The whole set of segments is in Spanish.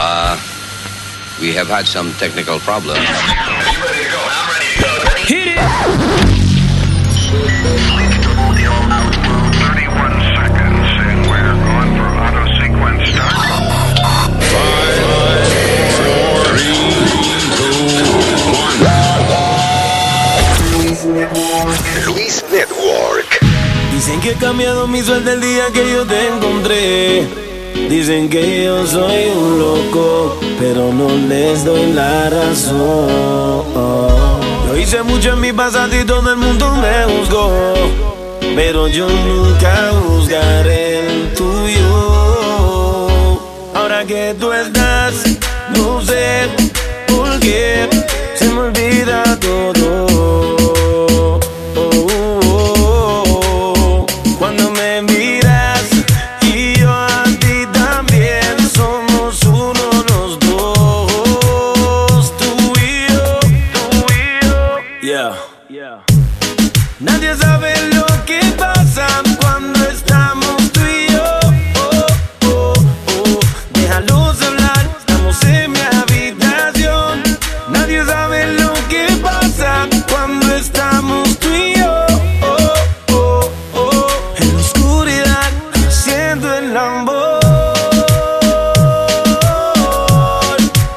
Uh, we have had some technical problems. Hit it! Luis Network. Dicen que he cambiado mi suerte el día que yo te encontré. Dicen que yo soy un loco, pero no les doy la razón. Yo hice mucho en mi pasado y todo el mundo me juzgó. Pero yo nunca juzgaré el tuyo. Ahora que tú estás, no sé por qué se me olvida todo. Oh, Cuando me miras y yo a ti también somos uno los dos, tú y yo, tú y yo. Yeah. Nadie sabe lo que pasa cuando estamos tú y yo. Oh, oh, oh. Déjalos hablar, estamos en mi habitación. Nadie sabe lo que pasa cuando estamos tú y yo. Oh, oh, oh. En la oscuridad, haciendo el amor.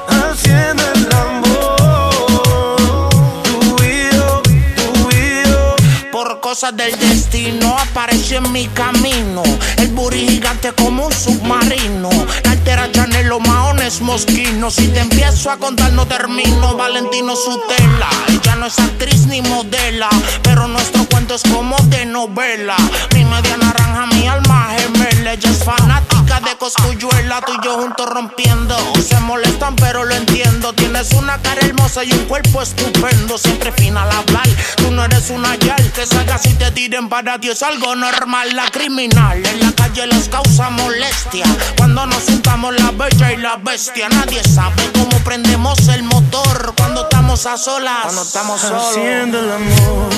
Haciendo el amor. Tú y yo, tú y yo. Por cosas del destino apareció en mi camino. El buri gigante como un submarino. La altera Chanel, los maones mosquinos. Si te empiezo a contar, no termino. Valentino Sutela. Ella no es actriz ni modela. Pero nuestro cuento es como de novela. Mi media naranja, mi alma gemela. Ella es fanática de coscuyuela. Tú y yo juntos rompiendo. Se molestan, pero lo entiendo. Tienes una cara hermosa y un cuerpo estupendo. Siempre fina al hablar. Tú no eres una yal que salga si te tiren para ti. Es algo normal. La criminal en la calle les causa molestia. Cuando nos juntamos la bella y la bestia. Nadie sabe cómo prendemos el motor. Cuando estamos a solas. Cuando estamos solos. Haciendo el amor.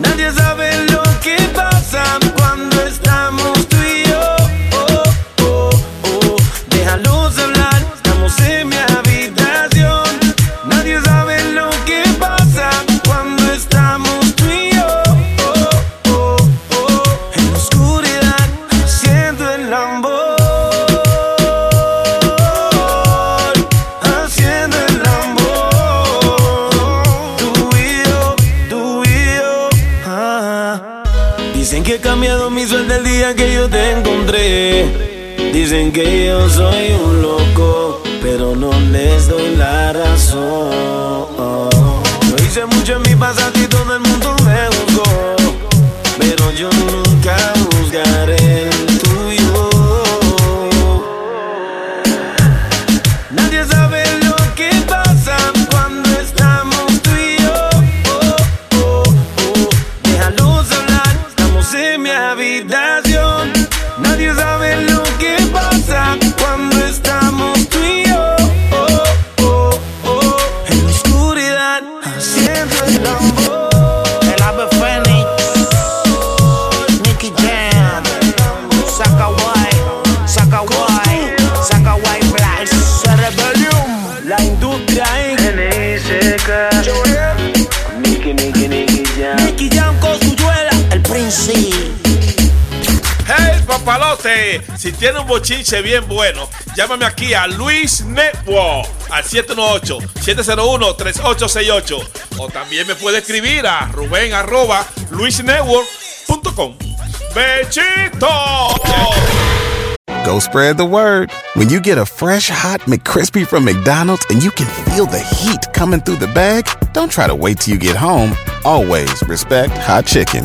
Nadie sabe lo que pasa cuando estamos tú y yo. Oh, oh, oh. Déjalos hablar, estamos en mi habitación. Nadie sabe lo que pasa cuando estamos tú y yo. Oh, oh, oh. En la oscuridad, haciendo el amor. Haciendo el amor. Tú y yo, tú y yo. Ah. Dicen que he cambiado mi suerte el día que yo te encontré. Dicen que yo soy un loco, pero no les doy la razón. Yo hice mucho en mi pasado y todo el mundo me juzgó. Pero yo nunca juzgaré el tuyo. Nadie sabe lo que pasa cuando estamos tú y yo. Oh, oh, oh. Déjalos hablar, estamos en mi habitación. Nadie sabe lo que pasa cuando estamos tú y yo. Oh, oh, oh. En la oscuridad, haciendo el amor. El ave Fénix, Nicky Jam, Sakawai, Sakawai, Sakawai Black, Cerebellum, La industria Nicky Jam con su duela. el Prince. ¡Hey, papalote! Si tiene un bochinche bien bueno, llámame aquí a Luis Network al 718-701-3868. O también me puede escribir a Rubén arroba luisnetwork.com. ¡Bechito! Go spread the word. When you get a fresh hot McCrispy from McDonald's and you can feel the heat coming through the bag, don't try to wait till you get home. Always respect hot chicken.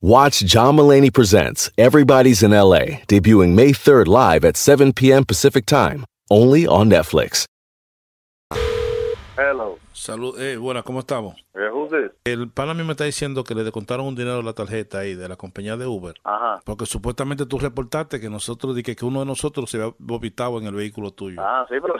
Watch John Mullaney Presents Everybody's in LA, debuting May 3rd live at 7 p.m. Pacific Time, only on Netflix. Hello, Salud, eh, buena, ¿cómo estamos? es usted? El pana mío me está diciendo que le descontaron un dinero a la tarjeta ahí de la compañía de Uber. Ajá. Porque supuestamente tú reportaste que nosotros, dije que uno de nosotros se había vomitado en el vehículo tuyo. Ah, sí, pero,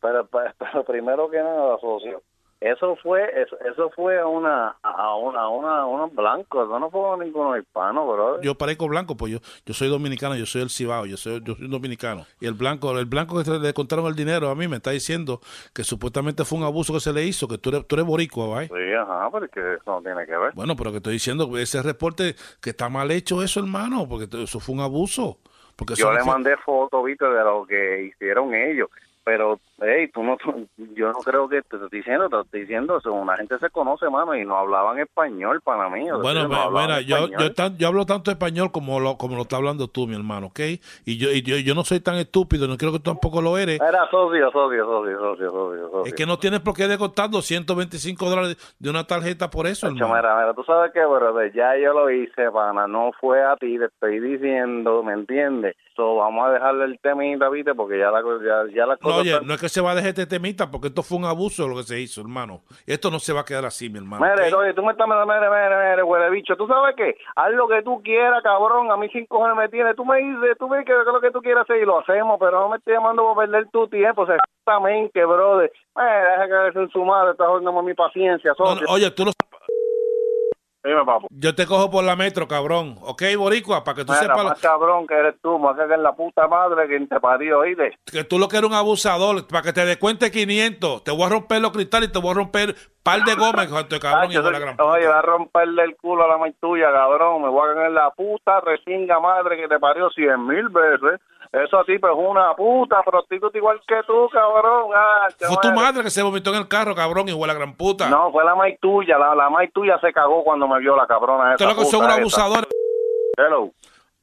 pero, pero- pero primero que nada, socio, eso fue eso, eso fue a una a una a una a unos blancos, eso no fue a ninguno hispano, bro. Yo parezco blanco, pues yo, yo soy dominicano, yo soy el cibao, yo soy, yo soy un dominicano. Y el blanco, el blanco que se le contaron el dinero a mí me está diciendo que supuestamente fue un abuso que se le hizo, que tú eres, tú eres boricua, ¿vale? Sí, ajá, porque eso no tiene que ver. Bueno, pero que estoy diciendo ese reporte que está mal hecho eso, hermano, porque t- eso fue un abuso. Porque eso Yo no le fue- mandé fotos, viste, de lo que hicieron ellos. Pero, hey, tú no, tú- yo no creo que te estoy diciendo, te estoy diciendo, eso, una gente se conoce, mano, y no hablaban español para mí. o sea, Bueno, no ve- hablaban mira, yo, español. yo, tan- yo hablo tanto español como lo, como lo está hablando tú, mi hermano, ¿ok? Y yo, y yo, yo no soy tan estúpido, no creo que tú tampoco lo eres. Era socio, socio, socio, socio, socio, socio. Es que no tienes por qué descontar 225 dólares de una tarjeta por eso, Nacho, hermano. mira, mira, tú sabes que, brother, ya yo lo hice, pana, no fue a ti, te estoy diciendo, ¿me entiendes? So, vamos a dejarle el temita, viste, porque ya la, co- ya, ya las No, cosas oye, están- no es que se va a dejar este temita, porque esto fue un abuso lo que se hizo, hermano. Esto no se va a quedar así, mi hermano. Mire, ¿ok? oye, tú me estás mire, mire, mire, mire, huele bicho, tú sabes qué, haz lo que tú quieras, cabrón, a mí sin cojones me tienes, tú me dices, tú me dices que es lo que tú quieras hacer y lo hacemos, pero no me estés llamando para perder tu tiempo, o sea, exactamente, brother, mire, deja que hagas en su madre, estás jodiendo mi paciencia, No, socio. no, oye, tú lo- Dime, papo. Yo te cojo por la metro, cabrón. ¿Ok, Boricua? Para que tú Mira, sepas. lo- más cabrón que eres tú, más que es la puta madre que te parió, oíste. Que tú lo que eres un abusador, para que te descuente 500, te voy a romper los cristales y te voy a romper par de gomas, hijo de cabrón, Nacho, hijo de la soy- gran Oye, puta. va a romperle el culo a la maíz tuya, cabrón. Me voy a cagar en la puta resinga madre que te parió cien mil veces. Eso a ti, pues, una puta prostituta igual que tú, cabrón. Ah, te Fue tu mueres. madre que se vomitó en el carro, cabrón, hijo de la gran puta. No, fue la maíz tuya. La, la maíz tuya se cagó cuando me vio la cabrona Tú esa. lo que son un puta esa. abusador. Hello.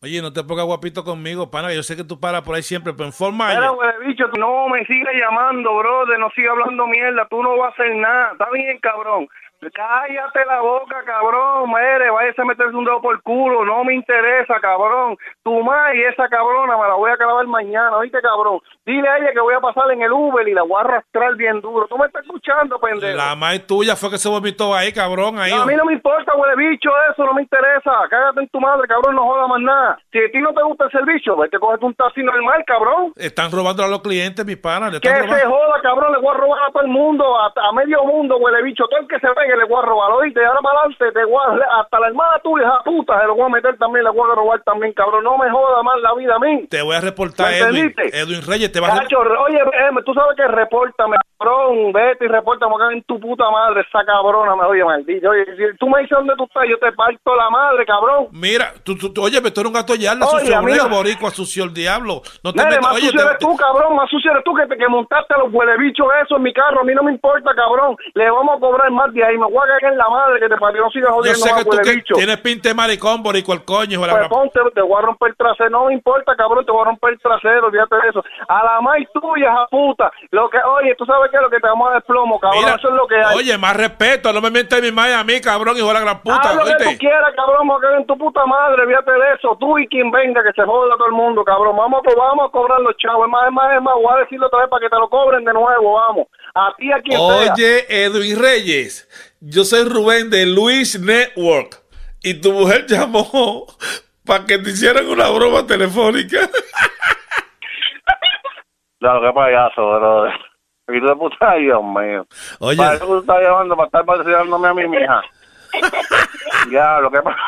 Oye, no te pongas guapito conmigo, pana, que yo sé que tú paras por ahí siempre, pero en forma. Mira, oye. güey, bicho, tú no me sigas llamando, brother, no sigas hablando mierda, tú no vas a hacer nada, está bien, cabrón. Cállate la boca, cabrón, mire, váyase a meterse un dedo por culo, no me interesa, cabrón. Tu madre, esa cabrona, me la voy a clavar mañana, oíste, cabrón. Dile a ella que voy a pasar en el Uber y la voy a arrastrar bien duro. ¿Tú me estás escuchando, pendejo? La madre tuya fue que se vomitó ahí, cabrón, ahí. No, a mí no me importa, huele bicho, eso no me interesa. Cágate en tu madre, cabrón, no joda más nada. Si a ti no te gusta el servicio, vete, cógete un taxi normal, cabrón. Están robando a los clientes, mi pana. Ah, Le Que están se robando. joda, cabrón, le voy a robar a todo el mundo, a, a medio mundo, huele bicho, todo el que se pegue le voy a robar, oíste, ahora para adelante, te voy a- hasta la hermana tuya, esa puta, se lo voy a meter también, le voy a robar también, cabrón, no me joda más la vida a mí. Te voy a reportar, ¿Me Edwin. entendiste? Edwin Reyes te va a Cacho, re- oye, em, tú sabes que repórtame, cabrón, vete y repórtame acá en tu puta madre, esa cabrona, me oye, maldito, oye, si tú me dices dónde tú estás, yo te parto la madre, cabrón. Mira, tú, tú, tú- oye, pero tú eres un gato de yarda, Oye, sucio a mí obrero, no- boricua, sucio el diablo. No te Nene, metas, más oye, sucio te- eres tú, cabrón, más sucio eres tú que, te- que montaste los huelebichos eso en mi carro, a mí no me importa, cabrón, le vamos a cobrar más de ahí, me voy a cagar en la madre que te parió, no sigas yo jodiendo sé más que tú que huelebicho. tienes pinta de maricón, boricua, el coño, hijo de la gran- Pues ponte, te voy a romper el trasero, no me importa, cabrón, te voy a romper el trasero, olvídate de eso. A la maíz tuya, esa puta, lo que, oye, tú sabes que lo que te vamos a dar es plomo, cabrón, Mira, eso es lo que hay. Oye, más respeto, no me mientas mi madre a mí, cabrón, hijo de la gran puta. Haz Ah, lo que oíste. tú quieras, cabrón, me voy a cagar en tu puta madre, olvídate de eso, tú y quien venga, que se joda todo el mundo, cabrón, vamos, a co- vamos a cobrar los chavos, es más, es más, es más, voy a decirlo otra vez para que te lo cobren de nuevo, vamos, a ti, a quien sea. Oye, Edwin Reyes, yo soy Rubén de Luis Network y tu mujer llamó para que te hicieran una broma telefónica. Claro, qué payaso, brother. Y tú de puta, ay, Dios mío. Oye. ¿Para qué tú estás llamando? Para estar patrocinándome a mi mija. ya, lo que pasa.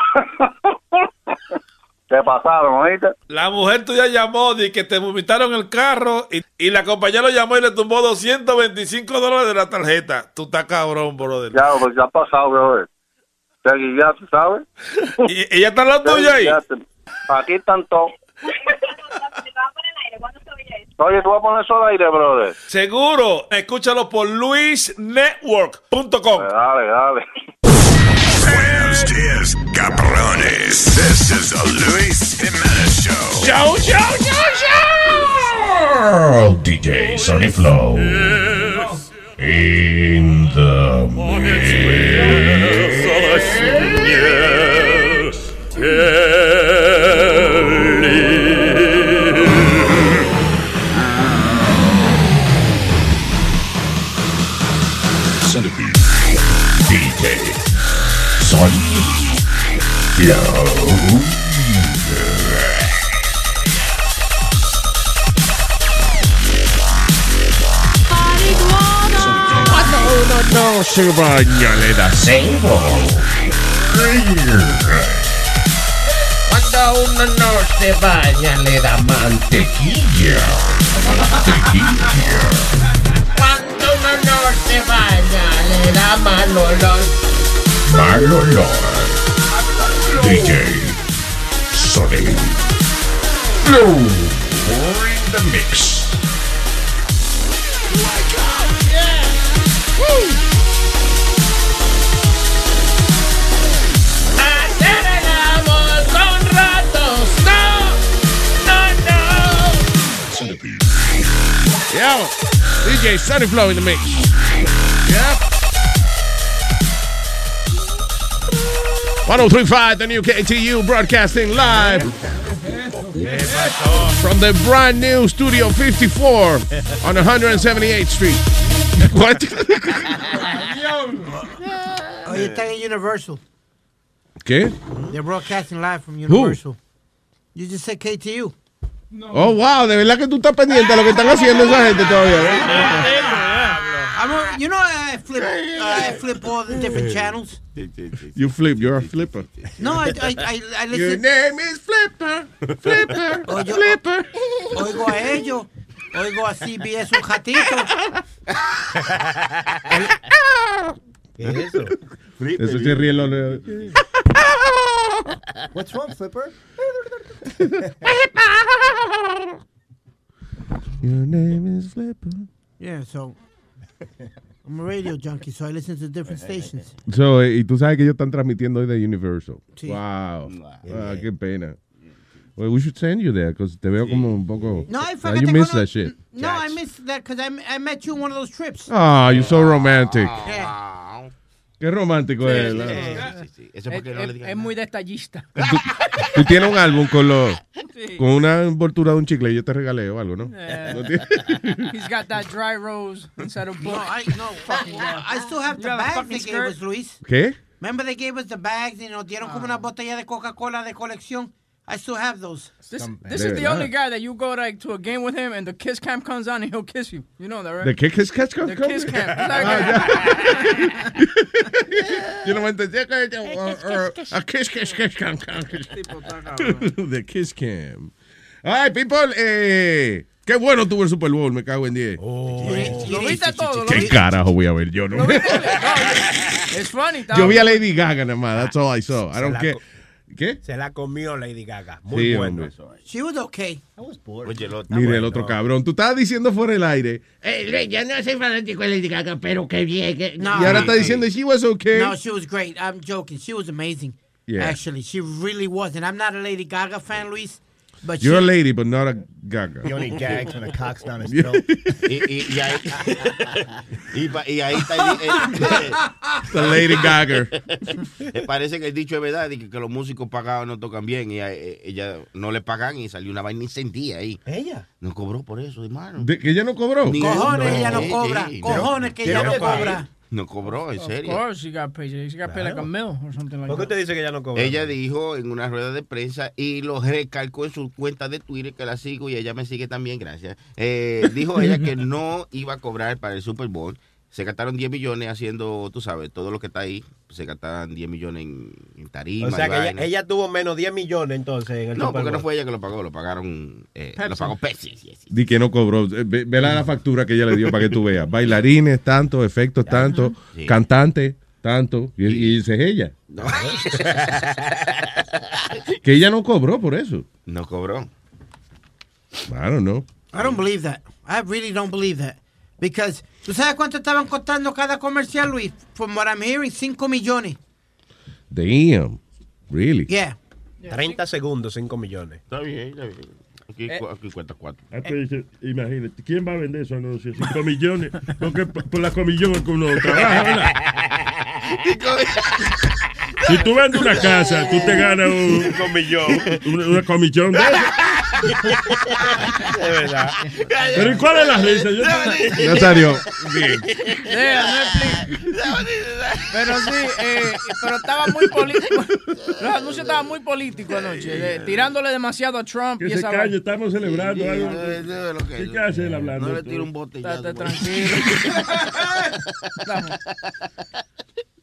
Te pasaron, ¿oíste? La mujer tuya llamó y que te vomitaron el carro y, y la compañera lo llamó y le tumbó 225 dólares de la tarjeta. Tú estás cabrón, brother. Ya, pues ya ha pasado, brother. Te guillaste, ¿sabes? ¿Y, ¿Ella está en la Te tuya ahí? guillaste. Aquí están todos. Oye, tú vas a poner eso al aire, brother. Seguro. Escúchalo por luisnetwork.com. Dale, dale. Buenos cabrones. This is the Luis Jimenez Show. ¡Chao, chao, chao, Carl DJ Sonny Flow in the mix. Centipede. Sonny Flow. Cuando uno no se baña, le da cebo. Cuando uno no se baña, le da mantequilla. Mantequilla. Cuando uno no se baña, le da mal olor. Mal olor. DJ Sonny Flow. In the mix. Hacer el amor con ratos. No, Yeah. DJ Sunny Flow in the mix. Yeah. 1035, the new KTU broadcasting live from the brand new Studio 54 on 178th Street. What? Hoy están en Oh, Universal. ¿Qué? They're broadcasting live from Universal. You just said KTU. Oh, wow, de verdad que tú estás pendiente a lo que están haciendo esa gente todavía. ¿eh? I'm a, you know, I flip, I flip all the different channels. You flip, you're a flipper. No, I, I, I, I listen. Your name is Flipper, Flipper, Flipper. Oigo a ellos. Oigo a CBS un ratito. Ah, ¿Qué es eso? Eso sí ríe lo- lo- What's wrong, Flipper? Your name is Flipper. Yeah, so I'm a radio junkie, so I listen to different stations. So, eh, y tú sabes que ellos están transmitiendo hoy de Universal. Sí. Wow. Ah, Yeah. qué pena. Well, we should send you there, because te veo como un poco... No, I Ah, forgot you to missed go to- that shit. No, I missed that because I, I met you on one of those trips. Ah, you're so romantic. Yeah. Qué romántico es. la- Eso porque no le digan Eh, es muy detallista. Tú, tú tienes un álbum con los... Sí. Con una envoltura de un chicle, yo te regalé o algo, ¿no? Eh, ¿No tienes? he's got that dry rose instead of No, book. I no fucking. I still have the You have a bags fucking they gave skirt? Ah. us, Luis. ¿Qué? Remember they gave us the bags and nos dieron como una botella de Coca-Cola de colección. I still have those. This, this is the only guy that you go like to a game with him, and the kiss cam comes on, and he'll kiss you. You know that, right? ¿De qué kiss cam The kiss comes? cam. Yo no me entendía que ella- or- or- a kiss, kiss, kiss, cam, cam, kiss. Este The kiss cam. Ay, people, eh, qué bueno tuvo el Super Bowl, me cago en 10. Oh. Lo viste todo. lo ¿Qué viste. carajo voy a ver yo? No. It's funny. Yo vi a Lady Gaga nada más, that's all I saw. I Se don't la care. co- ¿Qué? Se la comió Lady Gaga. Muy Sí, bueno. hombre. She was okay. Oye, lo Mire el otro cabrón. Tú estabas diciendo fuera del aire. Eh, Luis, yo no soy fanático de Lady Gaga, pero qué bien. que- y ahora está diciendo, she was okay. No, she was great. I'm joking. She was amazing. Yeah. Actually, she really was. And I'm not a Lady Gaga fan, Luis. But You're a she, lady, but not a Gaga. He only gags when a cock's down his Yeah. throat. Y, y- y ahí, y, pa- y ahí está. The Lady Gaga. Eh, Parece que el dicho es verdad, de que, que los músicos pagados no tocan bien. Y a- eh, ella no le pagan y salió una vaina incendia ahí. ¿Ella? No cobró por eso, hermano. ¿De- ¿Que ella no cobró? Ni- Cojones, ella no cobra. eh, Cojones, que ella no cobra. No cobró, en Of serio. course, she got paid. She got paid like a mill or something like ¿Por that. qué usted dice que ya no cobra? Ella dijo en una rueda de prensa y lo recalcó en su cuenta de Twitter, que la sigo y ella me sigue también, gracias. Eh, dijo ella que no iba a cobrar para el Super Bowl. Se gastaron 10 millones haciendo, tú sabes, todo lo que está ahí. Se gastaron 10 millones en, en tarima. O sea y que ella, vaina. ella tuvo menos 10 millones entonces en el no, Super porque no Bowl. fue ella que lo pagó, lo pagaron, eh, lo Pepsi. pagó Pepsi. sí, sí. Di que no cobró. Eh, Ve, ve la, la factura que ella le dio para que tú veas. Bailarines, tanto, efectos, tanto, Sí. cantante, tanto. Y, y esa es ella. No. Que ella no cobró por eso. No cobró. Claro, no. I don't believe that. I really don't believe that. Because, ¿tú sabes cuánto estaban costando cada comercial, Luis? From what I'm hearing, 5 millones. Damn. E Really. Yeah. 30 segundos, 5 millones. Está bien, está bien. Aquí, cu- aquí cuenta cuatro. Ah, pero dice, imagínate, ¿quién va a vender esos anuncios? 5 millones. Porque por, por la comisión es que uno trabaja, ¿verdad? Si tú vendes una casa, tú te ganas un, un millón. Una, una comisión de eso. De verdad. Pero ¿y cuál es la risa? Yo- Nazario. Bien. Yeah, Netflix. Pero sí, eh, pero estaba muy político. Los anuncios estaban muy políticos anoche, de- tirándole demasiado a Trump. Que y se esa calle, vaina. estamos celebrando Sí, algo. no, no, lo que- ¿Qué hace él hablando? no le tú? tire un pues. Estate tranquilo. Estamos.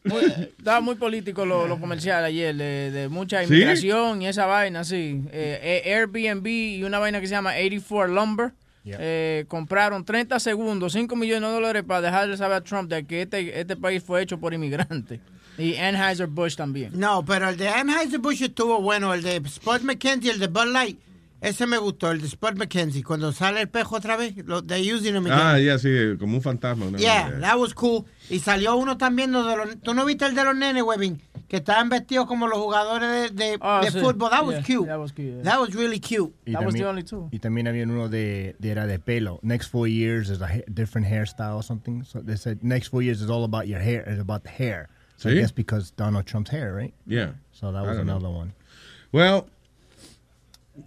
Muy- estaba muy político lo, lo comercial ayer, de, de mucha ¿Sí? inmigración y esa vaina, sí. Eh, eh, Airbnb y una vaina que se llama 84 Lumber. Yeah. eh, compraron 30 segundos, 5 millones de dólares para dejarle saber a Trump de que este, este país fue hecho por inmigrantes. Y Anheuser-Busch también. No, pero el de Anheuser-Busch estuvo bueno. El de Sport McKenzie, el de Bud Light, ese me gustó. El de Sport McKenzie, cuando sale el pejo otra vez, lo, they using him again. Ah, ya, sí, como un fantasma. una Yeah, vaina. that was cool. Y salió uno también de los- ¿Tú no viste el de los nenes, Webin? Que estaban vestidos como los jugadores de, de, Ah, de sí. fútbol. That was Yeah, cute. that was cute, yeah. That was really cute. Y también, y también había uno de, de era de pelo. Next four years is a ha- different hairstyle or something. So they said next four years is all about your hair. It's about the hair. So I ¿Sí? guess because Donald Trump's hair, right? Yeah. So that I was don't know. another one. Well,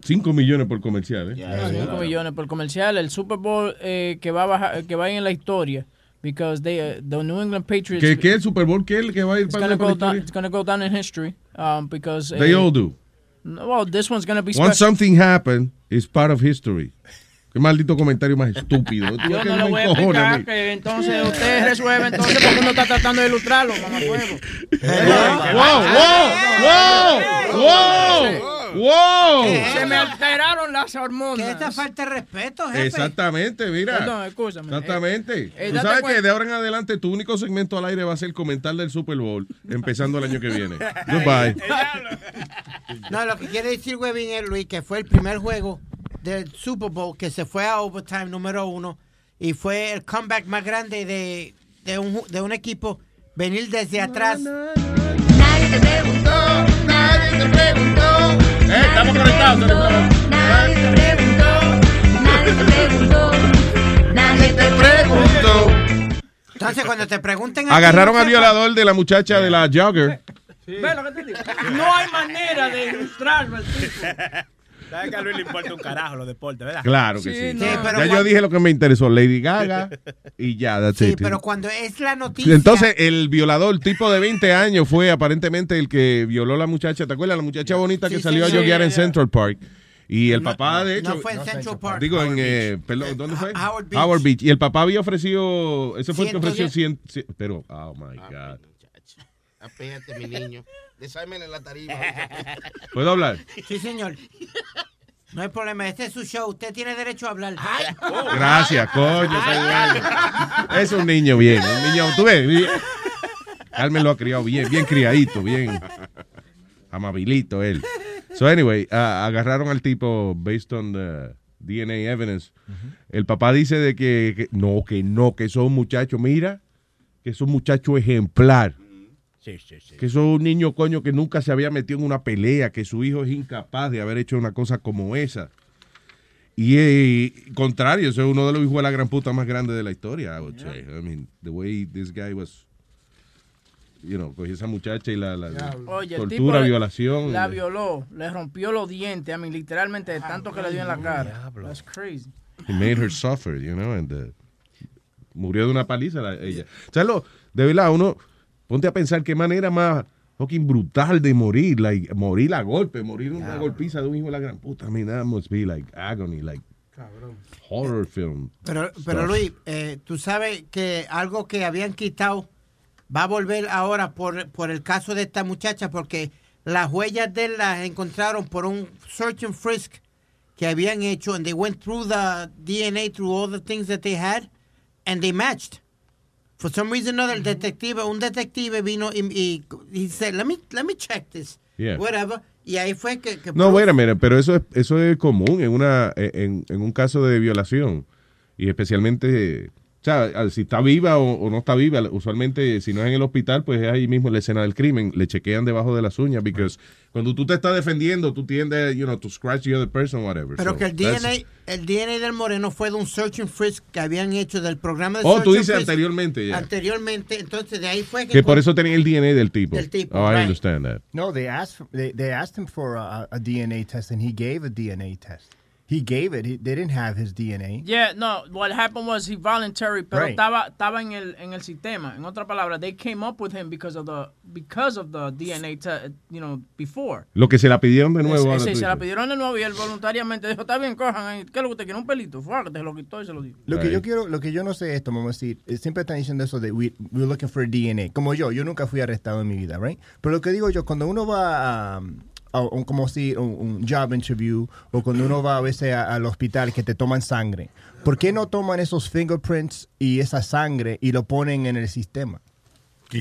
5 millones por comercial, ¿eh? 5 millones por comercial. El Super Bowl eh, que va a bajar, que va a ir en la historia. Because they, eh, the New England Patriots. ¿Qué, ¿Qué el Super Bowl? ¿Qué es el que va a ir It's para gonna la go down. historia? It's gonna go down in history. Um, because They eh, all do. no, Well, this one's gonna be Once special. something happened, it's part of history. Qué maldito comentario más estúpido. Tú ves Yo que no lo me voy a encojona a explicar, mí. que entonces ustedes resuelven entonces porque uno está tratando de ilustrarlo, mamacuevo. ¡Wow! ¡Wow! Eh, Se me alteraron las hormonas. ¿Qué esta falta de respeto, Exactamente, mira. Perdón, escúchame. Exactamente. eh, Tú date sabes que cuenta. de ahora en adelante tu único segmento al aire va a ser el comentario del Super Bowl, empezando el año que viene. Goodbye. No, lo que quiere decir Webin es, Luis, que fue el primer juego del Super Bowl que se fue a overtime número uno y fue el comeback más grande de, de, un, ju- de un equipo venir desde atrás. Nadie te preguntó, nadie te preguntó. estamos conectados. Nadie te preguntó, nadie te preguntó, nadie te preguntó. Entonces, cuando te pregunten... ti, Agarraron no al sepas. violador de la muchacha de la jogger. Ve lo que te digo. No hay manera de ilustrarlo al tipo. ¿Sabes que a Luis le importa un carajo los deportes, verdad? Claro que sí. no. Sí, pero ya yo cuando- dije lo que me interesó, Lady Gaga y ya, that's Sí, it. pero cuando es la noticia... Entonces, el violador, tipo de 20 años, fue aparentemente el que violó a la muchacha. ¿Te acuerdas? La muchacha bonita que salió sí, a joguear sí, en sí. Central Park. Y el papá, Ah, de hecho. no fue en Central Park. Digo, en. eh, perdón, ¿dónde fue? Howard Beach. Howard Beach. Y el papá había ofrecido. Ese fue el que ofreció 110. 100. sí, Pero, oh my God. Apéate, este, mi niño. Desármele la tarima. ¿Puedo hablar? Sí, señor. No hay problema, este es su show, usted tiene derecho a hablar. Gracias, coño. está bien. Es un niño bien. Un niño, tú ves. bien. Carmen lo ha criado bien, bien criadito, bien. Amabilito él. So, anyway, ah, agarraron al tipo based on the DNA evidence. El papá dice de que, que no, que no, que son muchachos, mira, que son muchachos ejemplar. Sí, sí, sí. Que eso es un niño coño que nunca se había metido en una pelea, que su hijo es incapaz de haber hecho una cosa como esa. Y eh, contrario, eso es uno de los hijos de la gran puta más grande de la historia. I would say. I mean, the way this guy was, you know, cogió esa muchacha y la, la- la Oye, el tipo tortura, le- violación. La violó, le rompió los dientes, a mí literalmente Ah, de tanto que le dio en la cara. That's crazy. He made her suffer, you know, and uh, murió de una paliza la- ella. O sea, lo- de verdad, uno, ponte a pensar qué manera más fucking brutal de morir, like, morir a golpe, morir una golpiza de un hijo de la gran puta. I mean, that must be like agony, like horror film. Pero, pero stuff. Luis, eh, tú sabes que algo que habían quitado va a volver ahora por, por el caso de esta muchacha, porque las huellas de él las encontraron por un search and frisk que habían hecho, and they went through the DNA, through all the things that they had, and they matched. For some reason or other, el detective, un detective vino y, y he said, let me, let me check this, Yeah. whatever, y ahí fue que... que No, bueno, mira, pero eso es, eso es común en, una, en, en un caso de violación. Y especialmente, o sea, si está viva o, o no está viva, usualmente si no es en el hospital, pues es ahí mismo en la escena del crimen, le chequean debajo de las uñas, porque cuando tú te estás defendiendo, tú tiendes, you know, to scratch the other person, whatever. Pero So, que el that's- DNA, el DNA del Moreno fue de un search and frisk que habían hecho del programa de Oh, search tú and dices frisk anteriormente, ya. Anteriormente, entonces de ahí fue que, Que por eso tenía el DNA del tipo. Del tipo, Oh, I right. understand that. No, they asked they, they asked him for a, a DNA test and he gave a DNA test. He gave it. He, they didn't have his DNA. Yeah, no, what happened was he voluntary, pero Right. estaba, estaba en, el, en el sistema. En otra palabra, they came up with him because of the, because of the DNA, te- you know, before. Lo que se la pidieron de nuevo. Sí, ahora sí, tú se la dices. pidieron de nuevo y él voluntariamente dijo, está bien, cojan, ahí. ¿qué es lo que usted quiere? Un pelito, fue, te lo quitó y se lo dio. Lo que yo quiero, lo que yo no sé esto, mamá, sí, eh, siempre están diciendo eso de we, we're looking for DNA. Como yo, yo nunca fui arrestado en mi vida, right? Pero lo que digo yo, cuando uno va a, um, a un- como si un, un job interview o cuando uno va a veces a- al hospital que te toman sangre, ¿por qué no toman esos fingerprints y esa sangre y lo ponen en el sistema?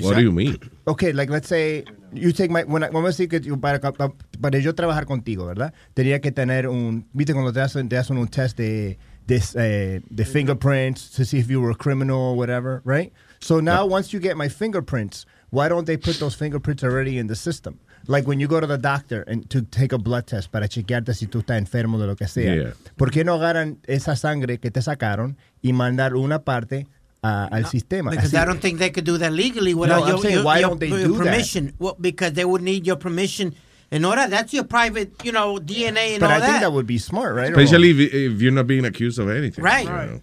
What do you mean? Okay, like let's say you take my when I, vamos a decir que yo- para, para, para yo trabajar contigo, ¿verdad? Tenía que tener un viste cuando te hacen te hacen un test de de, eh, de fingerprints to see if you were a criminal or whatever, right? So now once you get my fingerprints, why don't they put those fingerprints already in the system? Like when you go to the doctor and to take a blood test para chequearte si tú estás enfermo de lo que sea. Yeah. ¿Por qué no agarran esa sangre que te sacaron y mandar una parte a- al sistema? Because Así- I don't think they could do that legally without I'm your, saying, your- why your- don't they your do that? permission. Well, because they would need your permission in order. That's your private, you know, DNA and But all I think that. that would be smart, right? Especially if, if you're not being accused of anything. Right. you know.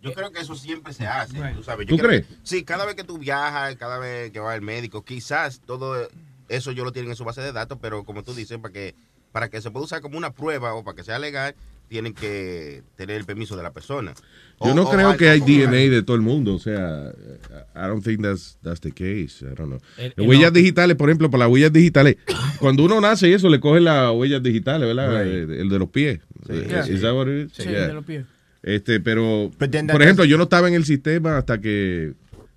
Yo creo que eso siempre se hace, tú sabes. ¿Tú Yo creo crees? que- sí, cada vez que tú viajas, cada vez que vas al médico, quizás todo eso yo lo tienen en su base de datos, pero como tú dices, para que para que se pueda usar como una prueba o para que sea legal, tienen que tener el permiso de la persona. Yo O- no o creo algo que hay como- DNA de todo el mundo, o sea, I don't think that's, that's the case, I don't know. El- Las huellas digitales, por ejemplo, para las huellas digitales, cuando uno nace y eso, le cogen las huellas digitales, ¿verdad? El, el de los pies. Eh, Yeah. Is that what it is? Sí, Yeah. de los pies. Este, pero, But then that por ejemplo, doesn't- yo no estaba en el sistema hasta que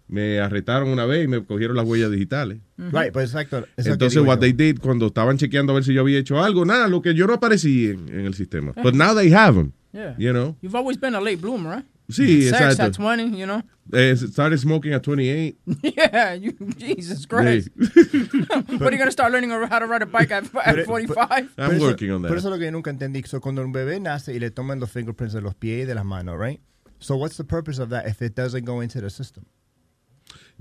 me arrestaron una vez y me cogieron las huellas digitales. Right, pues exacto. es lo que Entonces, digo what yo. they did, cuando estaban chequeando a ver si yo había hecho algo, nada, lo que yo no aparecí en, en el sistema. Eh. But now they have them, Yeah. you know. You've always been a late bloomer, right? Sí, Sex exacto. at 20, you know? Eh, started smoking at 28. Yeah, you, Jesus Christ. When are you going to start learning how to ride a bike at, at 45? Por eso- working on that. Por eso lo que yo nunca entendí. So, cuando un bebé nace y le toman los fingerprints de los pies y de las manos, right? So, what's the purpose of that if it doesn't go into the system?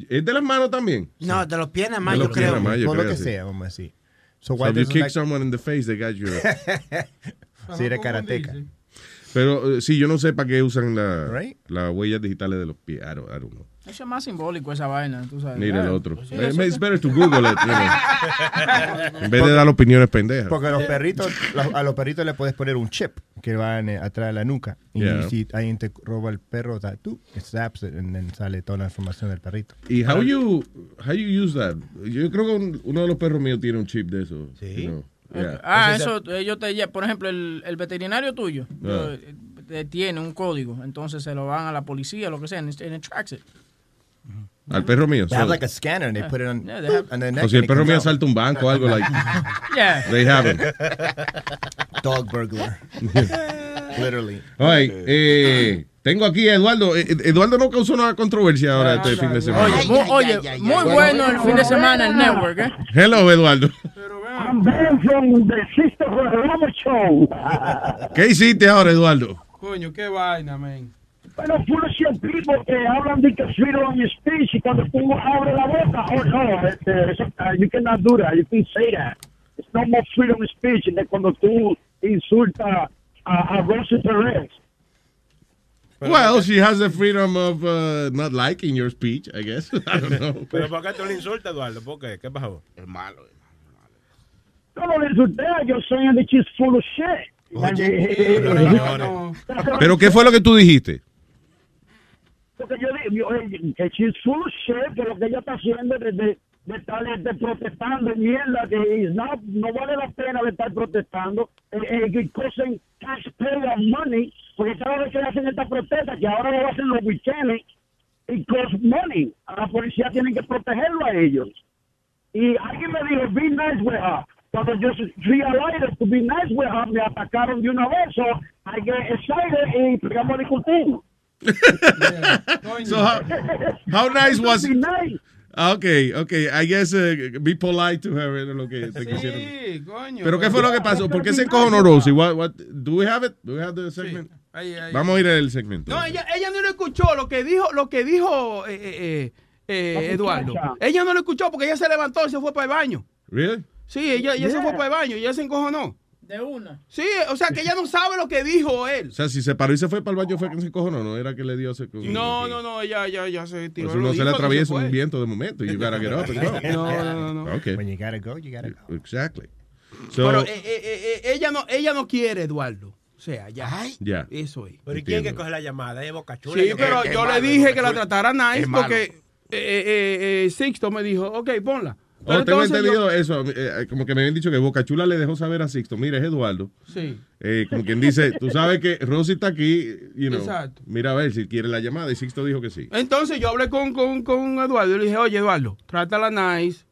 ¿Es de las manos también? No, de los pies nada más, De los yo pies creo. nada más, yo Por lo creo, que sí. sea, vamos a decir. So, So, why if you doesn't kick that- someone in the face, they got your... si era karateca. Pero eh, sí, yo no sé para qué usan la- Right. las huellas digitales de los pies. I don't, I don't know. Eso es más simbólico esa vaina, tú sabes. Mira el Ah, otro. sí, Eh, eso- It's better to Google it, you know. En vez de dar opiniones pendejas. Porque a los perritos, los- a los perritos le puedes poner un chip que va en- eh, atrás de la nuca. Y Yeah. si alguien te roba el perro, da- tú, zaps it, and then sale toda la información del perrito. ¿Y how you, how you use that? Yo creo que un- uno de los perros míos tiene un chip de eso. Sí. Ah, eso, ellos te lle- por ejemplo, el, el veterinario tuyo Ah. eh, eh, tiene un código, entonces se lo van a la policía, lo que sea, este, and it, and it tracks it. Al perro mío. They have like a scanner and they put it on. Ah. Yeah, they have- on their neck o si and el it perro comes mío out. salta un banco o algo, like, Yeah. they have it. Dog burglar. Literally. Ay, eh, tengo aquí a Eduardo. Eh, Eduardo no causó nada controversia ahora este fin de semana. Oye, mu- oye, muy bueno el fin de semana el network, ¿eh? Hello, Eduardo. I'm Ben from the Sister Robert Show. ¿Qué hiciste ahora, Eduardo? Coño, qué vaina, men. Bueno, puros científicos que hablan de que freedom of speech y cuando tú abres la boca, oh no, este, eso, uh, you cannot do that, you can say that. It's no more freedom of speech de cuando tú insultas a, a Rosy Perez. Well, she has the freedom of uh, not liking your speech, I guess. I don't know. Pero ¿Por qué tú le insultas, Eduardo? ¿Por qué? ¿Qué pasó? Es malo. Yo no les insulté, yo soy un she's full of shit. eh, Pero ¿qué fue lo que tú dijiste? Porque yo digo, oye, que si es full of shit, que lo que ella está haciendo de, de, de estar este, protestando, mierda, que is not- no vale la pena de estar protestando, eh, eh, que cosen taxpayer money, porque cada vez que hacen esta protesta, que ahora lo hacen los weekends, y cost money, a la policía tienen que protegerlo a ellos. Y alguien me dijo, be nice with her. Cuando yo realized to be nice with her, me atacaron de una vez, so I get excited y pegamos a discutir. So how, how nice was it? Nice. Okay, okay. I guess uh, be polite to her. Era lo que te quisieron. Pero ¿qué pues. fue lo que pasó? ¿Por qué se encojonó Rosie? What, what, do we have it? Do we have the segment? Ahí, ahí. Vamos a ir al segmento. No, ella, ella no lo escuchó lo que dijo, lo que dijo eh, eh, eh, eh, La Eduardo. muchacha. Ella no lo escuchó porque ella se levantó y se fue para el baño. Really? Sí, ella, ella se fue para el baño y ella se encojonó. De una. Sí, o sea que ella no sabe lo que dijo él. O sea, si se paró y se fue para el baño fue que se cojonó, no era que le dio ese No, no, no, ella, ella, ella se tiró. Pues el uno se le oído, atraviesa fue. un viento de momento. You gotta get up and go. No, no, no, no. Okay. When you gotta go, you gotta go. Exactly. So, Pero eh, eh, eh, eh, ella no, ella no quiere, Eduardo. O sea, ya. Ya. Eso es. Pero ¿y quién que coge la llamada? Ella es boca chula. Sí, pero yo le dije que la trataba tratara nice es malo. porque eh, eh, eh, Sixto me dijo, ok, ponla. oh, tengo entonces entendido yo- eso. eh, eh, como que me habían dicho que Boca Chula le dejó saber a Sixto. Mira, es Eduardo. Sí. Eh, como quien dice, tú sabes que Rosy está aquí. You know, Exacto. Eh, Mira a ver si quiere la llamada. Y Sixto dijo que sí. Entonces yo hablé con, con, con Eduardo y le dije, oye, Eduardo, trátala nice.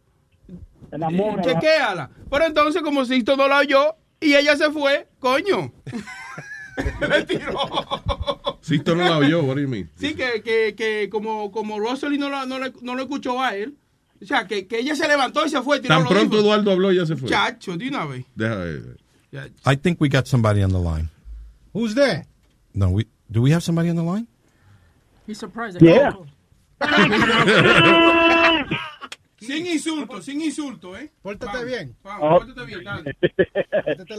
Enamórala. Eh, Chequéala. Pero entonces, como Sixto no la oyó y ella se fue, coño. le tiró. Sixto no la oyó. What do you mean? Sí, que, que, que como, como Rosalind no, la- no, le- no lo escuchó a él. O sea, que, que ella se levantó y se fue. Tiró Tan los pronto hijos. Eduardo habló, ya se fue. Chacho, de una vez. Deja ver. I think we got somebody on the line. Who's there? No, we do we have somebody on the line? He's surprised. Yeah. Sin insulto, sin insulto, ¿eh? Pórtate bien. Oh. pórtate ah, bien, dale.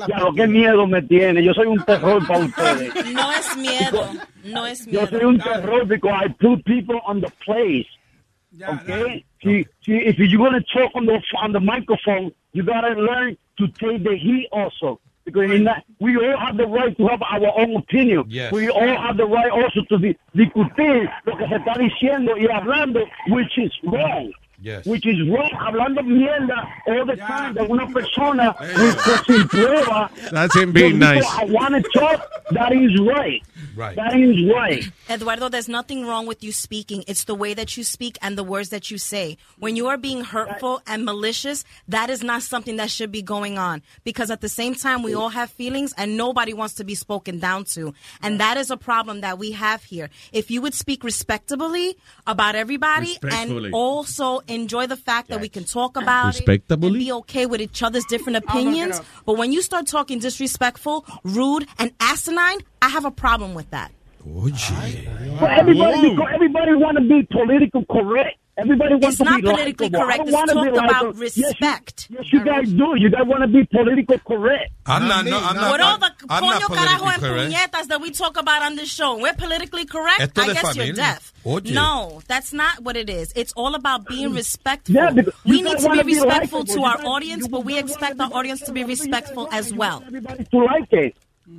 Diablo, qué miedo me tiene. Yo soy un terror para ustedes. No es miedo, no es Yo miedo. soy un terror because I put people on the place. Okay? See, see, if you're going to talk on the, on the microphone, you got to learn to take the heat also. Because in that, we all have the right to have our own opinion. Yes. We all have the right also to di- discutir lo que se está diciendo y hablando, which is wrong. Yes. Which is wrong. Hablando mierda all the time de una persona que sin prueba. That's him being Yo digo, nice. I want to talk. That is right. Right. That is right. Eduardo, there's nothing wrong with you speaking. It's the way that you speak and the words that you say. When you are being hurtful and malicious, that is not something that should be going on because at the same time, we all have feelings and nobody wants to be spoken down to. And that is a problem that we have here. If you would speak respectably about everybody Respectfully. and also enjoy the fact that we can talk about it and Respectably? be okay with each other's different I'll look it opinions. up. But when you start talking disrespectful, rude, and asinine, I have a problem with that. But everybody, because everybody want to be political correct. Everybody wants It's to be not politically likable. I correct. don't It's wanna be talked about likable. Yes, you- respect. Yes, you, guys do. You guys want to be political correct. I'm not- no, I'm not- What all the I'm not coño carajo and politically correct. puñetas that we talk about on this show, we're politically correct. Esto I de guess familia. you're deaf. Oye. No, that's not what it is. It's all about being respectful. Yeah, because we you need guys to be wanna be respectful likable. to You our guys- audience, but we expect our audience to be respectful as well. To like it,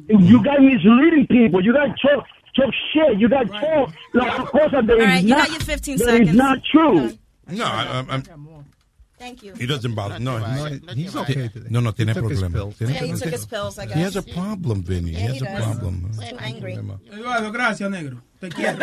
you guys misleading people. You guys talk talk shit. You guys talk like cosas that All is right, you not, got your 15 that is seconds. not true. No, I, I'm, I'm, Thank you. he doesn't bother. No, he's, he's okay today. No, no, tiene problema. Tiene Yeah, he problema. took his pills, I guess. He has a problem, Vinny. he Yeah, has he a does. problem. I'm angry. Eduardo, gracias, negro. Te quiero.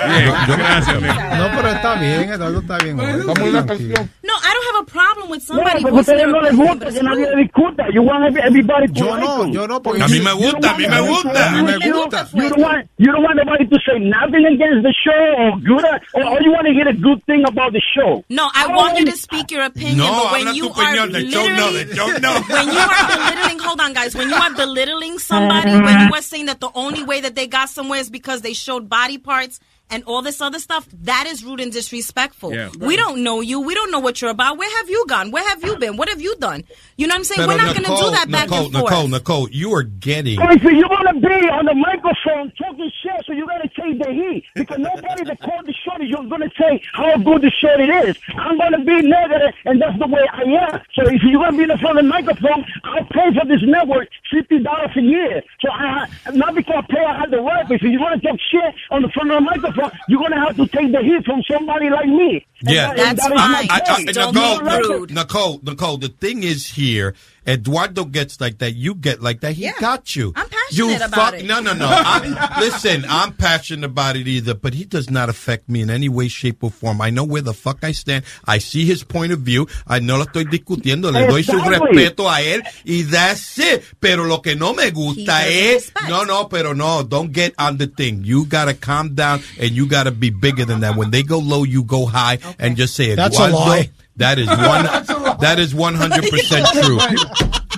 gracias, No, pero está bien, Eduardo está bien. Vamos a una canción. No, I don't have a problem with somebody no, porque voicing ustedes their no les opinion, but gusta it's que nadie rude. discuta. You want every- everybody to Yo no, like yo no, porque you. A mí me You don't gusta, a want mí me everybody to gusta. like A mí me you. gusta. You don't want, you don't want anybody to say nothing against the show or good, or, or you want to hear a good thing about the show. No, I want you to speak your opinion, No, but when habla you tu are opinión, del show no, literally, del show no. when you are belittling, hold on, guys, when you are belittling somebody, when you are saying that the only way that they got somewhere is because they showed body parts and all this other stuff, that is rude and disrespectful. Yeah. We don't know you. We don't know what you're about. Where have you gone? Where have you been? What have you done? You know what I'm saying? We're not going to do that back Nicole, and forth. Nicole, Nicole, you are getting. If you want to be on the microphone talking shit, so you got to take the heat. Because nobody that called the show, you're going to say how good the show it is. I'm going to be negative, and that's the way I am. So if you're going to be in the front of the microphone, I pay for this network $50 a year. So I, not because I pay, I have the right, but if you want to talk shit on the front of the microphone, you're going to have to take the heat from somebody like me. And Yeah, that- and that is my I- I- case. Nicole, You don't like Nicole, Nicole, Nicole, the thing is here. Eduardo gets like that. You get like that. He got you. I'm passionate you about it. No, no, no. I'm, listen, I'm passionate about it either, but he does not affect me in any way, shape, or form. I know where the fuck I stand. I see his point of view. I no lo estoy discutiendo. Le doy su Exactly. respeto a él y that's it. Pero lo que no me gusta es no, no, pero no. Don't get on the thing. You gotta calm down and you gotta be bigger than that. When they go low, you go high and just say That's a Eduardo, lie. That is one. that is one hundred percent true.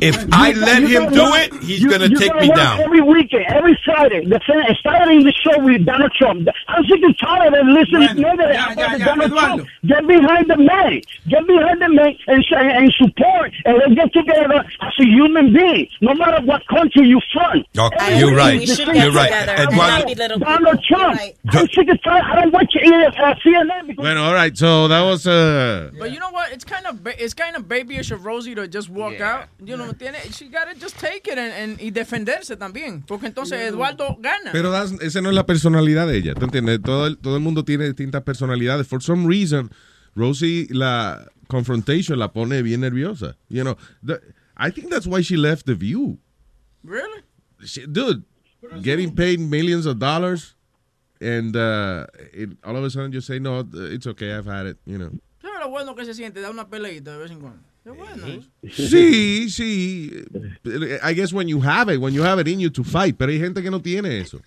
If I let him do it, he's You- gonna you take me work down. Every weekend, every Friday, the fan, starting the show with Donald Trump. I'm sick and tired of listening to ya, ya, ya, Donald Eduardo. Trump. Get behind the man. Get behind the man and, sh- and support and let's get together as a human being, no matter what country you're from. Okay, Every you're weekend right. we should You're get right. together. And Donald- one- Donald Trump. I'm sick and tired. I don't watch uh, CNN because Bueno, all right, so that was uh, But you know what? It's kind of ba- it's kind of babyish of Rosie to just walk out. You know, tiene, she gotta just take it and, and- y defenderse también, porque entonces Eduardo gana. Pero that's- esa no es la personalidad de ella, ¿tú entiendes? Todo el, todo el mundo tiene distintas personalidades. For some reason, Rosie la confrontation la pone bien nerviosa. You know, the- I think that's why she left The View. Really? She- dude, getting paid millions of dollars and uh, it- all of a sudden you say, no, it's okay, I've had it, you know. ¿Sabes lo bueno que se siente? Da una peleita de vez en cuando. Qué bueno. Sí, sí. I guess when you have it, when you have it in you to fight. Pero hay gente que no tiene eso.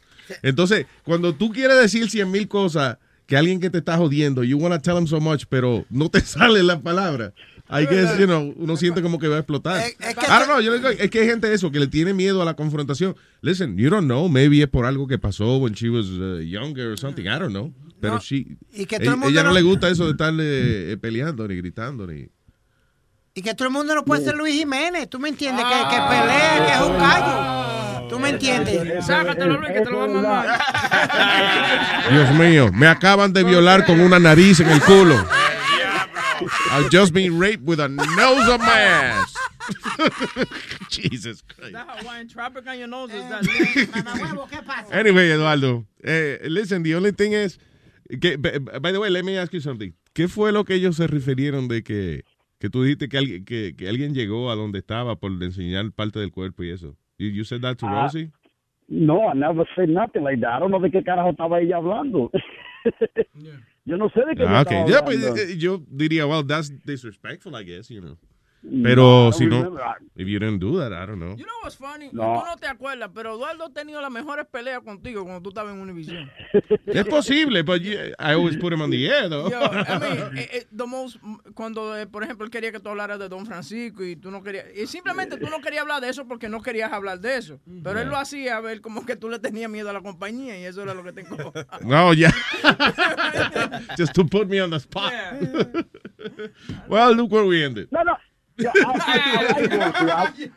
Entonces, cuando tú quieres decir cien mil cosas que alguien que te está jodiendo, you want to tell him so much, pero no te sale la palabra. I guess, you know, uno siente como que va a explotar. I don't know, yo le digo, es que hay gente eso, que le tiene miedo a la confrontación. Listen, you don't know, maybe es por algo que pasó when she was uh, younger or something, I don't know. Pero she, y que todo el ella, mundo ella no, no- le gusta eso de estarle eh, peleando ni gritando ni... Y que todo el mundo no puede ser Luis Jiménez, ¿tú me entiendes? Que, Ah. que pelea, que es un gallo. ¿Tú me entiendes? Sácatelo, Luis, que te lo va a mamar. Dios mío, me acaban de violar con una nariz en el culo. I've just been raped with a nose of my ass. Jesus Christ. That Hawaiian tropic on your nose is that. Mamá ¿qué pasa? Anyway, Eduardo, eh, listen, the only thing is, que, b- b- by the way, let me ask you something. ¿Qué fue lo que ellos se refirieron de que, que tú dijiste que alguien, que, que alguien llegó a donde estaba por enseñar parte del cuerpo y eso? You, you said that to Ah. Rosie? No, I never said nothing like that. I don't know de qué carajo estaba ella hablando. Yo no sé de qué Ah, ok. ella estaba Ya, pues, hablando. eh, yo diría, well, that's disrespectful, I guess, you know. No, Pero I si no, remember, I- if you didn't do that, I don't know. You know what's funny? No. Tú no te acuerdas, pero Eduardo ha tenido las mejores peleas contigo cuando tú estabas en Univision. Es posible, but you- I always put him on the air, though. Yo, I mean, eh, eh, the most- cuando, eh, por ejemplo, él quería que tú hablaras de Don Francisco y tú no querías, y simplemente tú no querías hablar de eso porque no querías hablar de eso. Pero él lo hacía a ver como que tú le tenías miedo a la compañía y eso era lo que te encojaba. No, ya. Just to put me on the spot. well, look where we ended. No, ah, no. Yeah, I, I, I, like Rosie.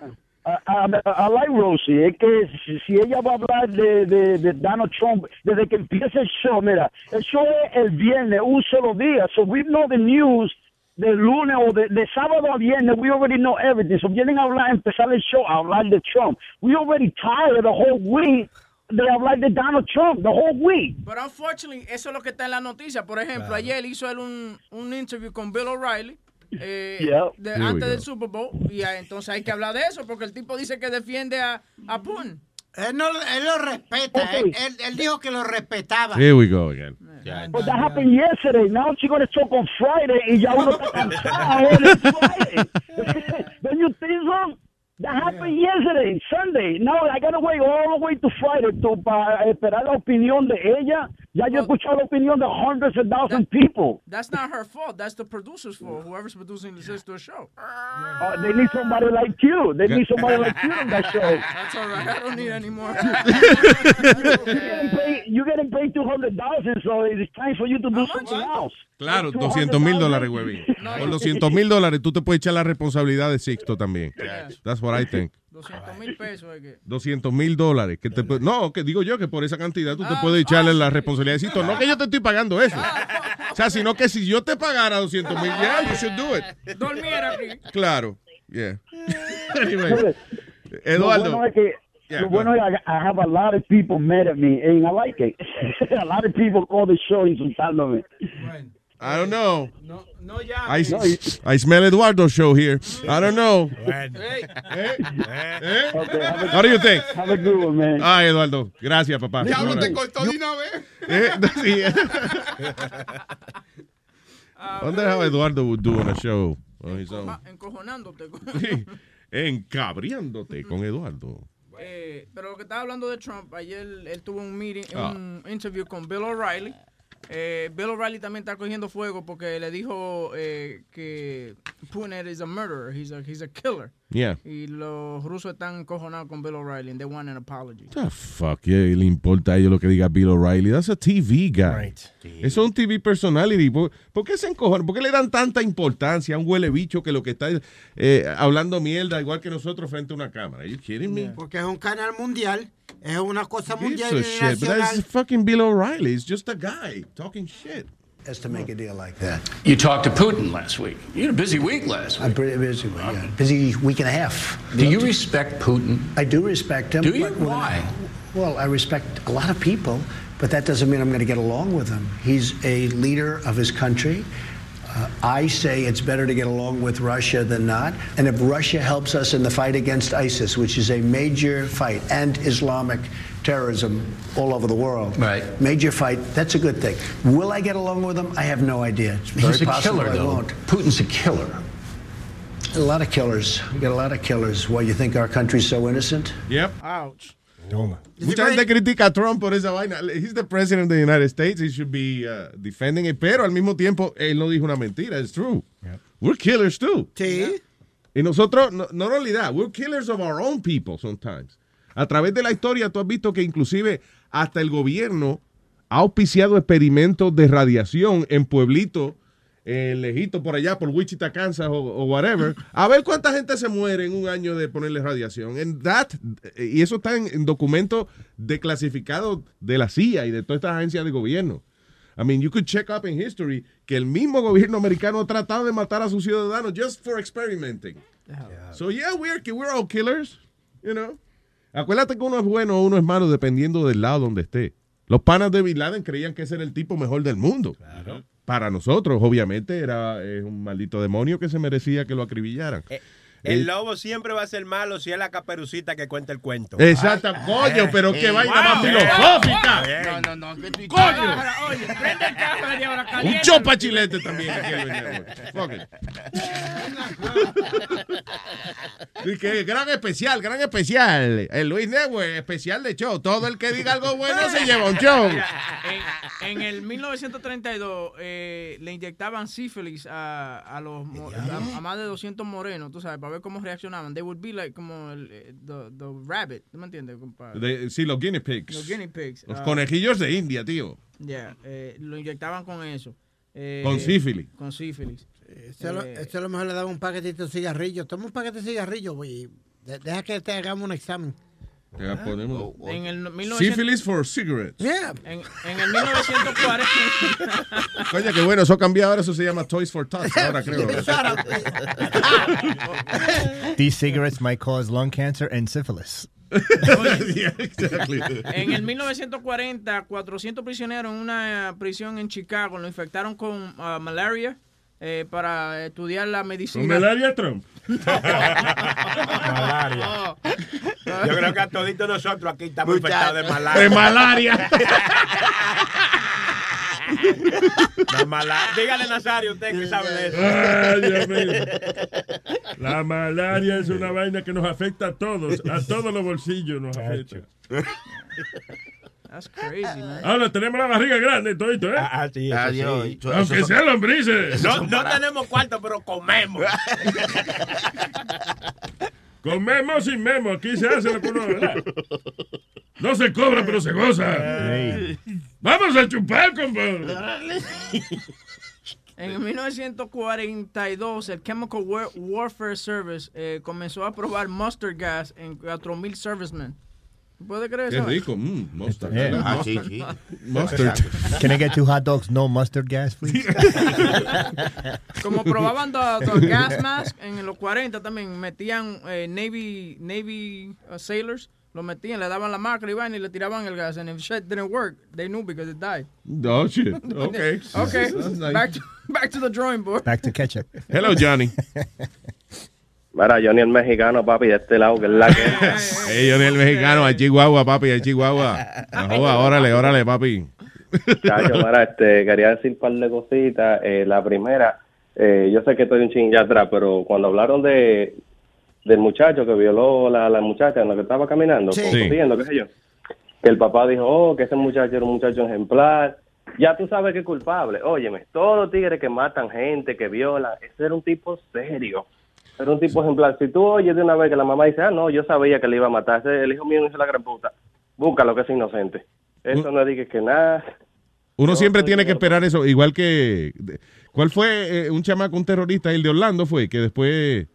I, I, I- I like Rosie. Es que si, si ella va a hablar de, de, de Donald Trump desde que empieza el show, mira, el show es el viernes, un solo día. So we know the news de lunes o de, de sábado a viernes. We already know everything. So vienen a hablar, empezar el show a hablar de Trump. We already tired the whole week de hablar de Donald Trump, the whole week. Pero unfortunately, eso es lo que está en la noticia. Por ejemplo, Claro. ayer hizo él un, un interview con Bill O'Reilly. eh, Yeah. de- Here we antes del go. Super Bowl y ah, entonces hay que hablar de eso porque el tipo dice que defiende a, a Pun. Él, no, él lo respeta. Él, él- él dijo que lo respetaba. Here we go again. But that happened yesterday. Now she's gonna talk on Friday, y ya uno está cansado. It's Friday. Don't you think so? That happened yesterday, Sunday. No, I gotta wait all the way to Friday to para esperar la opinión de ella. Ya yo he escuchado la opinión de hundreds of thousands of people. That's not her fault. That's the producer's fault. Whoever's producing this is their show. Uh, they need somebody like you. They need somebody like you on that show. That's all right. I don't need any more. You're getting paid. You're getting paid two hundred thousand, so it's time for you to do something else. Claro, 200 mil dólares, huevín. Con 200 mil dólares tú te puedes echar la responsabilidad de Sixto también. That's what I think. 200 mil pesos. hay que- 200 mil dólares. Que te pu- no, que digo yo que por esa cantidad Ah, tú te puedes echarle la responsabilidad. de Sixto. no que yo te estoy pagando eso. O sea, sino que si yo te pagara 200 mil, yeah, you should do it. Dormir aquí. Claro. Yeah. Look, anyway. Lo Eduardo. bueno es que, Yeah, lo go bueno es que I, I have a lot of people mad at me, and I like it. a lot of people call the show insultándome. I don't know. No, no ya. I, I smell Eduardo show here. I don't know. Eh, What do you think? Have a good one, man. Ay, Eduardo. Gracias, papá. Diablo, te Ahora. cortó de una vez. Eh, sí. Wonder how Eduardo would do on a show on his own. Ma- Ah, Encojonándote. Sí. Encabriándote con Eduardo. Eh, pero lo que estaba hablando de Trump, ayer él tuvo un meeting, Ah. un interview con Bill O'Reilly. eh, Bill O'Reilly también está cogiendo fuego porque le dijo eh, que Punet is a murderer, he's a, he's a killer. Yeah. Y los rusos están cojonados con Bill O'Reilly and they want an apology. The Ah, fuck, ¿qué le importa a ellos lo que diga Bill O'Reilly? That's a TV guy. Right. Eso es un TV personality. ¿Por, por qué se encojonan? ¿Por qué le dan tanta importancia a un huele bicho que lo que está eh, hablando mierda igual que nosotros frente a una cámara? Are you kidding me? Porque es un canal mundial, es una cosa mundial So y shit, but that's nacional. fucking Bill O'Reilly. It's just a guy talking shit. As to make a deal like that. You talked to Putin last week. You had a busy week last week. A pretty busy week, yeah. busy week and a half. Do you respect Putin? I do respect him. Do you? but when I- Why? well, I respect a lot of people, but that doesn't mean I'm going to get along with him. He's a leader of his country. Uh, I say it's better to get along with Russia than not. And if Russia helps us in the fight against ISIS, which is a major fight, and Islamic terrorism all over the world, Right. major fight, that's a good thing. Will I get along with him? I have no idea. It's very He's a possible killer, I though. won't. Putin's a killer. A lot of killers. We got a lot of killers. Why you think our country's so innocent? Yep. Ouch. Mucha gente critica a Trump por esa vaina. He's the president of the United States. He should be uh, defending it. Pero al mismo tiempo, él no dijo una mentira. It's true. We're killers too. Sí. Y nosotros, no, no only that, we're killers of our own people sometimes. A través de la historia, tú has visto que inclusive hasta el gobierno ha auspiciado experimentos de radiación en pueblitos eh, lejitos por allá, por Wichita, Kansas o, o whatever. A ver cuánta gente se muere en un año de ponerle radiación. And that, y eso está en, en documentos declasificados de la CIA y de todas estas agencias de gobierno. I mean, you could check up in history que el mismo gobierno americano ha tratado de matar a sus ciudadanos just for experimenting. So yeah, we're, we're all killers, you know. Acuérdate que uno es bueno o uno es malo dependiendo del lado donde esté. Los panas de Bin Laden creían que ese era el tipo mejor del mundo. Para nosotros, obviamente, era eh, un maldito demonio que se merecía que lo acribillaran. El Eh, lobo siempre va a ser malo si es la caperucita que cuenta el cuento. Ah, eh. Mm. Exacto, coño, pero qué vaina más filosófica. Bien. No, no, no. que tú- Coño. Oye, prende el cámara de ahora Un caliente. chopa chilete también. aquí en el network. Fuck it. Y que gran especial, gran especial. El Luis Network, especial de show. Todo el que diga algo bueno se lleva un show. En, en el 1932 eh, le inyectaban sífilis a, a los mo- a, a más de 200 morenos, tú sabes, para ver cómo reaccionaban. They would be like como el eh, the, the rabbit, ¿tú me entiendes, compadre? De- sí, los guinea pigs. Los guinea pigs, Los ah. conejillos de India, tío. Ya, eh, lo inyectaban con eso. Eh, Con sífilis. Con sífilis. Eso a lo- Eh, eso a lo mejor le daba un paquetito de cigarrillos. Toma un paquete de cigarrillos, güey. De- Deja que te hagamos un examen. Te la ponemos. Ah. En el 1900 Sífilis for cigarettes. En, en el 1940. Coño, qué bueno, eso cambió ahora, eso se llama Toys for Tots, ahora creo. These cigarettes might cause lung cancer and syphilis. En el 1940, 400 prisioneros en una eh, prisión en Chicago lo infectaron con ah, malaria eh, para estudiar la medicina. Con Melania Trump. Malaria. Yo creo que a toditos nosotros aquí estamos infectados de malaria. De malaria. De malaria. Dígale, Nazario, usted que sabe de eso. Ay, Dios mío. La malaria es una vaina que nos afecta a todos, a todos los bolsillos nos afecta. That's crazy, man. Ahora tenemos la barriga grande, todito, ¿eh? Ah, sí, eso Adiós. sí. Aunque Eso- sean lombrices. No, no tenemos cuarto, pero comemos. Comemos y memo, aquí se hace lo que uno, ¿verdad? No se cobra, pero se goza. Vamos a chupar, compadre. En el 1942, el Chemical War- Warfare Service eh, comenzó a probar mustard gas en 4.000 servicemen. ¿Puede creer Qué eso? rico, mmm, mustard. Yeah. Ah, sí, sí. Mustard. Can I get two hot dogs, no mustard gas, please? Como probaban the, the gas mask en los 40 también, metían eh, Navy, Navy uh, sailors, lo metían, le daban la máscara y vaina y le tiraban el gas. And if shit didn't work, they knew because it died. Oh, shit. Okay. Okay. That's nice. Back, to, back to the drawing board. Back to ketchup. Hello, Johnny. Mira, Johnny el mexicano, papi, de este lado, que es la que. Ey, yo el mexicano, a Chihuahua, papi, a Chihuahua. No joda, órale, órale, papi. Chacho, mira, este, quería decir un par de cositas. Eh, la primera, eh, yo sé que estoy un chin ya atrás, pero cuando hablaron de del muchacho que violó la, la muchacha en la que estaba caminando, Sí. corriendo, qué sé yo, que el papá dijo, oh, que ese muchacho era un muchacho ejemplar, ya tú sabes que es culpable. Óyeme, todos los tigres que matan gente, que violan, ese era un tipo serio. Era un tipo ejemplar. Si tú oyes de una vez que la mamá dice, ah, no, yo sabía que le iba a matar, ese- el hijo mío no hizo la gran puta, búscalo que es inocente. Mm. Eso no dije que nada. Uno siempre tiene que esperar eso, igual que... de- ¿Cuál fue eh, un chamaco, un terrorista, el de Orlando fue, que después...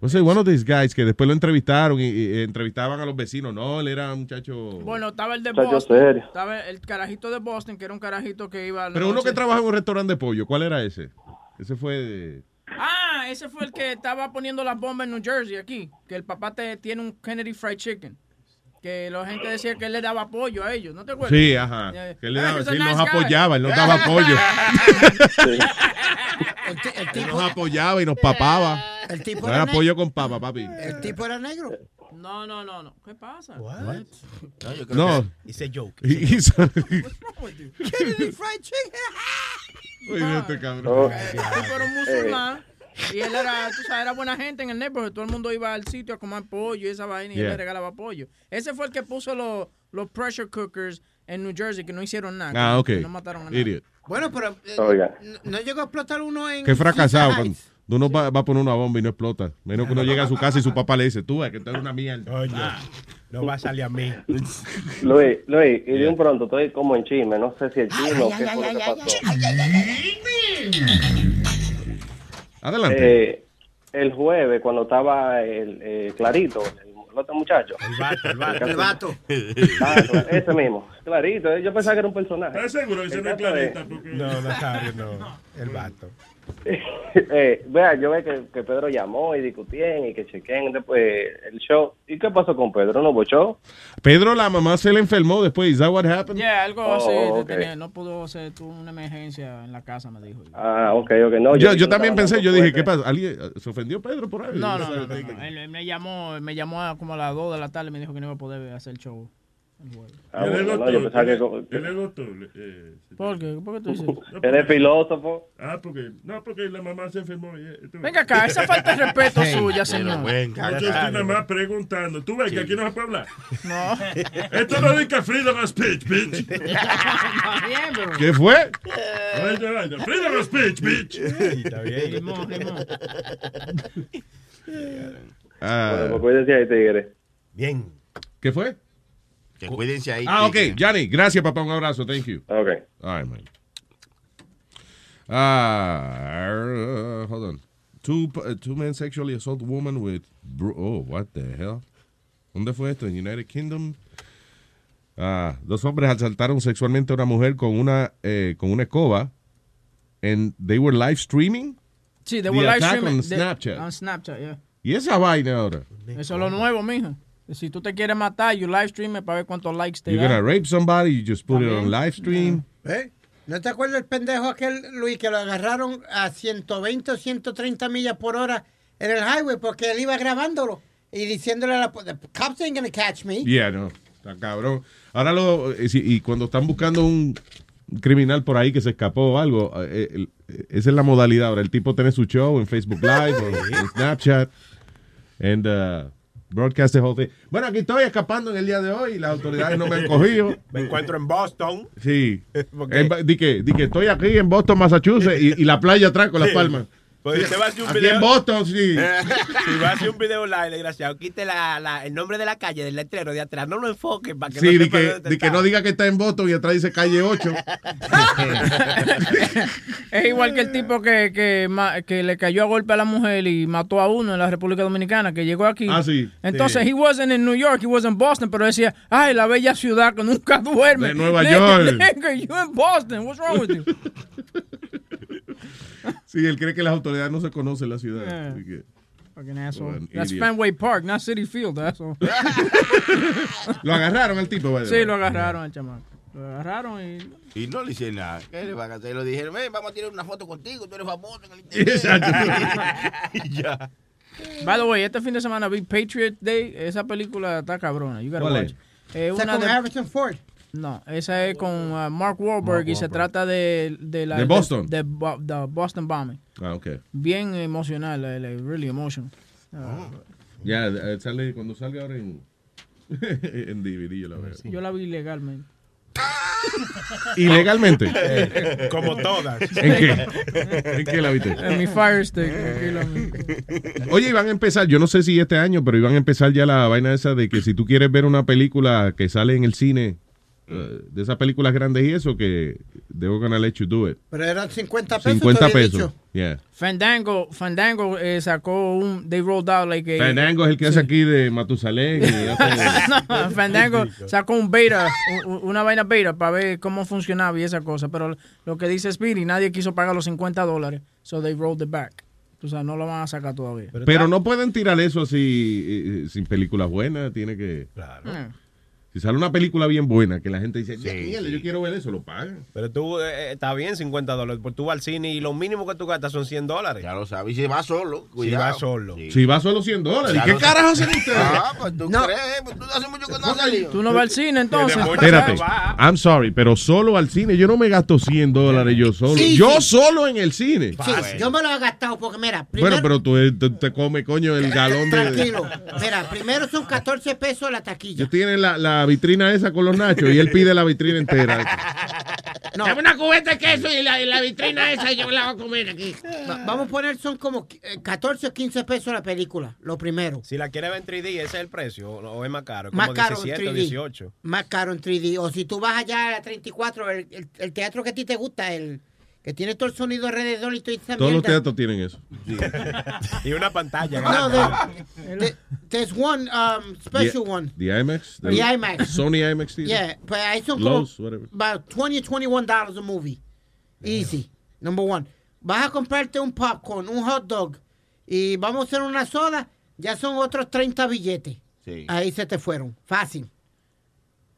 No sé, one of these guys, que después lo entrevistaron y, y entrevistaban a los vecinos. No, él era un muchacho... Bueno, estaba el de Muchacho Boston. serio. Estaba el carajito de Boston, que era un carajito que iba a la Pero uno noche. que trabaja en un restaurante de pollo, ¿cuál era ese? Ese fue de... Ah, ese fue el que estaba poniendo las bombas en New Jersey, aquí. Que el papá te, tiene un Kennedy Fried Chicken. Que la gente decía que él le daba apoyo a ellos, ¿no te acuerdas? Sí, ajá. Eh, Que él le ah, daba, he's a sí, él nice nos guy. apoyaba, él nos daba apoyo. Él nos apoyaba y nos papaba. El tipo No era era ne- pollo con papa, papi. El tipo era negro. No, no, no, no. ¿Qué pasa? No, yo creo No. que hice joke. Y- y sal- Pues, Kennedy Fried Chicken. Oye, este cabrón. Oh. Sí, pero un musulmán. Y él era, tú sabes, era buena gente en el neighborhood. Todo el mundo iba al sitio a comer pollo y esa vaina y él Yeah. le regalaba pollo. Ese fue el que puso los, los pressure cookers en New Jersey que no hicieron nada. Ah, ok. que no mataron a nadie. Idiot. Bueno, pero Oh, Oiga. no, no llegó a explotar uno en. Qué fracasado. Caesar Cuando uno va, va a poner una bomba y no explota. Menos que uno llega a su casa y su papá le dice, tú, es que tú eres una mierda. Ah. No va a salir a mí. Luis, Luis, y de un pronto estoy como en chisme, no sé si el chisme o qué fue lo que pasó. Adelante. Eh, el jueves, cuando estaba el eh, Clarito, el, el otro muchacho. El vato, el vato. El vato. ese mismo. Clarito, eh, yo pensaba que era un personaje. ¿Estás seguro que se El no es caso es- clarita? pues. Porque... No, Nazario, no. El vato. eh, vea, yo ve que, que Pedro llamó y discutían y que chequen después el show. ¿Y qué pasó con Pedro? ¿No bochó? Pedro, la mamá se le enfermó después. ¿Is that what happened? Yeah, algo Oh, así. de ok. tener- no pudo hacer tuvo una emergencia en la casa, me dijo. Ah, ok, ok. No, yo, vi yo que también estaban pensé, dando yo dije, fuerte. ¿qué pasa? ¿Alguien eh, se ofendió Pedro por ahí? No, no, no. no, no. Él, él me llamó, me llamó a como a las 2 de la tarde y me dijo que no iba a poder hacer el show. el jueves. Ah, Él es bueno, no, doctor. yo pensaba que... Él es doctor. eh, ¿Por qué? ¿Por qué tú dices? no, Él es filósofo. Ah, porque. No, porque la mamá se enfermó. Venga acá, esa falta de respeto Hey, suya, pero señor. No, yo estoy nada más preguntando. Tú ves que aquí no se puede hablar. No. Esto no dice freedom of speech, bitch. ¿Qué fue? Ay, ay, ay, Freedom of speech, bitch. Está bien. Bueno, pues cuídense ahí, tigre. Bien. Ah, ¿Qué fue? Que cuídense ahí. Ah, ok. tigre. Johnny, gracias, papá. Un abrazo. Thank you. Ok. All right, man. Ah, uh, hold on. Two, p- uh, two men sexually assault woman with... bru- oh, what the hell? ¿Dónde fue esto? En United Kingdom. Ah, dos hombres asaltaron sexualmente a una mujer con una, eh, con una escoba. And they were live streaming. Sí, they The were live attack streaming. on They- Snapchat. on Snapchat, yeah. Y esa vaina ahora. Eso es lo nuevo, mijo. Si tú te quieres matar, you live stream para ver cuántos likes te You're gonna da. rape somebody, you just put it on También. live stream. ¿Eh? ¿No te acuerdas el pendejo aquel, Luis, que lo agarraron a 120 o 130 millas por hora en el highway porque él iba grabándolo y diciéndole a la... po- The cops ain't gonna catch me. Yeah, no. Está cabrón. Ahora lo. eh, si- y cuando están buscando un criminal por ahí que se escapó o algo, eh, el- eh, esa es la modalidad ahora. El tipo tiene su show en Facebook Live o en Snapchat. And uh, broadcast the whole thing. Bueno, aquí estoy escapando en el día de hoy y las autoridades no me han cogido. Me encuentro en Boston. Sí. Ok. En Ba- Di que, di que estoy aquí en Boston, Massachusetts y, y la playa atrás con las Sí. palmas. Pues usted va a hacer un Aquí video. en Boston, sí. Si va a hacer un video live, desgraciado, quite la, la- el nombre de la calle del letrero de atrás. No lo enfoque para que Sí, no di sepa que, dónde di que está. no diga que está en Boston y atrás dice calle 8. Es igual que el tipo que, que, ma- que le cayó a golpe a la mujer y mató a uno en la República Dominicana, que llegó aquí. Ah, sí. Entonces, Sí. he wasn't in New York, he was in Boston, pero decía, ay, la bella ciudad que nunca duerme. De Nueva Nigga, York. nigga, you in Boston, what's wrong with you? Sí, él cree que las autoridades no se conocen la ciudad. Yeah. Así que- Ah. Fucking asshole. What an That's idiot. Fenway Park, not City Field, that's all. Lo agarraron al tipo, by the Sí, way. lo agarraron al chamaco. Lo agarraron y... Y no le hicieron nada. ¿Qué le van a hacer? Lo dijeron, "Ey, vamos a tirar una foto contigo, tú eres famoso en el internet. Y ya. By the way, este fin de semana vi Patriot Day. Esa película está cabrona. You gotta ¿Cuál watch. es? Eh, ¿Esa con Harrison Ford? No, esa es con uh, Mark Wahlberg y se trata de, de la ¿De Boston? de, bo- the Boston bombing. Ah, ok. Bien emocional, eh, like, really emotional. Oh. Uh, Ya, eh, sale- cuando salga ahora en, en DVD, yo la veo. Yo la vi ilegalmente. Ilegalmente. Eh, Como todas. ¿En qué? ¿En qué la viste? En mi Fire Stick, tranquilamente. Oye, y van a empezar, yo no sé si este año, pero iban a empezar ya la vaina esa de que si tú quieres ver una película que sale en el cine, eh, de esas películas grandes y eso, que debo gonna let you do it. Pero eran 50 pesos. 50 te había dicho. pesos. Yeah. Fandango, Fandango eh, sacó un. They rolled out like a. Fandango es el que hace aquí de Matusalén. y hace- No, Fandango sacó un beta, u- u- una vaina beta para ver cómo funcionaba y esa cosa. Pero lo que dice Speedy, nadie quiso pagar los 50 dólares. So they rolled it back. O sea, no lo van a sacar todavía. Pero no pueden tirar eso así eh, sin películas buenas, tiene que... Mm. Si sale una película bien buena que la gente dice, Sí, "Mierda, yo quiero ver eso, lo pagan. Pero tú, eh, eh, está bien 50 dólares, porque tú vas al cine y lo mínimo que tú gastas son 100 dólares. Ya lo sabes, y si vas solo, Si cuidado. vas solo. Si va solo 100 dólares, Ya ¿qué lo- carajo hacen ustedes? Ah, pues tú crees, pues tú hace mucho que no has salido. Tú no vas al cine entonces. Espérate, I'm sorry, pero solo al cine. Yo no me gasto 100 dólares yo solo. Sí, yo sí. solo en el cine. Sí, yo me lo he gastado porque, mira, primero, Eh, Bueno, pero tú, eh, tú- te comes, coño, el galón de... tranquilo. Mira, primero son 14 pesos la taquilla. Yo tiene la, la vitrina esa con los nachos y él pide la vitrina entera. No. Dame una cubeta de queso y la, y la vitrina esa yo me la voy a comer aquí. Va- Vamos a poner, son como eh, 14 o 15 pesos la película, lo primero. Si la quieres ver en 3D, ese es el precio, o, o es más caro, Más como caro 17 en o 3D. 18. Más caro en 3D. O si tú vas allá a la 34, el, el- el teatro que a ti te gusta, el que tiene todo el sonido alrededor y todo esa Todos los mierda. teatros tienen eso. y una pantalla. No, grande. there- there- there's one um, special The- one. The IMAX. The IMAX. Sony IMAX. Theater. Yeah, but I son Lowe's, como whatever. about 20 21 dollars a movie. Easy. Number one. Vas a comprarte un popcorn, un hot dog y vamos a hacer una soda, ya son otros 30 billetes. Sí. Ahí se te fueron. Fácil.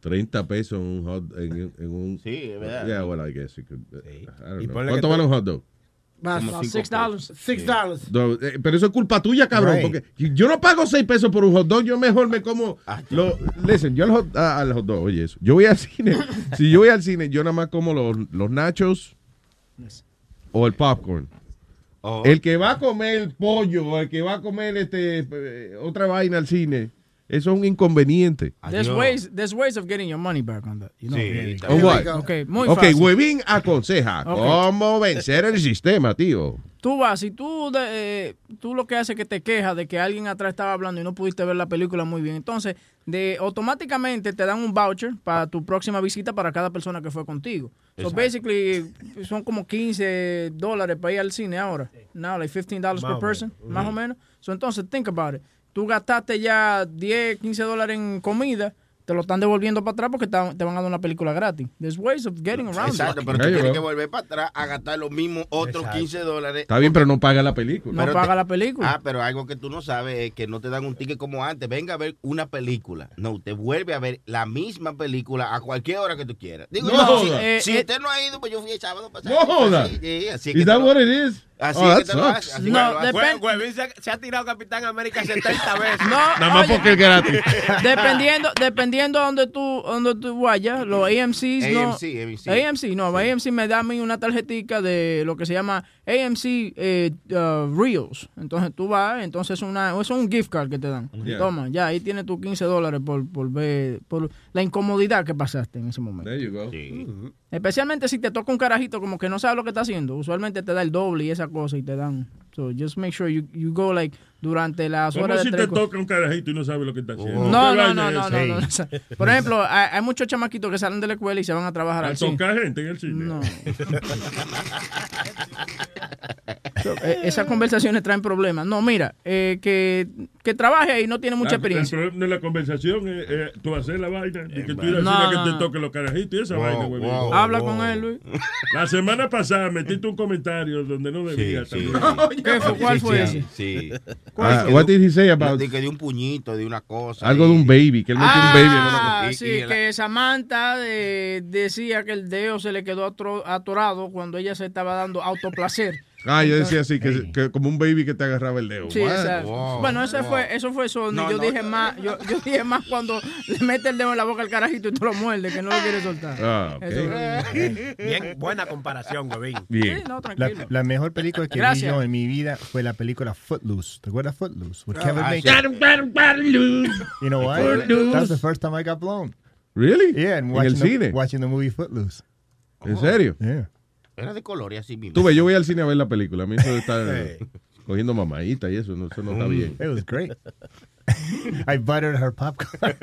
30 pesos en un hot en, en un Sí, es verdad. Yeah, well, I guess you could- I don't Y know. ponle ¿Cuánto que vale tú- un hot dog? Más Como cinco six dollars. Six dollars. No, eh, pero eso es culpa tuya, cabrón. Right. Porque yo no pago 6 pesos por un hot dog. Yo mejor me como. Ah, Lo, listen, yo al hot, ah, al hot dog, oye eso. Yo voy al cine. si yo voy al cine, yo nada más como los, los nachos o el popcorn. Oh. El que va a comer pollo o el que va a comer este eh, otra vaina al cine, eso es un inconveniente. There's ways, there's ways of getting your money back on that. You know, really. Oh, what? Okay, muy Ok, fácil. Huevín aconseja Ok. cómo vencer el sistema, tío. Tú vas, si tú, de- eh, tú lo que haces es que te quejas de que alguien atrás estaba hablando y no pudiste ver la película muy bien, entonces de, automáticamente te dan un voucher para tu próxima visita para cada persona que fue contigo. So Exacto. basically son como 15 dólares para ir al cine ahora. Now like 15 dollars Más per o person, menos. más o Ujú. menos. So entonces think about it. Tú gastaste ya 10, 15 dólares en comida, te lo están devolviendo para atrás porque ta- te van a dar una película gratis. There's ways of getting around it. Exacto, pero tú tienes que volver para atrás a gastar los mismos otros 15 dólares. Está bien, pero no paga la película. Pero te- la película. Ah, pero algo que tú no sabes es que no te dan un ticket como antes. Venga a ver una película. No, usted vuelve a ver la misma película a cualquier hora que tú quieras. Digo, No si, joda. eh, si eh, usted no ha ido, pues yo fui el sábado pasado. No joda. Sí, sí, así que Is that te lo- what it is? Así Oh, que that te lo hace, sucks. así que te lo hace. Hue- Huevín se, se ha tirado Capitán América 70 veces. Nada más porque es gratis. dependiendo dependiendo a donde tú donde tú vayas los AMCs no AMC, AMC. no AMC me da a mí una tarjetica de lo que se llama AMC eh, uh, Reels entonces tú vas entonces es una es un gift card que te dan Yeah. toma ya ahí tienes tus 15 dólares por, por ver por la incomodidad que pasaste en ese momento There you go. especialmente si te toca un carajito como que no sabe lo que está haciendo usualmente te da el doble y esa cosa y te dan so just make sure you, you go like durante las ¿Cómo horas si de te tres- toca un carajito y no sabe lo que está haciendo? Oh. no, ¿Qué no, vaina no, es no, no, esa? no, no, o sea, Por ejemplo, hay, hay muchos chamaquitos que salen de la escuela y se van a trabajar A al cine. tocar gente en el cine. No. So, eh, Esas conversaciones traen problemas. No, mira, eh, que, que trabaje ahí no tiene mucha La- experiencia. Ah, El problema de la conversación es eh, tú hacer la vaina y que tú ir al No, cine a no, que no. te toque los carajitos y esa Wow, vaina, huevín. wow, Habla wow. con él, Luis. La semana pasada metiste un comentario donde no debía. Sí, sí. también. ¿Qué fue? ¿Cuál Sí, fue sí, ese? Sí. ¿Cuál Ah, fue? what did he say about- De que de un puñito, de una cosa. Algo de un baby, que él metió un baby. en una- Ah, Y- sí, y el- que Samantha eh, decía que el dedo se le quedó atro- atorado cuando ella se estaba dando autoplacer. Ah, yo decía así, que, que como un baby que te agarraba el dedo. Sí, What? exacto. bueno, eso fue, eso fue Sony. No, yo no. dije más, yo, yo dije más cuando le mete el dedo en la boca al carajito y te lo muerde, que no lo quiere soltar. Ah, ok. Eso fue. Bien, buena comparación, Huevín. Bien. Sí, no, La, tranquilo. la mejor película que vi Gracias. yo en mi vida fue la película Footloose. ¿Te acuerdas Footloose? With Ah, Kevin ah, Bacon. sí. You know what? Footloose. That's the first time I got blown. Really? Yeah, and En watching, el the, cine. watching the movie Footloose. ¿En serio? Era de color y así mismo. Tú ves, yo voy al cine a ver la película. A mí eso está Sí. cogiendo mamadita y eso, no, eso no Oh, está Mm. bien. It was great. I buttered her Oh, popcorn.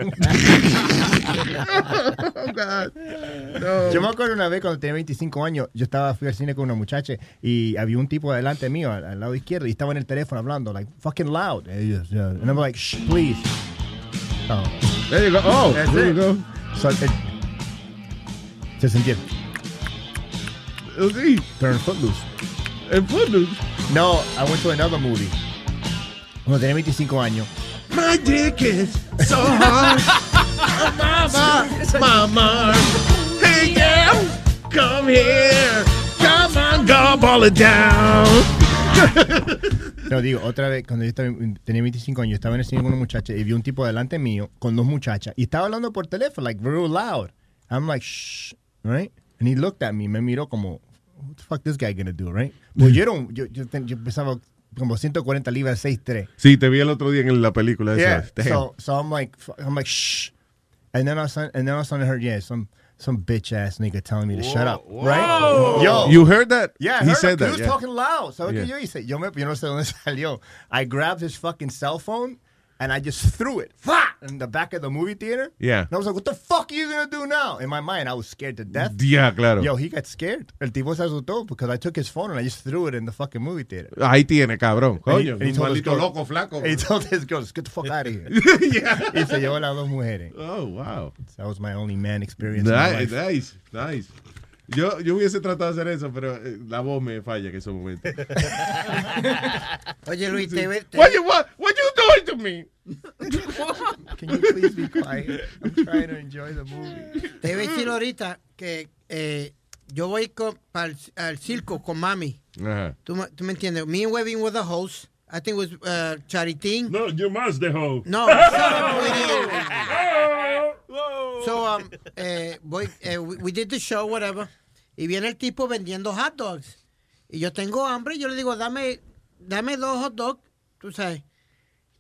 Yo me acuerdo una vez cuando tenía 25 años, yo estaba fui al cine con una muchacha y había un tipo delante mío, al, al lado izquierdo, y estaba en el teléfono hablando, like, fucking loud. And, he just, yeah. And I'm like, shh, please. Oh. There you go. Oh, there you go. So, it- se sentía. Sí. Pero en Footloose. ¿En Footloose? No, I went to another movie. Cuando tenía 25 años. My dick is Oh, so hard. mama, mama. Hey, girl, come here. Come on, go ball it down. No, digo, otra vez, cuando yo estaba- tenía 25 años, estaba en el cine con una muchacha y vi un tipo delante mío con dos muchachas y estaba hablando por teléfono, like, real loud. I'm like, shh, right? And he looked at me, me miró como, what the fuck this guy gonna do, right? Pues yo, era un- yo, yo, ten- yo pesaba como 140 libras, 6'3". Sí, te vi el otro día en la película Yeah, esa. Damn. so, so I'm like, fu- I'm like, shh. And then I was, and then I was on her, yeah, some, some bitch ass nigga telling me to shut up, right? Yo, You heard that? Yeah, I He heard said him. that, He was yeah. talking loud. ¿Sabes Yeah. qué yo hice? Yo, me, yo no sé dónde salió. I grabbed his fucking cell phone and I just threw it Fa! in the back of the movie theater. Yeah. And I was like, what the fuck are you going to do now? In my mind, I was scared to death. Yeah, claro. Yo, he got scared. El tipo se asustó because I took his phone and I just threw it in the fucking movie theater. Ahí tiene, cabrón. And he- Coño, and he un told his maldito girl- loco flaco. He told his girls, get the fuck out of here. Y se llevó a las dos mujeres. Oh, wow. That was my only man experience. in my life. Nice, nice, nice. Yo, yo hubiese tratado de hacer eso, pero eh, la voz me falla en esos momentos. Oye, Luis, te ve. What you what? What you doing to me? Can you please be quiet? I'm trying to enjoy the movie. Te voy a decir ahorita que eh, yo voy con- pa'l- al circo con mami. Ajá. ¿Tú, me- tú me entiendes? Me and Webin were the host. I think it was uh, Charitín. No, you must the host. No. so, um, eh, voy, eh, we, we did the show, whatever. Y viene el tipo vendiendo hot dogs. Y yo tengo hambre y yo le digo, dame, dame dos hot dogs, tú sabes.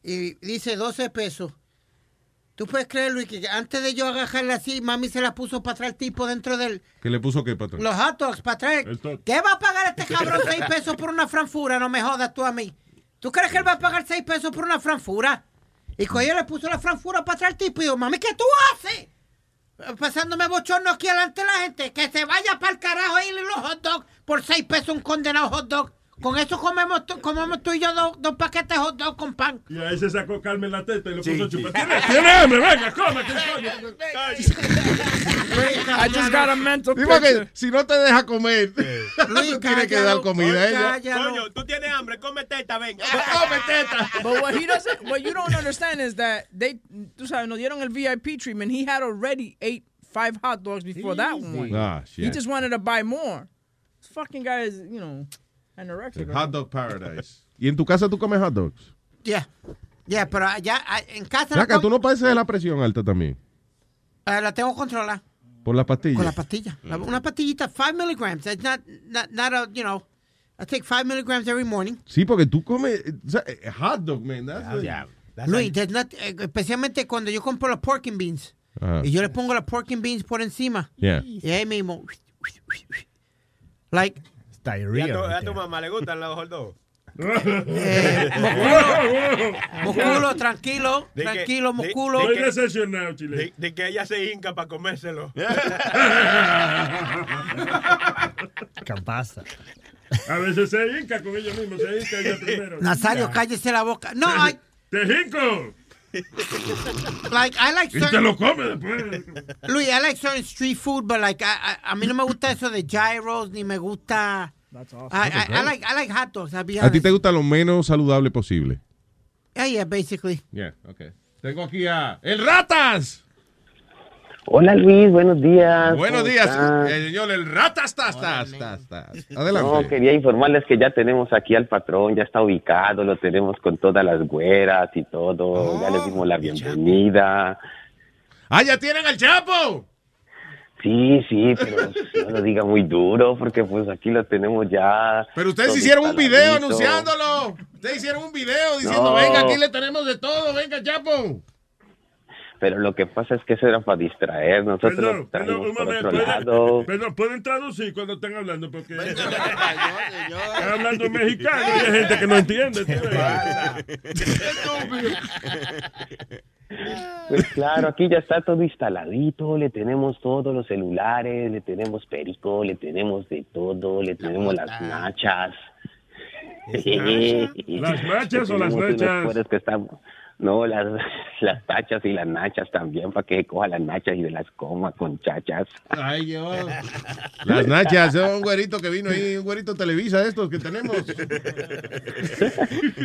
Y dice 12 pesos. ¿Tú puedes creer, Luis, que antes de yo agarrarla así, mami se la puso para atrás el tipo dentro del, ¿Qué le puso qué, patrón? los hot dogs para traer. ¿Qué va a pagar este cabrón 6 pesos por una franfura? No me jodas tú a mí. ¿Tú crees que él va a pagar 6 pesos por una franfura? Y coño le puso la franfura para atrás al tipo y dijo, mami, ¿qué tú haces? Pasándome bochorno aquí delante de la gente. Que se vaya para el carajo ahí los hot dogs por 6 pesos un condenado hot dog. Con eso comemos tú, comemos tú y yo dos, dos paquetes de hot dog con pan. Y ahí se sacó Carmen la teta y le puso chupa. ¿Tiene, tiene hambre, venga, come, que coño. I just got a mental Sí, porque picture. si no te deja comer, tú tienes que dar oh, comida ¿eh? a ella. Coño, tú tienes hambre, come teta, ven. But what he doesn't, what you don't understand is that they, tú sabes, nos dieron el VIP treatment. He had already ate five hot dogs before that one. Ah, He shit. just wanted to buy more. This fucking guy is, you know, anorexic. Hot Dog Paradise. ¿Y en tu casa tú comes hot dogs? Ya, ya, pero allá a- en casa la, Saca, co- tú no padeces de la presión alta también. eh, la tengo controlada. Por las pastillas. Con la pastilla. La- Una pastillita, 5 milligrams. It's not, not, not a, you know, I take 5 milligrams every morning. Sí, porque tú comes eh, o sea, eh, hot dog, man. That's the- Luis, there's not- eh, especialmente cuando yo compro los pork and beans. Ajá. Y yo le pongo los pork and beans por encima. Yeah. Y ahí mismo. ¿Y Like. a tu, diarrhea. right a tu there. mamá le gustan los hot dogs? Eh, Mosculo, Mosculo, tranquilo, Di que- tranquilo, di- Mosculo. di que- Chile. De, de que ella se hinca para comérselo. ¿Qué pasa? A veces se hinca con ellos mismos, se hinca ella primero. Nazario, cállese la boca. No, I, ¡Te hinco! like, I like Y te lo come después. Luis, I like certain street food, but like, I, I, a mí no me gusta eso de gyros, ni me gusta. I, I- I like, I like hot dogs, I'll be A ti honest. te gusta lo menos saludable posible. Yeah, yeah, basically. Yeah, okay. Tengo aquí a El Ratas. Hola Luis, buenos días. Buenos Ah, ¿cómo días, estás? eh, señor El Ratas, tas, tas, tas, tas. Adelante. No, quería informarles que ya tenemos aquí al patrón, ya está ubicado, lo tenemos con todas las güeras y todo. ya le dimos la bienvenida. ¡Ah, ya tienen al Chapo! Sí, sí, pero no lo diga muy duro porque pues aquí lo tenemos ya. Pero ustedes todo hicieron un video instaladito. anunciándolo. Ustedes hicieron un video diciendo, No. venga, aquí le tenemos de todo, venga, Chapo. Pero lo que pasa es que eso era para distraer. Nosotros Perdón, nos traímos un por momento, otro ¿pueden- lado. Perdón, pueden traducir cuando están hablando porque están hablando mexicano y hay gente que no entiende. ¿tú ves? Pues claro, aquí ya está todo instaladito, le tenemos todos los celulares, le tenemos perico, le tenemos de todo, le tenemos las nachas. ¿Las nachas o Le las tenemos unos nachas? cueros que están- No, las, las tachas y las nachas también, para que coja las nachas y de las coma con chachas. Ay, Dios. Las nachas, es un güerito que vino ahí, un güerito Televisa de estos que tenemos.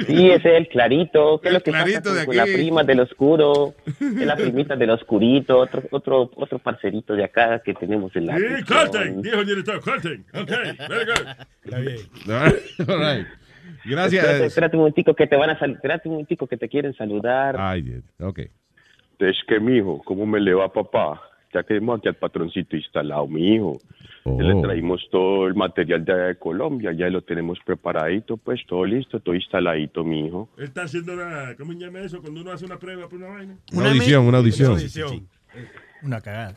Sí, ese es el clarito, que es El lo que pasa clarito con- de con la aquí. prima del oscuro, es la primita del oscurito, otro, otro, otro parcerito de acá que tenemos en la Sí, corten, dijo el director, corten. Ok, very good. Está bien. All right. Gracias. Espérate, espérate un momentico que te van a sal- espérate un momentico que te quieren saludar. Ay, ok. Es que, mijo, ¿cómo me le va, papá? Ya queremos aquí al patroncito instalado, mijo. Ya Oh. Le traímos todo el material de allá de Colombia, ya lo tenemos preparadito, pues todo listo, todo instaladito, mijo. Él está haciendo la, ¿cómo se llama eso? Cuando uno hace una prueba por una vaina. Una audición, una audición. Una cagada.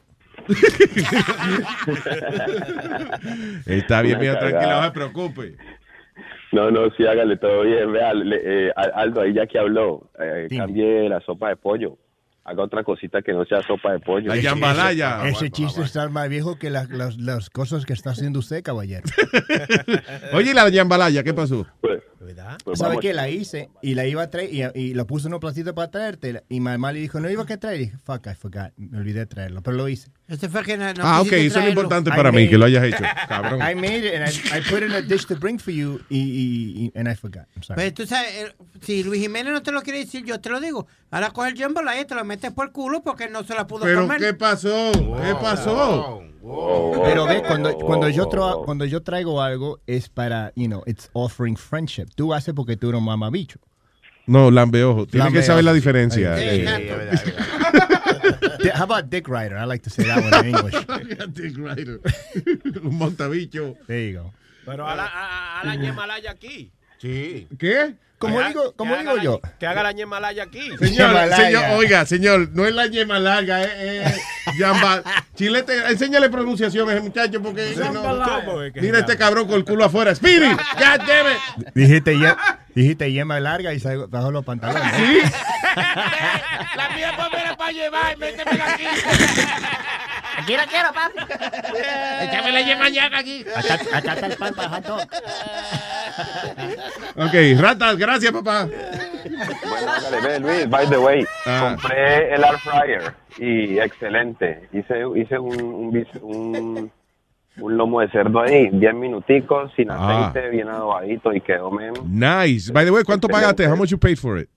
Está bien, Una mira, tranquilo, cagada. no se preocupe. No, no, sí, hágale todo bien. Vea, le- eh, Al- Aldo, ahí ya que habló, eh, cambie la sopa de pollo. Haga otra cosita que no sea sopa de pollo. La yambalaya. Ah, Ese bueno, chiste está más viejo que las, las, las cosas que está haciendo usted, caballero. Oye, ¿y la yambalaya, ¿qué pasó? Pues ¿Sabe vamos. qué? La hice y la iba a traer y, y la puse en un platito para traértela. Y mi mamá le dijo, no iba a traer. Y dije, fuck, I forgot. Me olvidé de traerlo, pero lo hice. Ese Este fue que no- no Ah, ok, quisiste eso es lo traerlo. importante I para mí, made- que lo hayas hecho. Cabrón. I made it and I, I put it in a dish to bring for you y, y, y- and I forgot. I'm sorry. Pero tú sabes, eh, si Luis Jiménez no te lo quiere decir, yo te lo digo. Ahora coge el jambalaya y te lo metes por el culo porque no se la pudo Pero, comer. ¿qué pasó? ¿Qué pasó? Pero ve, cuando, cuando, yo tra- cuando yo traigo algo es para, you know, it's offering friendship. Tú haces porque tú eres un mamabicho. No, lambeojo. Tienes que Lambeojo. saber la diferencia. eh. Ahí está. Sí. Di- How about Dick Rider? I like to say that one in English. Dick Rider. Un montabicho. There you go. Pero a la, a, a la Yemalaya aquí. Sí. ¿Qué? Como Que ha- digo, como que digo haga la- yo. que haga la Yemalaya aquí. Señor, señor, oiga, señor, no es la yema larga, es eh, yamba. Chilete, enséñale pronunciación a ese muchacho porque no, ¿Cómo es que mira se este cabrón con el culo afuera. Spirit, God damn it. Dijiste, ye- dijiste yema larga y salgo- bajó los pantalones. La mía pónmela para llevar, métemela aquí. Aquí la quiero, papi. Échame la yema ya aquí. Acá, acá está el pan para hot dog. Ok, ratas, gracias, papá. Bueno, hágale, ve, Luis, by the way, Ah. compré el air fryer y excelente. Hice, hice un, un, bis- un- un lomo de cerdo ahí, 10 minuticos, sin Ah. aceite, bien adobadito y quedó, men, Nice. By the way, ¿cuánto pagaste? How much you paid for it?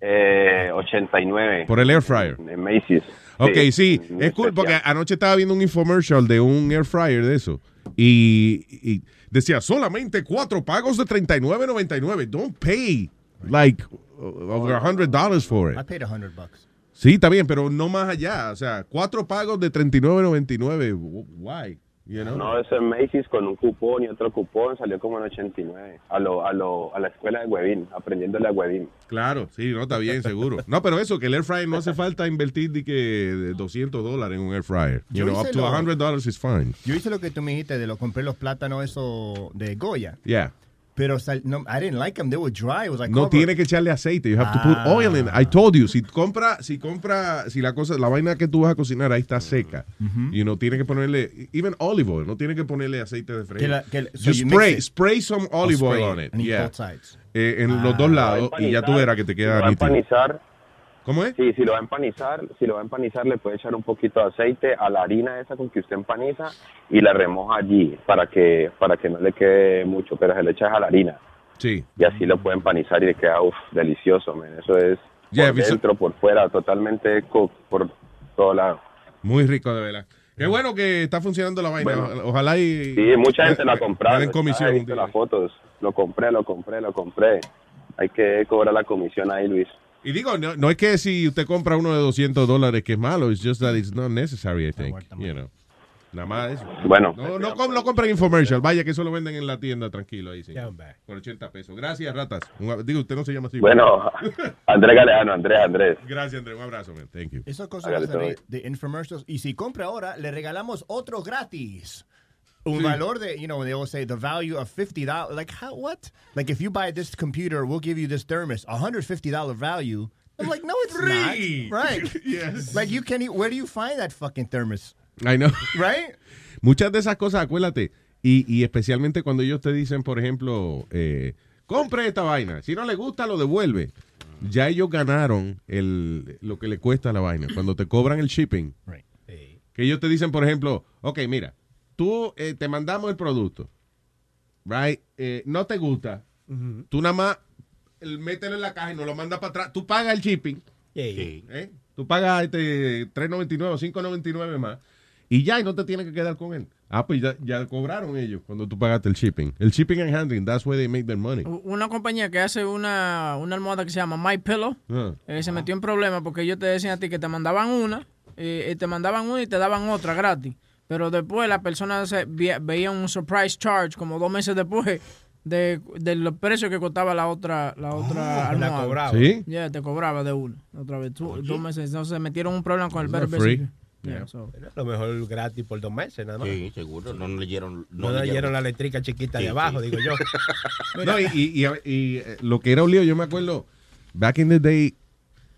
eh, 89. Por e- el air fryer. En Macy's. Ok, sí, es cool porque anoche estaba viendo un infomercial de un air fryer de eso y, y decía solamente cuatro pagos de 39.99. Don't pay like over $100 for it. I paid 100 bucks. Sí, está bien, pero no más allá, o sea, cuatro pagos de 39.99. Why? You know? No, eso en Macy's con un cupón y otro cupón salió como en 89. A, lo, a, lo, a la escuela de Huevín, aprendiéndole a Huevín. Claro, sí, no está bien, seguro. No, pero eso, que el air fryer no hace falta invertir de que de 200 dólares en un air fryer. You Yo know, hice up to lo- $100 is fine. Yo hice lo que tú me dijiste de lo compré los plátanos eso de Goya. Yeah. Pero sal- no, I didn't like them. They were dry. It was like No covered. tiene que echarle aceite. You have to put Ah. oil in. I told you. Si compra, si compra, si la cosa, la vaina que tú vas a cocinar ahí está seca. Ujú. Y no tiene que ponerle, even olive oil. No tiene que ponerle aceite de freír. Que la- que la- so you you mix spray, it. spray some olive Oh, oil spray on it it. on yeah. both sides. Eh, en los Ah. dos lados y ya tú verás que te Si queda lo va a nítido. empanizar. ¿Cómo es? Sí, si lo va a empanizar, si lo va a empanizar, le puede echar un poquito de aceite a la harina esa con que usted empaniza y la remoja allí para que para que no le quede mucho, pero se le echa a la harina Sí. y así lo puede empanizar y le queda uf, delicioso, men. Eso es Yeah, if por it's- dentro, por fuera, totalmente cook por todo lado. Muy rico, de verdad. Qué bueno que está funcionando la vaina. Bueno. Ojalá y. Sí, mucha gente lo ha comprado. Den comisión Ah, he un visto las fotos. Lo compré, lo compré, lo compré. Hay que cobrar la comisión ahí, Luis. Y digo, no, no es que si usted compra uno de 200 dólares que es malo, it's just that it's not necessary, I think. You know. Nada más de eso. Bueno. No, no, com- no compren infomercial. Vaya que eso lo venden en la tienda, tranquilo ahí, sí. Por 80 pesos. Gracias, ratas. Un ab- digo, usted no se llama así. Bueno, Andrés Galeano, Andrés, Andrés. Gracias, Andrés. Un abrazo, man. Thank you. Esas cosas Hágale no se todo ven, de infomercials. Y si compra ahora, le regalamos otro gratis. Un Sí. valor de, you know, they always say the value of $50. Like, how, what? Like, if you buy this computer, we'll give you this thermos, $150 value. I'm like, no, it's Free. not. Right. Yes. Like, you can't, e- where do you find that fucking thermos? I know. Right? Muchas de esas cosas, acuérdate. Y, y especialmente cuando ellos te dicen, por ejemplo, eh, compre esta vaina. Si no le gusta, lo devuelve. Ya ellos ganaron el, lo que le cuesta la vaina. Cuando te cobran el shipping. Que ellos te dicen, por ejemplo, ok, mira, tú eh, te mandamos el producto. Right? Eh, no te gusta. Tú nada más el- mételo en la caja y nos lo manda para atrás. Tú pagas el shipping. ¿eh? Tú pagas este 3.99 o 5.99 más. Y ya, y no te tienes que quedar con él. Ah, pues ya, ya cobraron ellos cuando tú pagaste el shipping. El shipping and handling, that's where they make their money. Una compañía que hace una, una almohada que se llama My Pillow Ah. eh, se metió en problemas porque ellos te decían a ti que te mandaban una, eh, eh, te mandaban una y te daban otra gratis. Pero después la persona se vi- veía un surprise charge como dos meses después de, de los precios que costaba la otra la otra Ah, la almohada. cobraba. ¿Sí? Ya, te cobraba de una otra vez. Tú- Oye. dos meses. Entonces metieron un problema con el Isn't that Better free? Business. Yeah, Yeah. so. Era lo mejor gratis por dos meses, nada más. Sí, seguro. No leyeron, no No, leyeron leyeron. la eléctrica chiquita Sí, de abajo, sí. digo yo. No, y, y- y- y, eh, lo que era un lío, yo me acuerdo, back in the day,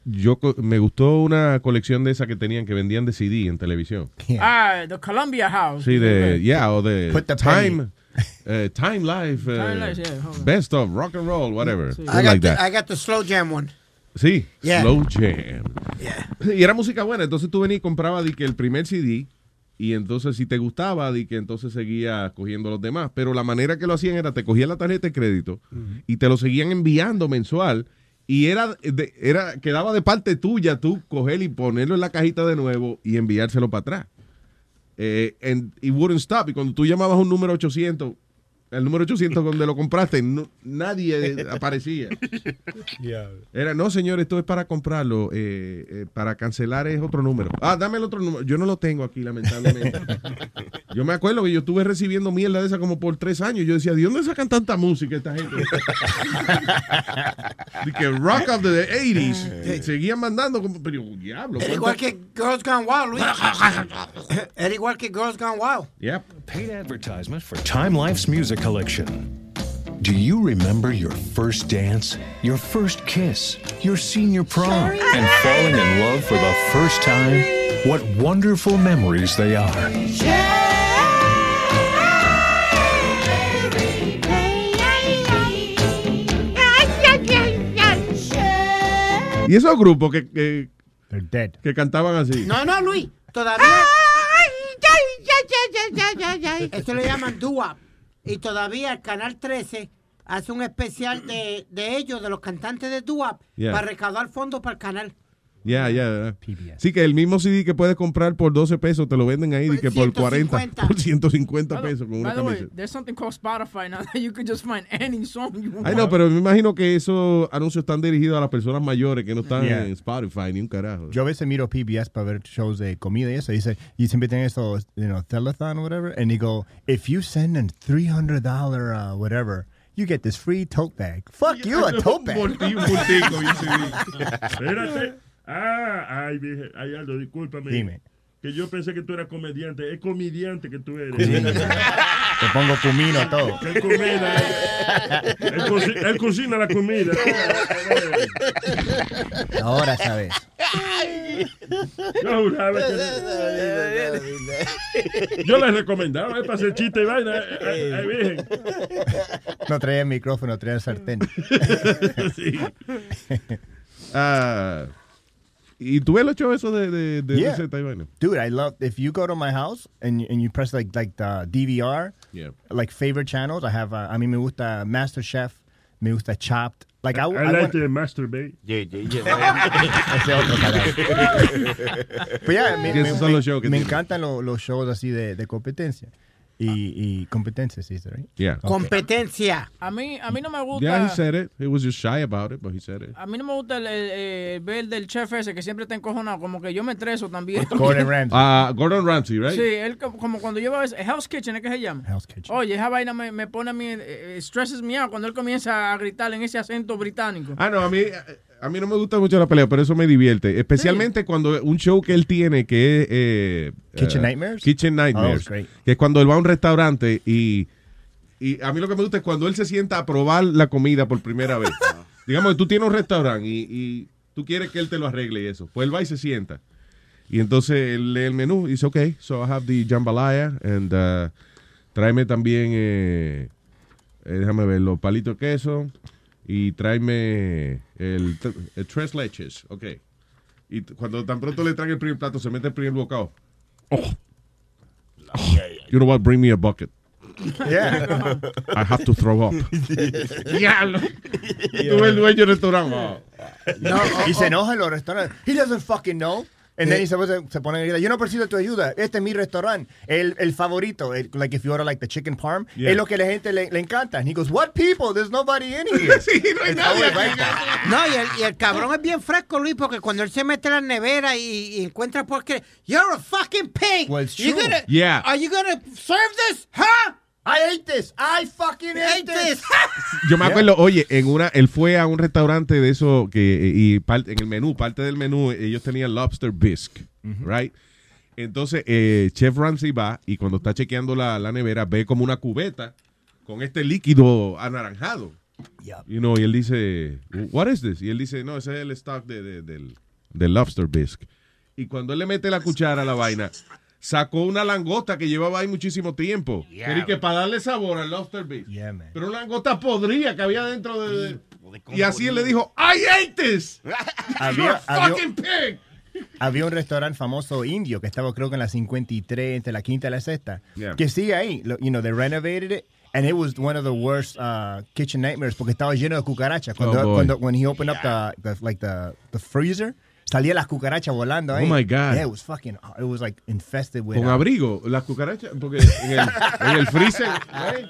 yo co- me gustó una colección de esa que tenían, que vendían de CD en televisión. Ah, The Columbia House. Sí, de, yeah, o de Put the Time, eh, Time Life, eh, Time Life, yeah, hold on. Best of Rock and Roll, whatever. I something got, like that. the, I got the slow jam one. Sí, Yeah. Slow Jam. Y era música buena, entonces tú venías y comprabas di que el primer CD y entonces si te gustaba di que entonces seguía cogiendo los demás, pero la manera que lo hacían era te cogían la tarjeta de crédito y te lo seguían enviando mensual y era de- era quedaba de parte tuya tú coger y ponerlo en la cajita de nuevo y enviárselo para atrás. Eh, and it wouldn't stop. Y cuando tú llamabas a un número 800, el número 800 donde lo compraste, no- nadie aparecía. Era, no, señor, esto es para comprarlo. eh, eh, para cancelar es otro número. Ah, dame el otro número. Yo no lo tengo aquí, lamentablemente. yo me acuerdo que yo estuve recibiendo mierda de esa como por tres años. Yo decía, ¿de dónde sacan tanta música esta gente? De que rock of the 80s. Seguían mandando como, pero diablo. Era Eh, igual ¿cuánta- que Girls Gone Oh, Wild, Luis. Era igual que Girls Gone Wild. Yep. Paid advertisement for Time Life's music collection. Do you remember your first dance, your first kiss, your senior prom, and falling in love for the first time? What wonderful memories they are. Y esos grupos que, que, que cantaban así. No, no, Luis. Todavía. Esto le llaman doo-wop. Y todavía el Canal 13 hace un especial de, de ellos, de los cantantes de doo-wop, Yeah. para recaudar fondos para el canal. Ya, ya, ya. Sí, que el mismo CD que puedes comprar por 12 pesos te lo venden ahí y que por 40, por 150 pesos con una By the way, camiseta. there's something called Spotify now that you can just find any song you want. Ay, no, pero me imagino que esos anuncios están dirigidos a las personas mayores que no están Yeah. en Spotify ni un carajo. Yo a veces miro PBS para ver shows de comida y eso. Y, dice, y siempre tienen estos, you know, telethon or whatever. And they go, if you send a $300 uh, whatever, you get this free tote bag. Fuck you, a tote bag. Un puntico, bien civil. Espérate. Ah, ay, dije, ay, Aldo, discúlpame. Dime. Que yo pensé que tú eras comediante. Es comediante que tú eres. Sí. Te pongo cumino a todo. Qué comida, eh. Él coci- él cocina la comida. Ahora sabes. Yo juraba que- Yo les recomendaba, eh, para hacer chiste y vaina. eh, eh, eh, virgen. No traía micrófono, traía sartén. Sí. Ah, y tú ves los shows esos de, de, de receta y vaina. Dude, I love if you go to my house and you- and you press like like the DVR, Yeah. like favorite channels. I have uh, a mí me gusta MasterChef, me gusta Chopped. Like I, I, I like want- to masturbate. Ese otro carajo. Pero ya, me, Y esos me- son me- los shows que me tiene. encantan lo- los shows así de, de competencia. Y, y competencias, is that right? Yeah. Competencia. A mí, a mí no me Yeah, gusta. he said it. He was just shy about it, but he said it. A mí no me gusta el, el, eh, ver del chef ese que siempre está encojonado, como que yo me estreso también. Uh, Gordon Ramsay, right? Sí, él co- como cuando yo veo ese- Hell's Kitchen, ¿es que se llama? Hell's Kitchen. Oye, esa vaina me, me pone a mí, eh, eh, stresses me out cuando él comienza a gritar en ese acento británico. Ah, no, a mí, a mí no me gusta mucho la pelea, pero eso me divierte. Especialmente cuando un show que él tiene que es. eh, Kitchen eh, Nightmares? Kitchen Oh, Nightmares. it's great. que es cuando él va a un restaurante y. Y a mí lo que me gusta es cuando él se sienta a probar la comida por primera vez. Digamos que tú tienes un restaurante y, y tú quieres que él te lo arregle y eso. Pues él va y se sienta. Y entonces él lee el menú y dice, ok, so I have the jambalaya and uh, tráeme también, eh, eh, déjame ver, los palitos de queso y tráeme el, tr- el tres leches, ok. Y t- cuando tan pronto le traen el primer plato, se mete el primer bocado. Oh. Oh, you know what, bring me a bucket. Yeah. I have to throw up. Diablo. Tú ves el dueño del restaurante. oh. No, y se enoja en los restaurantes. He doesn't fucking know. And then he se, pone- se pone a gritar, yo no preciso tu ayuda, este es mi restaurante, el, el favorito, el- like if you order like the chicken parm, Yeah. es lo que la gente le, le encanta. And he goes, what people, there's nobody in here. It's always like that. No, y el, y el cabrón es bien fresco, Luis, porque cuando él se mete en la nevera y, y encuentra porque You're a fucking pig. Well, it's You true. gonna- Yeah. Are you gonna serve this? Huh? I hate this. I fucking hate, this. Yo me acuerdo, oye, en una, él fue a un restaurante de eso que y parte- en el menú, parte del menú, ellos tenían lobster bisque, right? Entonces, eh, Chef Ramsey va y cuando está chequeando la, la nevera ve como una cubeta con este líquido anaranjado. You know, y él dice, what is this? Y él dice, no, ese es el stock de- de- del, del lobster bisque. Y cuando él le mete la cuchara a la vaina, sacó una langota que llevaba ahí muchísimo tiempo. Yeah. Pero y que para darle sabor al lobster bisque. Pero una langota podrida que había dentro de... de- y así él le dijo, I hate this. You're Había- a había- fucking pig. Había un restaurante famoso indio que estaba creo que en la 53, entre la quinta y la sexta, Yeah. que sigue ahí. Lo- You know, they renovated it. And it was one of the worst uh, kitchen nightmares porque estaba lleno de cucarachas. Cuando, Oh, boy. cuando when he opened up the, the- like the, the freezer, salía las cucarachas volando Oh, ahí. my God. Yeah, it was fucking, it was like infested with. Con uh, abrigo, las cucarachas, porque en el, en el freezer, right?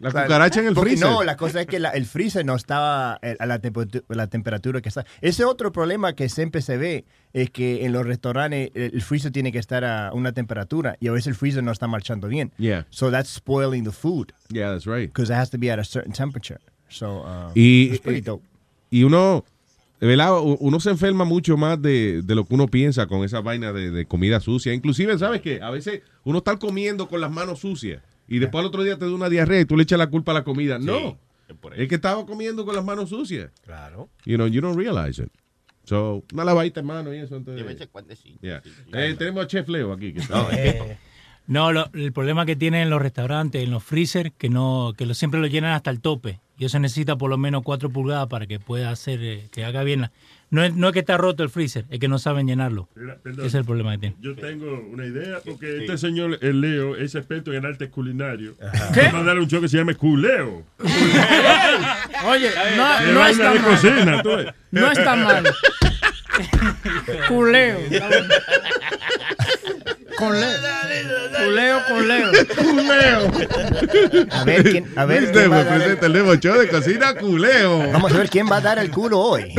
la cucaracha en el Porque freezer. No, la cosa es que la- el freezer no estaba eh, a la, tempo- la temperatura que está. Ese otro problema que siempre se ve es que en los restaurantes eh, el el freezer tiene que estar a una temperatura y a veces el freezer no está marchando bien. Yeah. So that's spoiling the food Yeah, that's right. because it has to be at a certain temperature. So uh, Y, eh, it's pretty dope. y uno, de ¿verdad? U- Uno se enferma mucho más de, de lo que uno piensa con esa vaina de, de comida sucia. Inclusive, ¿sabes qué? A veces uno está comiendo con las manos sucias y después al otro día te da una diarrea y tú le echas la culpa a la comida. No, es que estaba comiendo con las manos sucias. Claro. You know, you don't realize it. So, una lavadita de mano y eso. Entonces, De vez en cuando sí. Yeah. Eh, tenemos a Chef Leo aquí. que está- Eh, No, lo- el problema que tienen en los restaurantes, en los freezer, que no, que lo, siempre lo llenan hasta el tope. Y eso necesita por lo menos 4 pulgadas para que pueda hacer, eh, que haga bien. la- No es, no es que está roto el freezer, es que no saben llenarlo. La- Ese perdón. es el problema que tienen. Yo tengo una idea porque Sí. este señor el Leo es experto en arte culinario. ¿Qué? Va a dar un show que se llama Culeo. Oye, no, Que no vaina es tan de mal. cocina, tú ves. No es tan mal. Culeo. Con Leo. Culeo con Leo. A ver quién, a Este ver quién pues, va a dar el- Tenemos show de cocina culeo. Vamos a ver quién va a dar el culo hoy.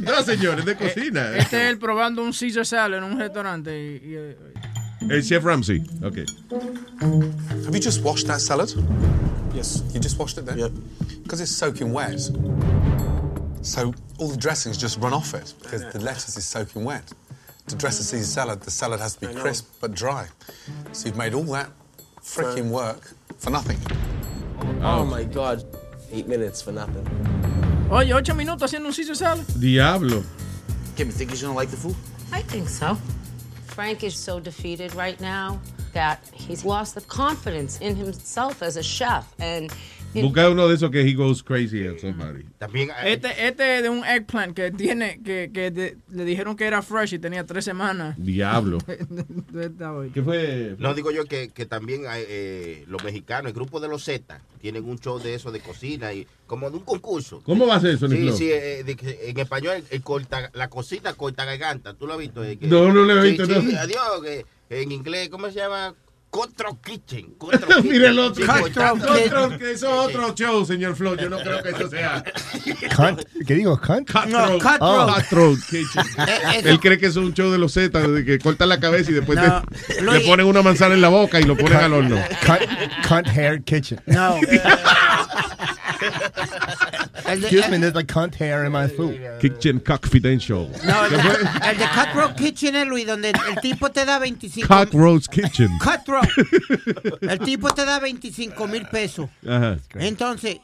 No, señores, este de Eh, cocina. Este es él probando un Caesar salad en un restaurante. y- y, eh, El Chef Ramsey. Ok. Have you just washed that salad? Yes. You just washed it then? Yep. Because it's soaking wet. So all the dressings just run off it because the lettuce is soaking wet. To dress a Caesar salad, the salad has to be crisp but dry. So you've made all that freaking work for nothing. Oh my god. Eight minutes for nothing. Oye, ocho minutos haciendo un Caesar salad. Diablo. Kim, think he's gonna like the food? I think so. Frank is so defeated right now that he's lost the confidence in himself as a chef. And it- Busca uno de esos que he goes crazy at somebody. También Eh. Este, este es de un eggplant que tiene, que, que de- le dijeron que era fresh y tenía tres semanas. Diablo. De esta olla. ¿Qué fue? No, digo yo que, que también hay, eh, los mexicanos, el grupo de los Z, tienen un show de eso de cocina, y como de un concurso. ¿Cómo va a ser eso, Sí, Niclo? sí, eh, de que en español, el corta, la cosita corta garganta, ¿tú lo has visto? Eh, que- No, no lo he Sí, visto, sí, no. adiós, que en inglés, ¿cómo se llama? Control Kitchen. Control Kitchen. Mire el otro. Chico, Control, tanto- que eso es otro show, señor Flo. Yo no creo que eso sea. Cunt- ¿Qué digo? ¿Cunt? No, Oh. Cutthroat Kitchen. Él cree que eso es un show de los Z, de que cortan la cabeza y después te- le ponen una manzana en la boca y lo ponen al horno. Cunt, cunt hair kitchen. No. Excuse me, there's like cunt hair in my food. Kitchen Confidential. No, el, el de Cutthroat Kitchen es Luis, donde el tipo te da 25 Cockroach Kitchen. Cutthroat. El tipo te da 25 mil pesos. Ajá. Entonces,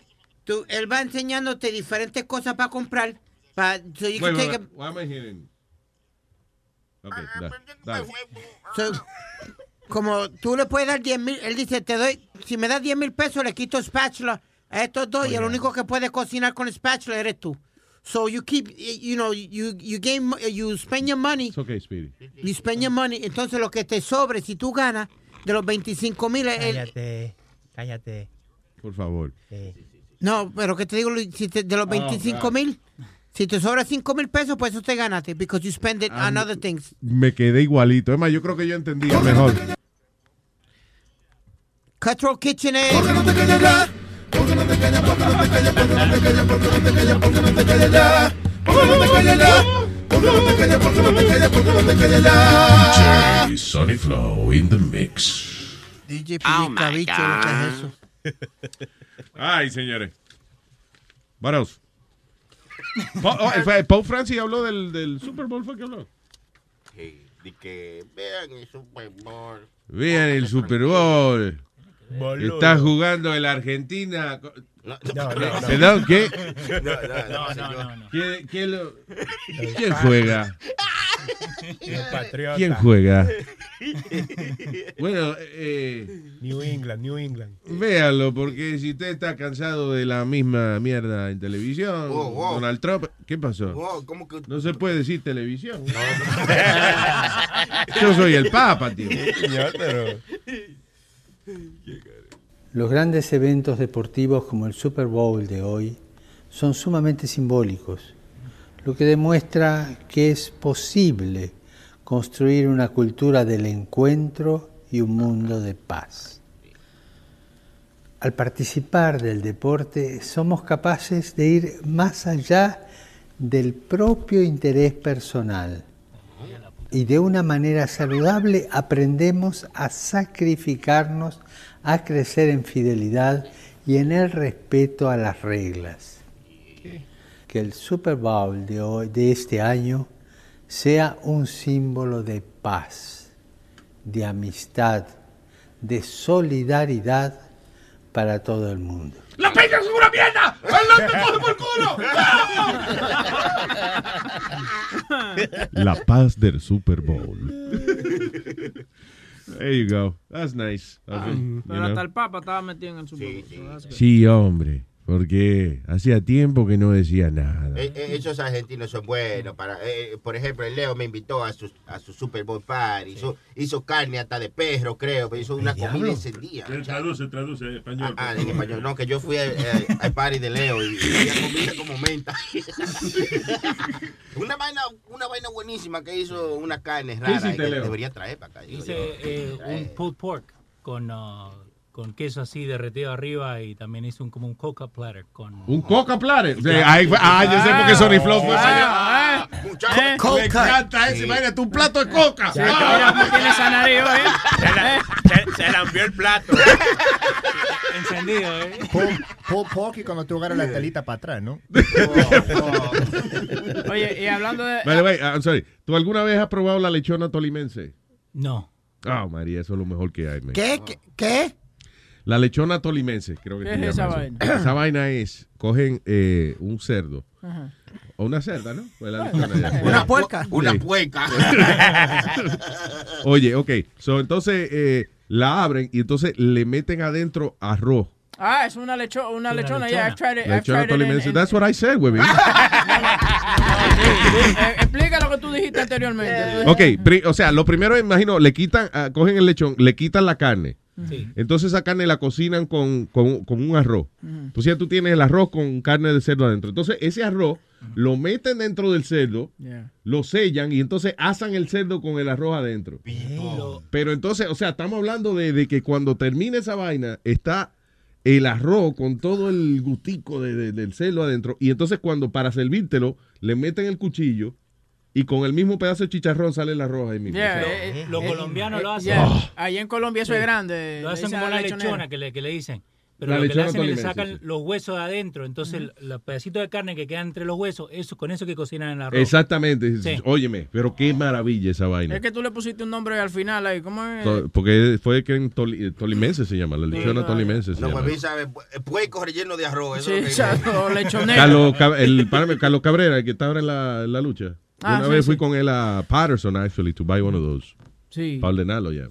tú, él va enseñándote diferentes cosas para comprar. pa- so Wait, you can wait, take wait. Why am I hearing? Okay, da- dale. a- so, como tú le puedes dar 10 mil, él dice, te doy, si me das 10 mil pesos, le quito spatula a estos dos y el único que puede cocinar con spatula eres tú. So you keep, you know, you, you, game, you spend your money It's okay, Speedy. You spend your money. Entonces, lo que te sobre, si tú ganas, de los 25 mil. Cállate, cállate. Por favor. No, pero que te digo, Luis, si te- de los Oh, 25 mil, si te sobra 5 mil pesos, pues eso te ganaste. Because you spend it on Ah, other things. Me quedé igualito. Es más, yo creo que yo entendí mejor. Cutthroat Kitchen es. DJ Sonny Flow in the mix. DJ Pilicabicho, ¿lo que es eso? Ay, señores. What else? Po- oh, fue- Pope Francis habló del, del Super Bowl, fue que habló. Sí, de que vean el Super Bowl. Vean el Super Bowl. Boludo. Está jugando el Argentina. co- No, no, no, no. Perdón, ¿qué? No, no, no, no, no. ¿Quién, quién lo- Los quién Patriots. juega? Los Patriotas. ¿Quién juega? Bueno, eh, New England, New England. véalo, porque si usted está cansado de la misma mierda en televisión, Wow, Oh, wow. Donald Trump, ¿qué pasó? Wow, ¿cómo que- No se puede decir televisión. Yo soy el Papa, tío. Señor, pero- Los grandes eventos deportivos como el Super Bowl de hoy son sumamente simbólicos, lo que demuestra que es posible construir una cultura del encuentro y un mundo de paz. Al participar del deporte somos capaces de ir más allá del propio interés personal y de una manera saludable aprendemos a sacrificarnos, a crecer en fidelidad y en el respeto a las reglas. Que el Super Bowl de, hoy- de este año sea un símbolo de paz, de amistad, de solidaridad para todo el mundo. ¡La peña es una mierda! ¡Adelante, coge por culo! La paz del Super Bowl. There you go. That's nice. of Ah, him, you Pero know. hasta el Papa estaba metido en el Super Bowl. so that's good. Sí, hombre. Porque hacía tiempo que no decía nada. Eh, eh, esos argentinos son buenos. Para, eh, eh, por ejemplo, el Leo me invitó a su, a su Super Bowl Party. Hizo, hizo carne hasta de perro, creo. Pero hizo una comida encendida. Traduce, traduce en español. Ah, en español. No, que yo fui al, al- al party de Leo y, y había comida como menta. una, vaina, una vaina buenísima que hizo una carne rara. hiciste, que Leo? debería traer para acá. digo Hice yo. eh, un pulled pork con, uh, ah, con queso así derretido arriba y también hice un, como un coca platter con... Un coca platter. Sí, ahí fue- ah, yo sé por qué Sony Flow fue para allá. Ah, Eh, Me encanta ese, imagínate, un plato de coca. Ya, ya, ya, tiene sanario, eh. Se lambió el plato. Encendido, ¿eh? Pull, pull pork y cuando tú agarras la telita para atrás, ¿no? Oye, y hablando de. By the way, I'm sorry. ¿Tú alguna vez has probado la lechona tolimense? No. Ah, María, eso es lo mejor que hay. man. ¿Qué? ¿Qué? ¿Qué? La lechona tolimense, creo que ¿Qué se es llama esa eso. vaina? Esa vaina es, cogen eh, un cerdo. Ajá. O una cerda, ¿no? Pues la Bueno, lechona ya. una puerca. Una pues, Sí. puerca. Oye, ok. So, entonces eh, la abren y entonces le meten adentro arroz. Ah, es una, lecho, una lechona. Yeah, I've tried Eh, it. I've Lechona tried it in- tolimense. in- That's what I said, güey. Eh, explica lo que tú dijiste anteriormente. Ok, pri- o sea, lo primero, imagino, le quitan, ah, cogen el lechón, le quitan la carne. Sí. Entonces esa carne la Mm. cocinan con, con, con un arroz. Entonces ya tú tienes el arroz con carne de cerdo adentro. Entonces ese arroz lo meten dentro del cerdo, Yeah. lo sellan y entonces asan el cerdo con el arroz adentro. Pero entonces, o sea, estamos hablando de, de que cuando termina esa vaina, está el arroz con todo el gustico de- de- del cerdo adentro. Y entonces cuando para servírtelo, le meten el cuchillo y con el mismo pedazo de chicharrón sale el arroz ahí mismo. Yeah, O sea, eh, eh, Los eh, colombianos eh, lo hacen. yeah. Ahí en Colombia eso Sí. es grande. Lo hacen Esa como la lechonera. lechona que le, que le dicen. Pero La lo que le lechona hacen es le tolimense, sacan sí. los huesos de adentro. Entonces, los pedacitos de carne que quedan entre los huesos, eso con eso que cocinan en la arroz. Exactamente. Sí. Óyeme, pero qué maravilla esa vaina. Es que tú le pusiste un nombre al final ahí. ¿Cómo es? To- Porque fue que en Toli- eh, Tolimense se llama, la lechona no, tolimense se No, llama. pues mí sabe, pu- puerco relleno de arroz. Eso Sí, es lo que- exacto, lechonera. Carlos, Cab- el, párame, Carlos Cabrera, el que está ahora en la, en la lucha. Yo Ah, una sí, vez sí. fui con él a Patterson, actually, to buy one of those. Sí. Para ordenarlo ya.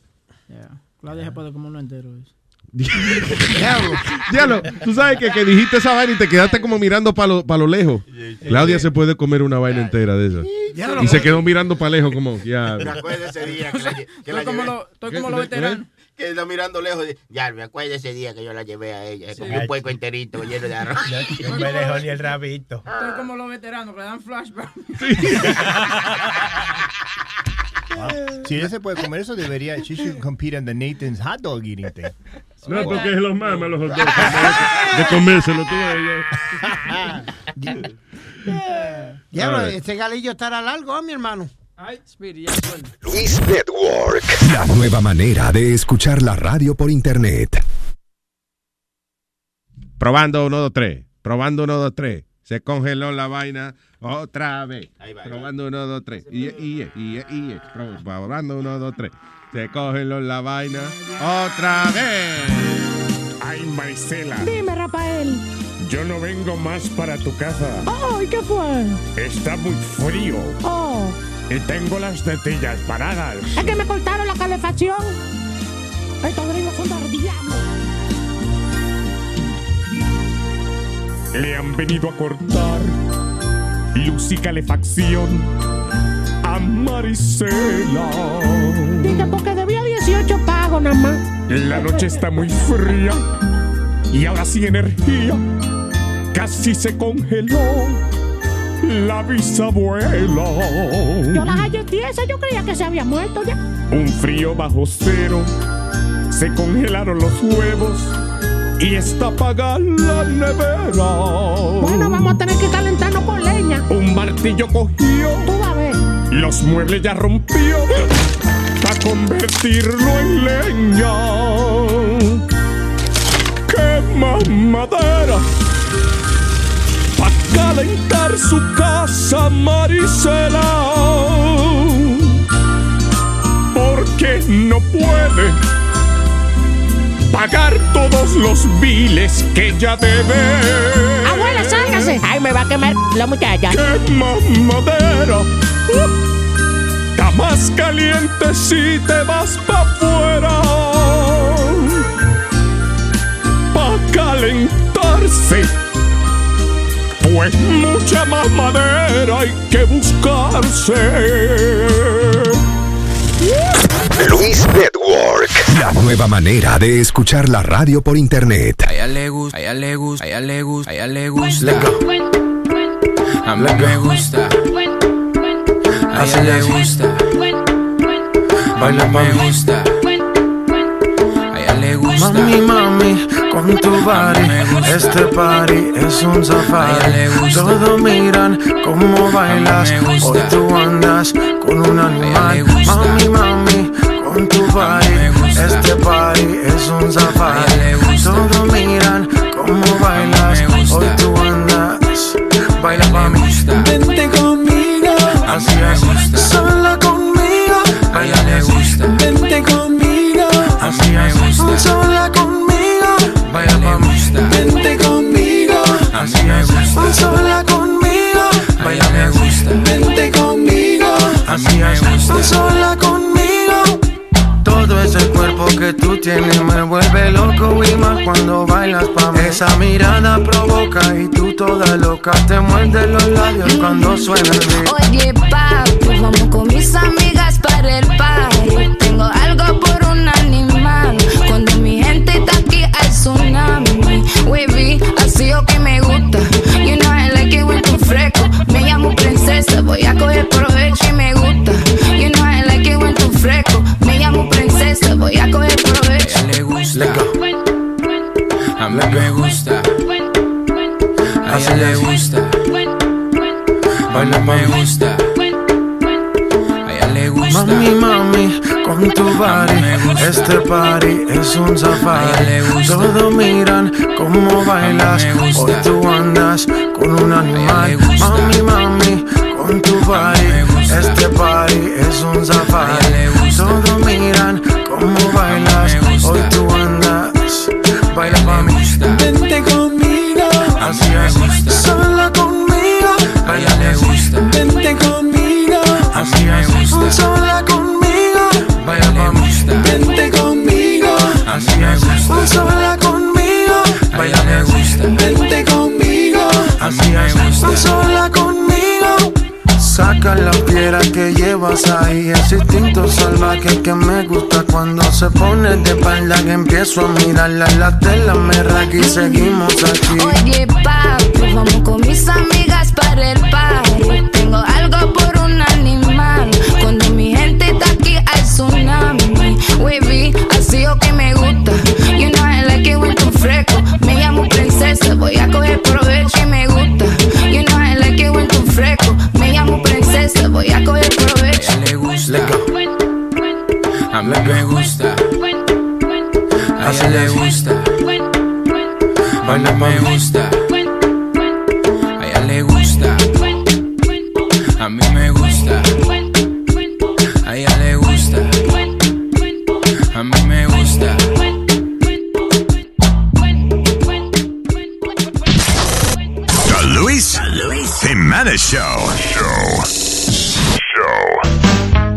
Yeah. La deja para comerlo entero. eso. Diablo, diablo, tú sabes que, que dijiste esa vaina y te quedaste como mirando para lo, pa' lo lejos. Claudia se puede comer una vaina entera de esas. Diablo. Y se quedó mirando para lejos como, ya. Me acuerdo de ese día que la, lle- que la Estoy como llevé. lo- estoy como los veteranos. Que está mirando lejos. y- Ya, me acuerdo de ese día que yo la llevé a ella. Se Sí. comió un puerco enterito lleno de arroz. No me dejó ni el rabito. Estoy como los veteranos que le dan flashback. Si ella se puede comer eso, debería. She should compete in the Nathan's hot dog eating thing. No, porque es los mamas los hot dogs. De comérselo tú a ella. Ya, All bro, right. este galillo estará largo, ¿eh, mi hermano. Ay, Luis Network. La nueva manera de escuchar la radio por internet. Probando 1, 2, 3. Probando 1, 2, 3. Se congeló la vaina otra vez. Probando 1, 2, 3. Y, y, y, y, y. Probando 1, 2, 3. Se congeló la vaina otra vez. Ay, Marisela, Dime, Rafael. yo no vengo más para tu casa. ¡Ay, qué fue! Está muy frío ¡Oh! y tengo las tetillas paradas. Es que me cortaron la calefacción. Estos gringos son del diablo. Le han venido a cortar luz y calefacción a Marisela. Dije, porque debía 18 pagos nada más. La noche está muy fría y ahora sin energía casi se congeló la bisabuela. Yo las hallé tiesas, yo creía que se había muerto ya. Un frío bajo cero, se congelaron los huevos y está apagada la nevera. Bueno, vamos a tener que calentarnos con leña. Un martillo cogió, Tú vas a ver. los muebles ya rompió para convertirlo en leña. Quema madera para calentar su casa, Marisela. porque no puede pagar todos los biles que ella debe. Abuela, sálgase. Ay, me va a quemar la muchacha. Quema madera. Uh, Está más caliente si te vas pa' afuera. Pa' calentarse. Pues mucha más madera hay que buscarse. Luis Network. La nueva manera de escuchar la radio por internet. A ella le gusta, a ella le gusta, a ella le gusta, a ella le gusta. A mí me gusta. A ella le gusta. Baila me gusta. A ella le gusta. Mami, mami, con tu body Este party es un safari Todos miran cómo bailas Hoy tú andas con un animal Mami, mami, con tu body Este party es un safari Todos miran cómo bailas Hoy tú andas Baila pa' mí Vente conmigo Así es Sola conmigo Baila le gusta Vente conmigo Así es Sola conmigo Baila pa' mí Vente conmigo Así es Sola conmigo Baila me gusta Vente conmigo Así es Sola conmigo todo ese cuerpo que tú tienes me vuelve loco y más cuando bailas pa' mí. Esa mirada provoca y tú toda loca te muerdes los labios cuando suena el beat. Oye, papi, vamos con mis amigas para el party. Tengo algo por un animal. Cuando mi gente está aquí al tsunami. Wavy, así o que me gusta. You know I like it when tú fresco. A ella le gusta. Baila me gusta. A ella le gusta. Mami, mami, con tu body. Este party es un safari. Todos miran cómo bailas. Hoy tú andas con un animal. Mami, mami, con tu body. Este party es un safari. Todos miran cómo bailas. Hoy tú andas. Baila mami. Vente conmigo. Así es. Sola conmigo. Baila le gusta. Vente conmigo. Así es. Sola conmigo. Baila mami. Vente conmigo. Así es. Sola conmigo. Baila me gusta. Vente conmigo. Así es. Sola conmigo. Saca la piedra que llevas ahí, ese instinto salvaje que me gusta cuando se pone de espalda que empiezo a mirarla, la tela me raca y seguimos aquí. Oye, papi, vamos con mis amigas para el party. Tengo algo por un animal. Cuando mi gente está aquí hay tsunami. Wavy, así es que me gusta. You know I like it when tú fresco. Me llamo princesa, voy a coger provecho que me gusta. You know I like it when tú fresco. Me llamo princesa, voy a coger provecho. le gusta. A mí me gusta. A ella le gusta. Baila me gusta. A ella le gusta. A mí me gusta. A ella le gusta. A mí me gusta. The Luis, Jimenez Show. Show. Show.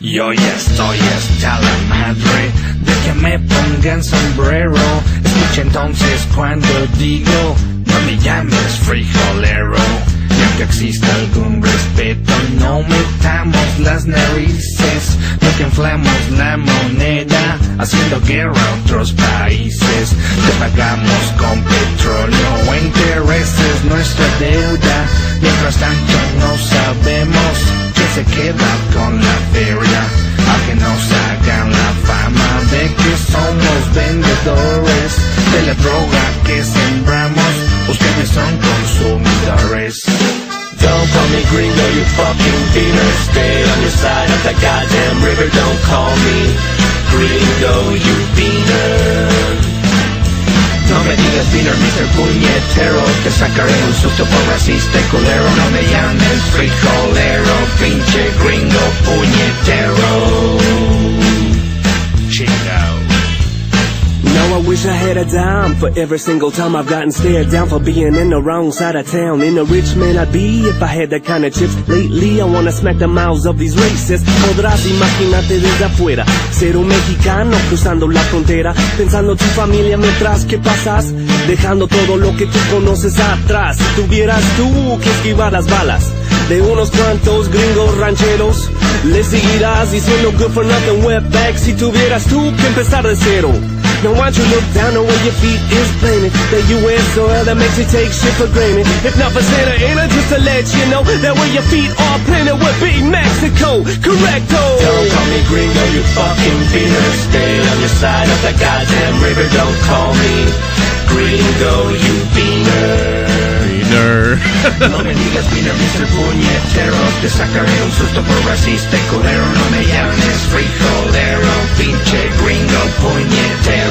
Yo ya estoy hasta la madre de que me pongan sombrero. Escucha entonces cuando digo, no me llames frijolero. Y aunque exista algún respeto, no metamos las narices. No que inflamos la moneda, haciendo guerra a otros países. Te pagamos con petróleo, intereses, nuestra deuda. Mientras tanto no sabemos que se queda con la feria a que nos hagan la fama de que somos vendedores de la droga que sembramos ustedes son consumidores Don't call me gringo, you fucking beaner. Stay on your side of the goddamn river. Don't call me gringo, you beaner. No me digas dealer, Mr. Puñetero Te sacaré un susto por este racista y culero No me llames frijolero Pinche gringo puñetero Chingao No, I wish I had a dime for every single time I've gotten stared down for being in the wrong side of town. In a rich man I'd be if I had that kind of chips. Lately, I wanna smack the mouths of these racists. Podrás imaginarte desde afuera, ser un mexicano cruzando la frontera, pensando en tu familia mientras que pasas, dejando todo lo que tú conoces atrás. Si tuvieras tú que esquivar las balas de unos cuantos gringos rancheros, le seguirás diciendo good for nothing webback si tuvieras tú que empezar de cero. Now why don't you look down on where your feet is planted The U.S. soil that makes you take shit for granted If not for Santa Ana, just to let you know That where your feet are planted would be Mexico Correcto Don't call me gringo, you fucking beaner Stay on your side of the goddamn river Don't call me gringo, you beaner No me digas beaner, Mr. Puñetero Te sacaré un susto por racista y culero No me llames frijolero Pinche gringo puñetero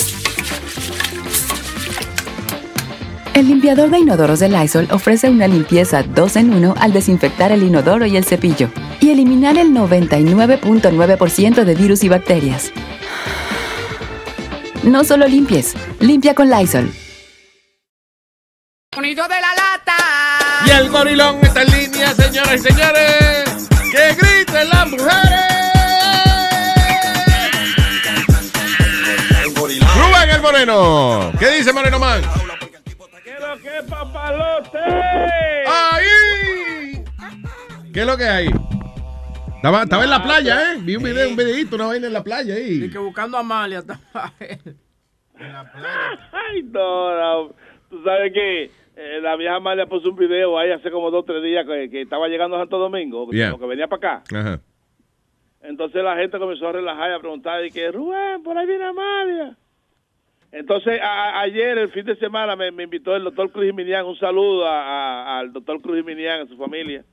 El limpiador de inodoros de Lysol ofrece una limpieza 2 en 1 al desinfectar el inodoro y el cepillo y eliminar el 99.9% de virus y bacterias. No solo limpies, limpia con Lysol. Unido de la lata. Y el gorilón está en línea, señoras y señores. ¡Que griten las mujeres! Rubén el Moreno. ¿Qué dice Moreno Man? ¡Qué papalote! ¡Ahí! ¿Qué es lo que hay? Estaba, estaba en la playa, ¿eh? Vi un video, un videito, una vaina en la playa ahí. Y que buscando a Amalia estaba él. Ay, no, no. Tú sabes que eh, la vieja Amalia puso un video ahí hace como dos o tres días que, que estaba llegando a Santo Domingo, que- Yeah. como que venía para acá. Ajá. Entonces la gente comenzó a relajar y a preguntar, y que Rubén, por ahí viene Amalia. Entonces a- a- ayer, el fin de semana, me, me invitó el doctor Cruz Jiminián, un saludo a- a- al doctor Cruz Jiminián, a su familia,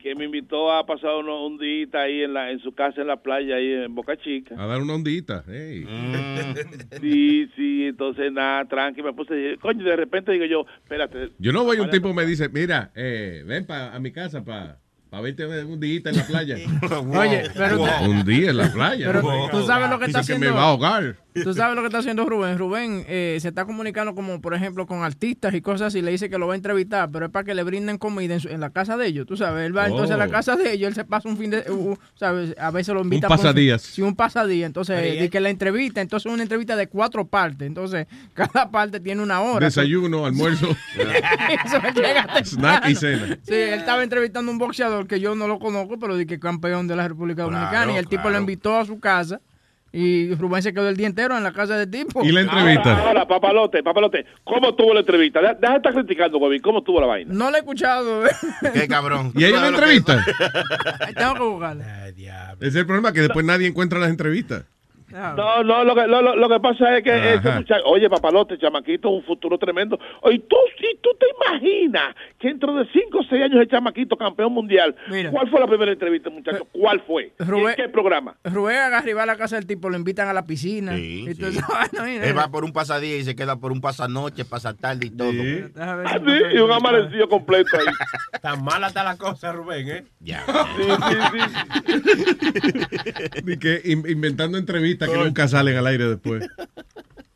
que me invitó a pasar uno- un día ahí en, la, en su casa en la playa, ahí en Boca Chica. A dar una ondita. Hey. Mm. Mm. Sí, sí, entonces nada, tranqui, me puse, dije, coño, de repente digo yo, espérate. Yo no voy a un Amalia, tipo que me dice, mira, eh, ven pa, a mi casa para pa verte un día en la playa. Oye, pero- Un día en la playa. Pero tú sabes lo que está Dice haciendo. que me va a ahogar. Tú sabes lo que está haciendo Rubén. Rubén eh, se está comunicando como, por ejemplo, con artistas y cosas y le dice que lo va a entrevistar, pero es para que le brinden comida en, su- en la casa de ellos. Tú sabes, él va entonces a la Oh. casa de ellos, él se pasa un fin de, uh, uh, sabes, a veces lo invita. Un por fin- pasadías. Sí, un pasadía. Entonces, Ahí, eh, ahí. de que la entrevista, entonces una entrevista de cuatro partes. Entonces, cada parte tiene una hora. Desayuno, almuerzo, Eso me llega snack y temprano. cena. Sí, él estaba entrevistando a un boxeador que yo no lo conozco, pero de que campeón de la República Dominicana. Claro, y el tipo claro. lo invitó a su casa. Y Rubén se quedó el día entero en la casa del tipo. Ahora, Ah, ahora, papalote, papalote, ¿cómo estuvo la entrevista? Deja deja de estar criticando, huevín, ¿cómo estuvo la vaina? No la he escuchado. Qué cabrón. Y hay una entrevista. Tengo que buscarla. Ese es el problema, que después nadie encuentra las entrevistas. No, no, lo que, lo, lo- lo que pasa es que Ajá. ese muchacho, oye, papalote, chamaquito, un futuro tremendo. Oye, tú, si tú te imaginas que dentro de 5 o 6 años el chamaquito campeón mundial, Mira. ¿cuál fue la primera entrevista, muchacho? ¿Cuál fue? ¿Y Rubén- ¿En qué programa? Rubén agarriba a la casa del tipo, lo invitan a la piscina. y todo eso. No, mira, Él va por un pasadía y se queda por un pasanoche, pasatarde y todo. Deja ver Ah, si sí, y un amanecido completo ahí. Tan mala está la cosa, Rubén, ¿eh? Ya. Y que in- inventando entrevistas que nunca salen al aire después.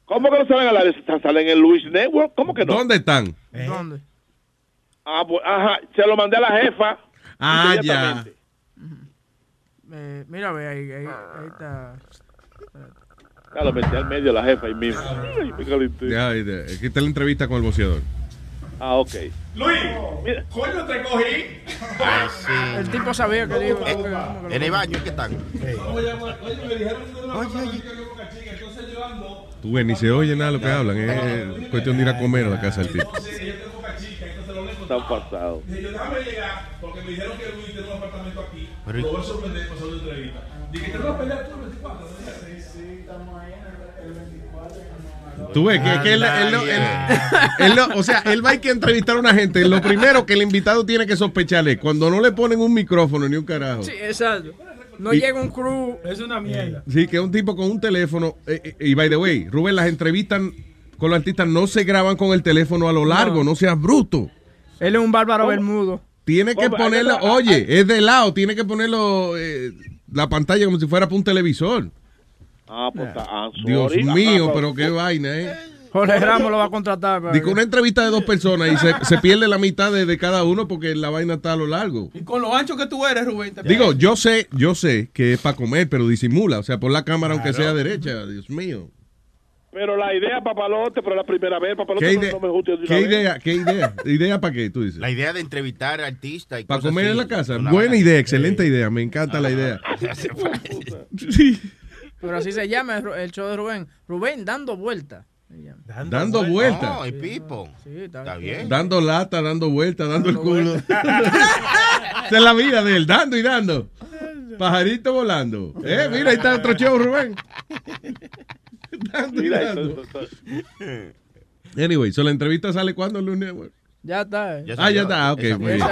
¿Cómo que no salen al aire? ¿Salen en Luis Network? ¿Cómo que no? ¿Dónde están? ¿Eh? ¿Dónde? Ah, pues, ajá, se lo mandé a la jefa. Ah, ya. Inmediatamente. Eh, mira, ve ahí, ahí, ahí está. Ya lo metí al medio la jefa ahí mismo. Ay, me calenté. Ah. Ya, ahí de- Aquí está la entrevista con el boxeador. Ah, ok. Luis, coño, te cogí. El tipo sabía que le iba Eh, En el baño, ¿qué tal? Oye, me dijeron que no oye, oye. entonces yo ando. Tú ves, ni se oye nada de lo que hablan. Es cuestión de ir a comer a la casa del tipo. Están pasados. Dije, yo déjame llegar, porque me dijeron que Luis tiene un apartamento aquí. Pero- Lo voy a sorprender pasando una entrevista. Dije, ¿te vas a pelear tú el 24? Sí, sí, estamos ahí el 24. Tú ves que, que él, él no- él- él no- o sea, él va a ir que entrevistar a una gente. Lo primero que el invitado tiene que sospechar es cuando no le ponen un micrófono ni un carajo. Sí, exacto. No Y- llega un crew. Es una mierda. Sí, que es un tipo con un teléfono. eh, eh, y by the way, Rubén, las entrevistas con los artistas no se graban con el teléfono a lo largo, no, seas bruto. Oh, Él es un bárbaro bermudo. Tiene que ¿Cómo? Ahí ponerlo, está. oye, es de lado, tiene que ponerlo eh, la pantalla como si fuera para un televisor. Ah, pues está. Ah, Eh, Dios sorry. mío, Ah, pero qué vaina, eh. Jorge Ramos lo va a contratar. para- Digo, una entrevista de dos personas y se, se pierde la mitad de, de cada uno porque la vaina está a lo largo. Y con lo ancho que tú eres, Rubén. te- Digo, yo sé, yo sé que es para comer, pero disimula, o sea, por la cámara aunque sea Claro. derecha, Dios mío. Pero la idea, papalote, este, pero la primera vez, papalote, ¿Qué, no- ide- no me gusta de una qué vez. idea? ¿Qué idea? ¿Idea para qué? Tú dices. La idea de entrevistar artistas y Para cosas comer en así. la casa. Una Buena vaina. idea, excelente idea, me encanta la idea. ah, Pero así se llama el, el show de Rubén. Rubén dando vuelta. Dando vueltas. No, y Pipo. Está bien. Dando lata, dando vuelta, dando el culo. Esa es la vida de él, dando y dando. Pajarito volando. Eh, mira, ahí está otro show, Rubén. Mira, eso- eso- eso- Anyway, so la entrevista sale cuando el lunes. güey? Ya está. eh. Ah, ya está, ah, ok, muy bien.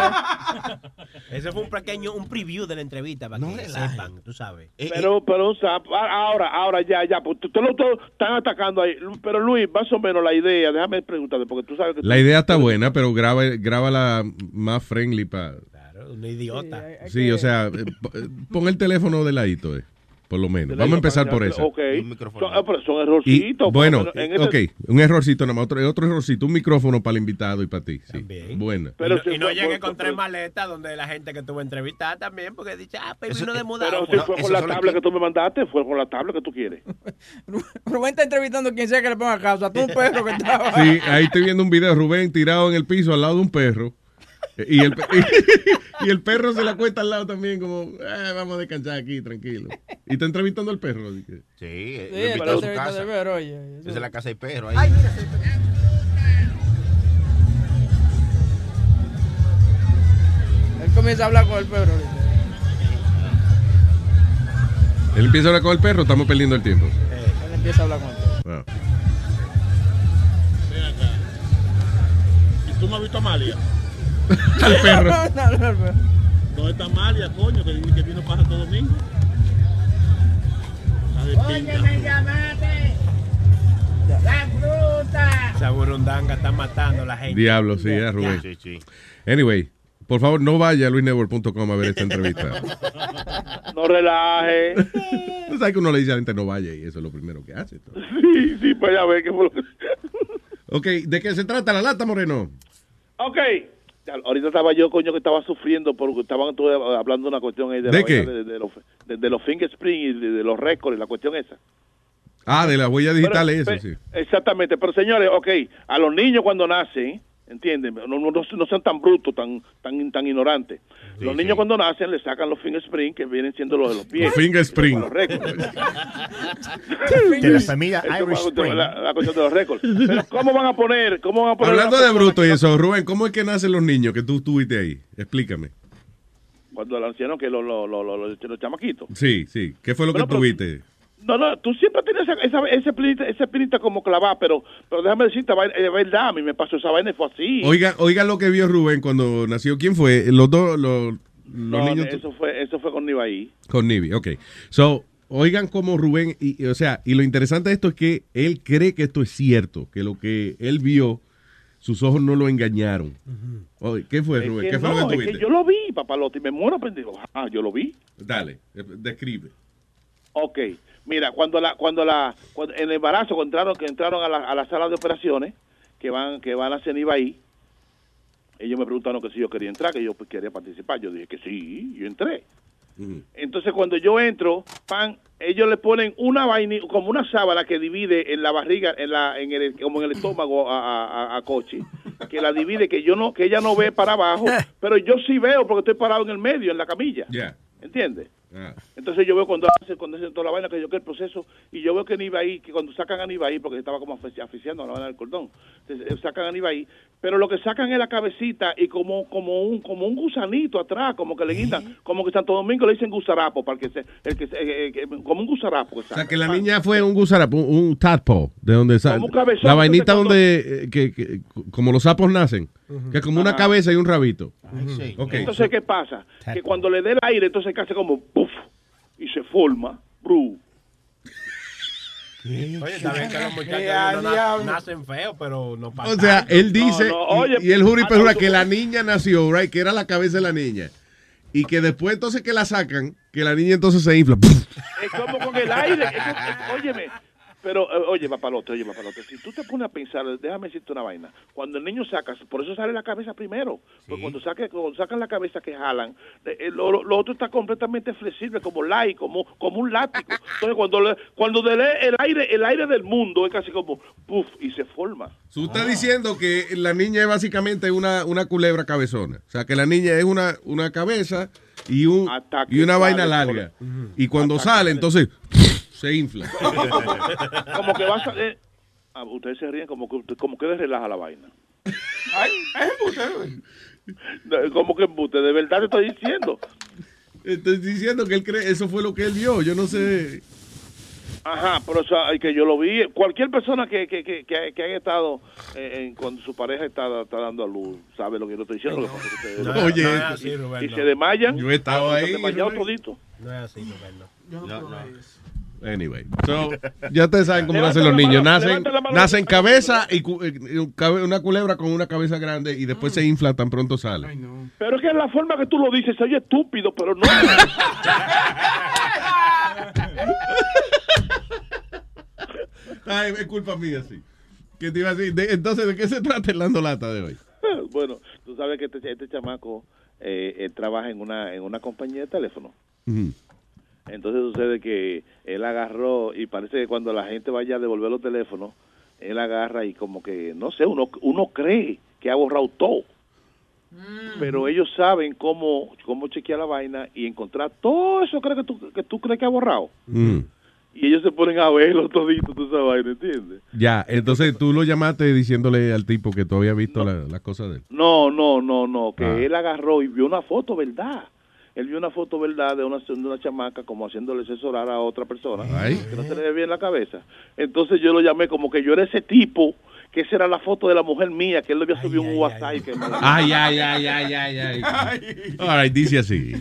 Ese fue un pequeño, un preview de la entrevista para que sepan, tú sabes. eh, Pero, pero un sapo. Ah, Ahora, ahora, ya, ya. Pues, todos los dos están atacando ahí. Pero Luis, más o menos la idea. Déjame preguntarte, porque tú sabes que. La idea está buena, pero graba, grábala más friendly para... Un idiota. Sí, o sea, eh, po- eh, pon el teléfono de ladito, eh, por lo menos. Vamos a empezar por eso. Ok. Son, ah, pero son errorcitos. Y, por bueno, lo menos en este- ese- ok, un errorcito nomás, otro, otro errorcito, un micrófono para el invitado y para ti. Sí. Buena. y no, y no llegue con tres maletas donde la gente que tuvo entrevistada también, porque dice, ah, pero vino de mudado. Pero si fue con la tabla que tú me mandaste, fue con la tabla que tú quieres. Rubén está entrevistando a quien sea que le ponga causa. Tú un perro que estaba. Sí, ahí estoy viendo un video, Rubén tirado en el piso al lado de un perro. eh, Y el, pe- y el perro se la cuesta al lado también, como, "Eh, vamos a descansar aquí, tranquilo. Y está entrevistando al perro. así que- Sí, eh, Sí, el invitó a su perro casa. de perro, oye. Esa es la casa de perro ahí. Ay, mira, Él comienza a hablar con el perro. ahorita. Él empieza a hablar con el perro, estamos perdiendo el tiempo. Él empieza a hablar con el perro. Wow. Ven acá. ¿Y tú no has visto a Amalia? Al perro. No, no, al perro. ¿Dónde está Amalia, coño? Que, que vino para todo domingo. La de pinga. eh. llamaste. La fruta. Esa burundanga está matando a la gente. Diablo, sí, es Rubén. Ya. Anyway, por favor, no vaya a luisnetwork.com a ver esta entrevista. No relaje. Tú sabes que uno le dice a la gente no vaya y eso es lo primero que hace. Sí, sí, pues ya ve que fue lo que- Ok, ¿de qué se trata la lata, Moreno? Ok. Ya, Ahorita estaba yo, coño, que estaba sufriendo porque estaban todos eh, hablando de una cuestión ahí ¿De de, la vaina qué? De, de los, de, de los finger spring y de, de los récords, la cuestión esa. Ah, de las huellas digitales, Pero, eso, sí. Exactamente, pero señores, ok, a los niños cuando nacen, ¿entienden? No, no, no- no sean tan brutos, tan tan tan ignorantes. los niños cuando nacen le sacan los finger spring que vienen siendo los de los pies. Los finger spring. Los récords. De la familia Eso Irish fue Spring. La, la cuestión de los récords. Pero, ¿cómo van a poner? ¿Cómo van a poner Hablando una de persona bruto y eso, Rubén, ¿cómo es que nacen los niños que tú tuviste ahí? Explícame. cuando el anciano que los los los- los- los chamaquitos? Sí, sí. ¿Qué fue lo Bueno, que pero- tuviste? No, no, tú siempre tienes esa, esa, esa, espinita, esa espinita como clavada, pero, pero déjame decirte, va- es verdad, a mí me pasó esa vaina y fue así. Oiga, oiga lo que vio Rubén cuando nació. ¿Quién fue? Los dos, los, los No, niños. eso fue, eso fue con Nibaí. Con Nibi, ok. So, oigan como Rubén, y, y, o sea, y lo interesante de esto es que él cree que esto es cierto, que lo que él vio, sus ojos no lo engañaron. Oye, ¿Qué fue, Es Rubén? que ¿Qué fue no, lo que es que tuviste? yo lo vi, papalote, y me muero pendejo. Ah, yo lo vi. Dale, eh, describe. Ok. Mira, cuando la, cuando la, cuando- en el embarazo cuando entraron, que entraron a la, a la sala de operaciones, que van, que van a hacer Nibaí, ellos me preguntaron que si yo quería entrar, que yo pues, quería participar. Yo dije que sí, yo entré. Entonces cuando yo entro, pan, ellos le ponen una vaina, como una sábana que divide en la barriga, en la, en el, como en el estómago a, a, a- a Cochi, que la divide, que yo no, que ella no ve para abajo, pero yo sí veo porque estoy parado en el medio, en la camilla, Ya. ¿entiendes? Ah. Entonces yo veo cuando hacen, cuando hacen toda la vaina, que yo que el proceso, y yo veo que Nibaí, que cuando sacan a Nibaí, porque estaba como afici- aficiando a la vaina del cordón, entonces, eh, sacan a Nibaí, pero lo que sacan es la cabecita y como como un como un gusanito atrás, como que le guindan, como que Santo Domingo le dicen gusarapo, para el que se, el que se- eh, eh, que- como un gusarapo. que O sea, sacan. que la niña fue un gusarapo, un, un tadpole, de donde sale. ah, Como un cabezón, La vainita entonces, donde, eh, que, que- como los sapos nacen, que es como Ah. una cabeza y un rabito. Ok. Entonces, ¿qué pasa? Que cuando le dé el aire, entonces que hace como puff y se forma, bru. Oye, está bien que los muchachos Ya, no na- diablo. nacen feos, pero no pasa O sea, nada. él dice, y, y el jury perjura que la niña nació, right, que era la cabeza de la niña. Y que después entonces que la sacan, que la niña entonces se infla. Es como con el aire. es como- es- óyeme. Pero, eh, oye, papalote, oye, papalote, si tú te pones a pensar, déjame decirte una vaina. Cuando el niño sacas, por eso sale la cabeza primero. Porque cuando, saque- cuando sacan la cabeza que jalan, eh, eh, lo, lo- lo otro está completamente flexible, como light, como, como un látigo. Entonces, cuando, le- cuando le dé el aire el aire del mundo, es casi como puff y se forma. Tú estás diciendo que la niña es básicamente una, una culebra cabezona. O sea, que la niña es una, una cabeza y, un, y una vaina larga. Y cuando sale, entonces se infla. como que vas a. eh, ah, ustedes se ríen como que, como que les relaja la vaina. No, Como que embuste, de verdad te estoy diciendo. Estoy diciendo que él cree, eso fue lo que él vio. Yo no sé. Ajá, pero o sea, que yo lo vi. Cualquier persona que, que, que, que, que haya estado eh, en- cuando su pareja está, está dando a luz, sabe lo que yo estoy diciendo. Lo que pasa es que ustedes- No, Oye, no es y, así, Rubén, no. se desmayan. Ah, Yo he estado se han ahí, desmayado Rubén. todito. No es así, Roberto. Anyway, so, ya ustedes saben cómo nacen los niños. Nacen, nacen cabeza y cu- eh, cabe- una culebra con una cabeza grande y después se infla tan pronto sale. Pero es que la forma que tú lo dices, soy estúpido, pero no. Ay, es culpa mía, sí. ¿Qué te iba a decir? De- entonces, ¿de qué se trata el Lando Lata de hoy? Eh, bueno, tú sabes que este, este chamaco eh, él trabaja en una, en una compañía de teléfono. Entonces sucede que él agarró y parece que cuando la gente vaya a devolver los teléfonos, él agarra y como que, no sé, uno, uno cree que ha borrado todo. Pero ellos saben cómo, cómo chequear la vaina y encontrar todo eso que tú, que tú crees que ha borrado. Y ellos se ponen a verlo todito, tú esa vaina, ¿entiendes? Ya, entonces tú lo llamaste diciéndole al tipo que tú habías visto la- las cosas de él. No, no, no, no, que Ah. él agarró y vio una foto, ¿verdad? Él vio una foto, ¿verdad? De una, de una chamaca como haciéndole asesorar a otra persona. Que no se le ve bien la cabeza. Entonces yo lo llamé como que yo era ese tipo, que esa era la foto de la mujer mía, que él le había subido un WhatsApp. y que me la- Ay, ay, ay, ay, ay, ay. All right, dice así.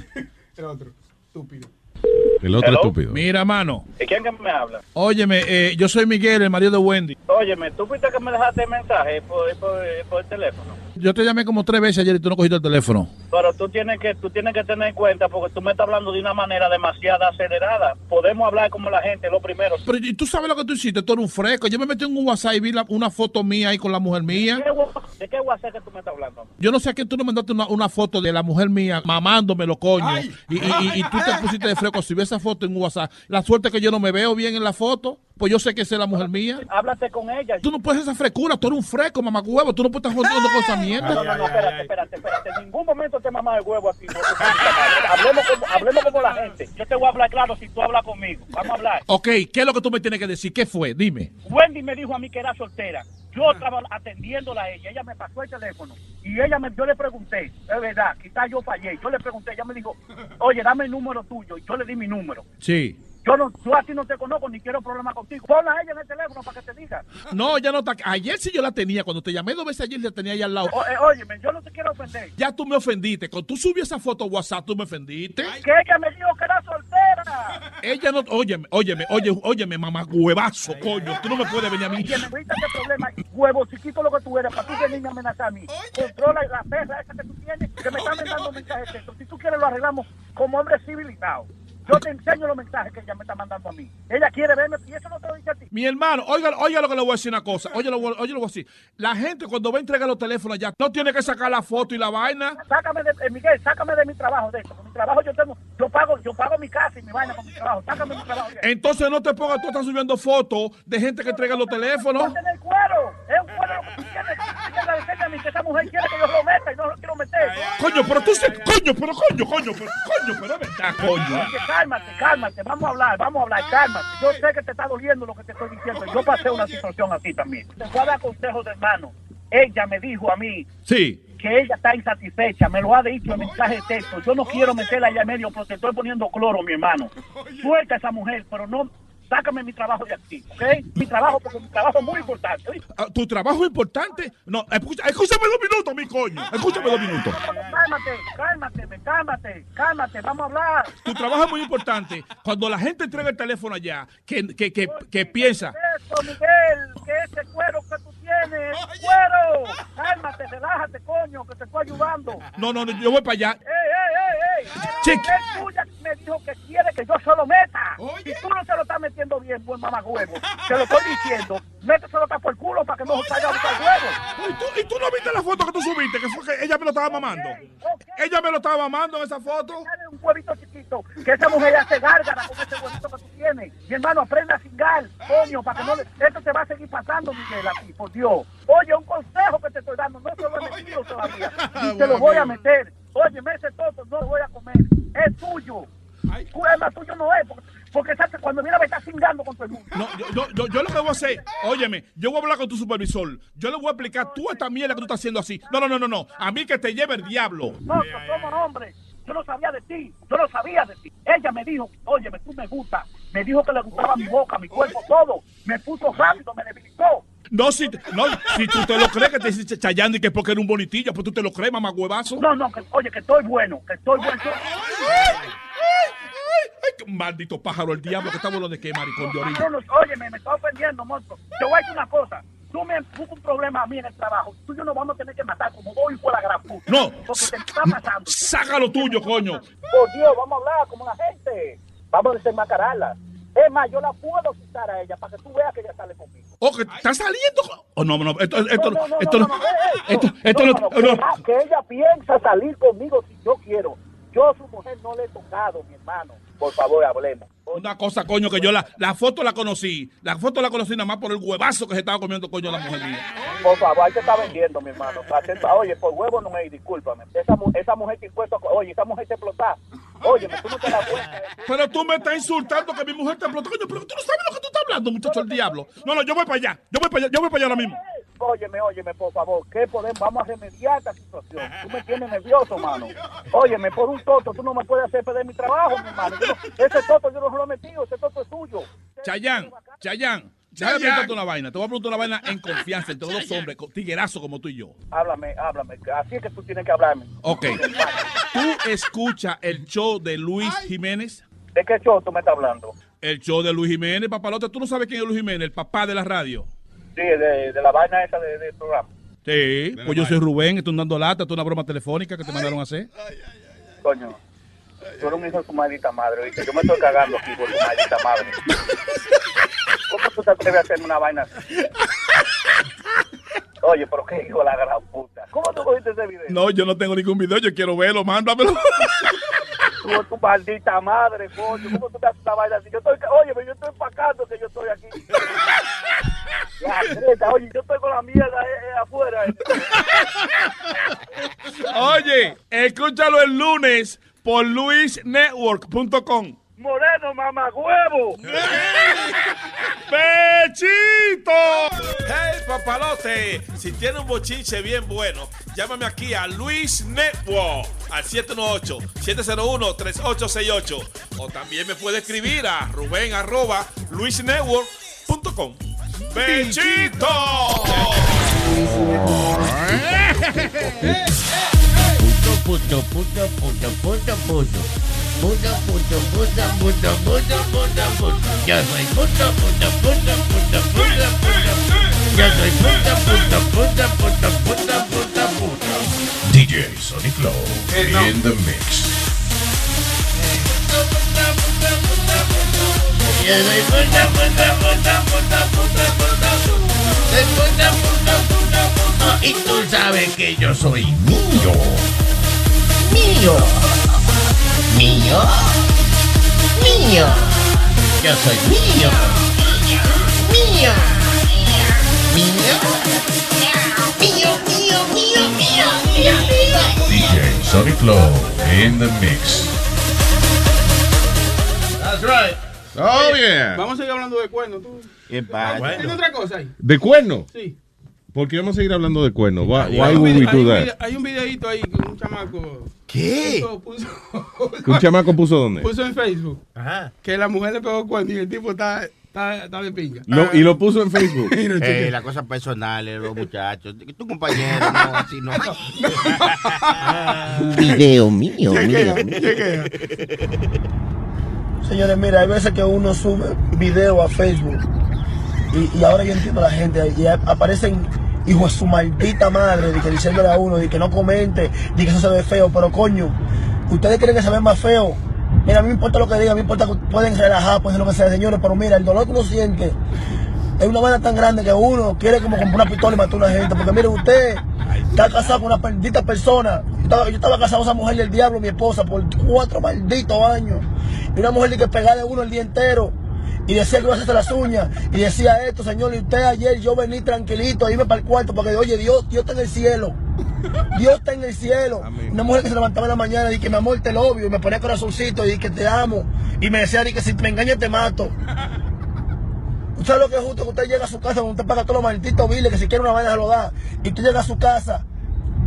El otro, estúpido. El otro Hello? estúpido. Mira, mano. ¿Y quién que me habla? Óyeme, eh, yo soy Miguel, el marido de Wendy. Óyeme, tú fuiste que me dejaste mensaje por, por, por teléfono. Yo te llamé como tres veces ayer y tú no cogiste el teléfono. Pero tú tienes que tú tienes que tener en cuenta porque tú me estás hablando de una manera demasiado acelerada. Podemos hablar como la gente, lo primero. Pero ¿y tú sabes lo que tú hiciste, tú eres un fresco. Yo me metí en un WhatsApp y vi la- una foto mía ahí con la mujer mía. ¿De qué gua- ¿De qué WhatsApp que tú me estás hablando? Yo no sé a quién tú no mandaste una, una foto de la mujer mía mamándome los coños. Y, y- y- y tú te pusiste de fresco. Si ves esa foto en un WhatsApp, la suerte es que yo no me veo bien en la foto, pues yo sé que esa es la mujer mía. Háblate con ella. Tú no puedes esa frescura, tú eres un fresco, mamacuevo. Tú no puedes estar jodiendo con esa mierda. No, no, no, espérate, espérate, espérate. En ningún momento te mamás el huevo aquí. por tu puta madre. Hablemos como, hablemos como la gente. Yo te voy a hablar claro si tú hablas conmigo. Vamos a hablar. Ok, ¿qué es lo que tú me tienes que decir? ¿Qué fue? Dime. Wendy me dijo a mí que era soltera. Yo estaba atendiéndola a ella. Ella me pasó el teléfono. Y ella me, yo le pregunté, es verdad, quizás yo fallé. Yo le pregunté, ella me dijo, oye, dame el número tuyo. Y yo le di mi número. Sí. Yo no, yo a ti no te conozco ni quiero problemas contigo. Ponla a ella en el teléfono para que te diga. No, ya no está. Ayer sí yo la tenía. Cuando te llamé dos veces ayer, la tenía allá al lado. O- eh, óyeme, yo no te quiero ofender. Ya tú me ofendiste. Cuando tú subí esa foto a WhatsApp, tú me ofendiste. Que ella me dijo que era soltera. Ella no. Óyeme, óyeme, óyeme, óyeme, mamá huevazo, coño. Tú no me puedes venir a mí. Que me evita este problema. Huevo chiquito lo que tú eres, para tú venirme a amenazar a mí. Controla la perra esa que tú tienes, que me está mandando mensajes de texto. Si tú quieres lo arreglamos como hombre civilizado. Yo te enseño los mensajes que ella me está mandando a mí. Ella quiere verme y eso no te lo dice a ti. Mi hermano, oiga, oiga lo que le voy a decir una cosa. Oye, lo, voy- oye, lo voy a decir. La gente cuando va a entregar los teléfonos ya no tiene que sacar la foto y la vaina. Sácame de, eh, Miguel, sácame de mi trabajo de esto. Con mi trabajo yo tengo, yo pago, yo pago mi casa y mi vaina con mi trabajo. Sácame de mi trabajo. de ahí. Entonces no te pongas tú estás subiendo fotos de gente que entrega los teléfonos. Ponte en el cuero. Es un cuero. que tú tienes. Ella la enseña a mí que esa mujer quiere que yo lo meta y no lo quiero meter. Coño, pero tú sí, coño, pero coño, coño, pero coño, pero es verdad, coño. ¿eh? Oye, cálmate, cálmate, vamos a hablar, vamos a hablar, cálmate. Yo sé que te está doliendo lo que te estoy diciendo. Yo pasé una situación así también. Te voy a dar consejos de hermano. Ella me dijo a mí Sí. que ella está insatisfecha, me lo ha dicho en mensaje de texto. Yo no quiero meterla allá en medio, pero te estoy poniendo cloro, mi hermano. Suelta a esa mujer, pero no, sácame mi trabajo de aquí, ¿ok? Mi trabajo, porque mi trabajo es muy importante. ¿oíste? Ah, Tu trabajo es importante. No, escucha- escúchame dos minutos, mi coño. Escúchame dos minutos. Cálmate, cálmate, me- cálmate, cálmate, vamos a hablar. Tu trabajo es muy importante. Cuando la gente entrega el teléfono allá, que, que, que, que piensa, Eso, Miguel, que ese cuero que tú tienes, es cuero. Cálmate, relájate, coño, que te estoy ayudando. no, no, no, yo voy para allá. ¡Ey, ey, ey, ey! Ah. Chiqui. Es tuya que me dijo que quiere que yo se lo meta. Si tú no se lo estás metiendo bien, buen mamagüevo, te lo estoy diciendo, méteselo hasta por el culo para que no se salga a buscar huevo. ¿Y tú, y tú no viste la foto que tú subiste? Que fue que ella me lo estaba mamando. Ella me lo estaba mamando en esa foto. Dale un huevito chiquito, que esa mujer hace gárgara con ese huevito que tú tienes. Mi hermano, aprenda a cingar, coño, para que no le... Esto te va a seguir pasando, Miguel, a ti, por Dios. Oye, un consejo que te estoy dando, no te lo he metido todavía, y te lo voy a meter. Oye, me ese toto no lo voy a comer, es tuyo. Tú, Es más tuyo no es, porque, porque esa- cuando viene me está cingando con todo el mundo. No, yo, yo, yo, yo lo que voy a hacer, óyeme, yo voy a hablar con tu supervisor. Yo le voy a explicar tú esta mierda que tú estás haciendo así. No, no, no, no, no. A mí que te lleve el diablo. No, yo como hombre, yo no sabía de ti, yo no sabía de ti. Ella me dijo, óyeme, tú me gustas, me dijo que le gustaba mi boca, mi cuerpo, todo. Me puso rápido, me debilitó. No, si, no, si tú te lo crees que te dice Chayando y que es porque era un bonitillo, pues tú te lo crees, mamá huevazo. No, no, que, oye, que estoy bueno, que estoy bueno. Ay, qué maldito pájaro, el diablo que está bueno de qué, maricón de orilla. No, no, oye, me, me está ofendiendo, monstruo. Te voy a decir una cosa. Tú me buscas un problema a mí en el trabajo. Tú y yo nos vamos a tener que matar como dos hijos de la gran puta. No. Porque te está matando. Saca lo tuyo, coño. Por Dios, vamos a hablar como la gente. Vamos a desenmascararla. Es más, yo la puedo quitar a ella para que tú veas que ella sale conmigo. Oh, que está saliendo. con- Oh, no, no, esto, esto, No, no, no, esto no, no, no, no, eh, eh, esto, no, esto no, no, no, no. que- Que ella piensa salir conmigo si yo quiero. Yo a su mujer no le he tocado, mi hermano. Por favor, hablemos. Una cosa, coño, que yo la, la foto la conocí. La foto la conocí nada más por el huevazo que se estaba comiendo, coño, la mujer mía. Por favor, ahí te está vendiendo, mi hermano. Atenta, Oye, por huevo no es, discúlpame. Esa, mu- esa mujer que impuesto, a co- oye, esa mujer te explota. Oye, tú no te la cuentas. Pero tú me estás insultando que mi mujer te explotó, coño, pero tú no sabes lo que tú estás hablando, muchacho, el diablo. No, no, yo voy para allá, yo voy para allá, yo voy para allá ahora mismo. Óyeme, óyeme, por favor, ¿qué podemos? Vamos a remediar esta situación. Tú me tienes nervioso, mano. Óyeme, por un toto, tú no me puedes hacer perder mi trabajo, mi hermano. Yo no- ese toto yo no se lo he metido, ese toto es suyo. Chayán, Chayán, déjame preguntarte una vaina. Te voy a preguntar una vaina en confianza entre los dos hombres, con- tiguerazo como tú y yo. Háblame, háblame. Así es que tú tienes que hablarme. Ok. ¿Tú escuchas el show de Luis Jiménez? ¿De qué show tú me estás hablando? El show de Luis Jiménez, papalote. ¿Tú no sabes quién es Luis Jiménez? El papá de la radio. Sí, de, de la vaina esa de- del programa. Sí, pues yo soy Rubén, estoy dando lata, esto es una broma telefónica que te mandaron a hacer. Coño, tú eres un hijo de tu maldita madre, ¿viste? Yo me estoy cagando aquí por tu maldita madre. ¿Cómo tú te atreves a hacerme una vaina así? Oye, pero qué hijo de la gran puta. ¿Cómo tú cogiste ese video? No, yo no tengo ningún video, yo quiero verlo, mándamelo. Tú eres tu maldita madre, coño. ¿Cómo tú te haces una vaina así? Yo estoy, oye, pero yo estoy empacando que yo estoy aquí. La creta, oye, yo estoy con la mierda eh, eh, afuera. eh. Oye, escúchalo el lunes por luisnetwork.com. Moreno, mamagüevo. ¡Pechito! ¡Hey, papalote! Si tiene un bochinche bien bueno, llámame aquí a Luis Network al 718-701-3868. O también me puede escribir a ruben arroba luisnetwork.com. ¡Bechito! Puto, puto, puto, puto, puto. Puto, puto, puto, puto, puto, puto, puto. Yo soy puto, puto, puto, puto, puto, puto. Yo soy puto, puto, puto, puto, puto, puto, puto. DJ Sonic Flow in the mix. Yo soy puto, puto, puto, puto, puto, puto, puto. Soy puto, puto, puto, puto. Y tú sabes que yo soy mío. Mío. Mío. Mío. Yo soy mío. Mío. Mío. Mío, mío, mío, mío, mío, mío. DJ Sonic Flow in the mix. That's right. Oh, yeah. Vamos a seguir hablando de cuernos, tú. ¿Qué ¿Tiene otra cosa ahí? Ah, ¿De cuerno? Sí. Porque vamos a seguir hablando de cuerno. Why, Hay why un would we vide- hay do un that? vide- Hay un videito ahí que un chamaco. ¿Qué? Puso, puso- ¿Un chamaco puso dónde? Puso en Facebook. Que la mujer le pegó cuerno y el tipo está, está, está de pinga. Lo- y lo puso en Facebook. Eh, las cosas personales, los muchachos. Tu compañero, no, así no. Video mío, mío. Señores, mira, hay veces que uno sube video a Facebook y, y ahora yo entiendo a la gente, y a- aparecen hijos de su maldita madre de que diciéndole a uno, de que no comente, de que eso se ve feo, pero coño, ustedes creen que se ve más feo. Mira, a mí me importa lo que digan, a mí me importa que pueden relajar, pueden hacer lo que sea, señores, pero mira, el dolor que uno siente es una vaina tan grande que uno quiere como comprar una pistola y matar a una gente. Porque mire, usted está casado con una maldita persona. Yo estaba, yo estaba casado con esa mujer del diablo, mi esposa, por cuatro malditos años. Y una mujer de que pegaba a uno el día entero. Y decía que iba a hacerse las uñas. Y decía esto, señor, y usted ayer yo vení tranquilito, a irme para el cuarto, porque oye, Dios, Dios está en el cielo. Dios está en el cielo. Una mujer que se levantaba en la mañana y que mi amor te lo obvio, y me ponía corazoncito y que te amo. Y me decía y que si me engañas te mato. ¿Usted sabe lo que es justo? Que usted llega a su casa donde usted paga todos los malditos biles, que si quiere una vaina se lo da. Y usted llega a su casa y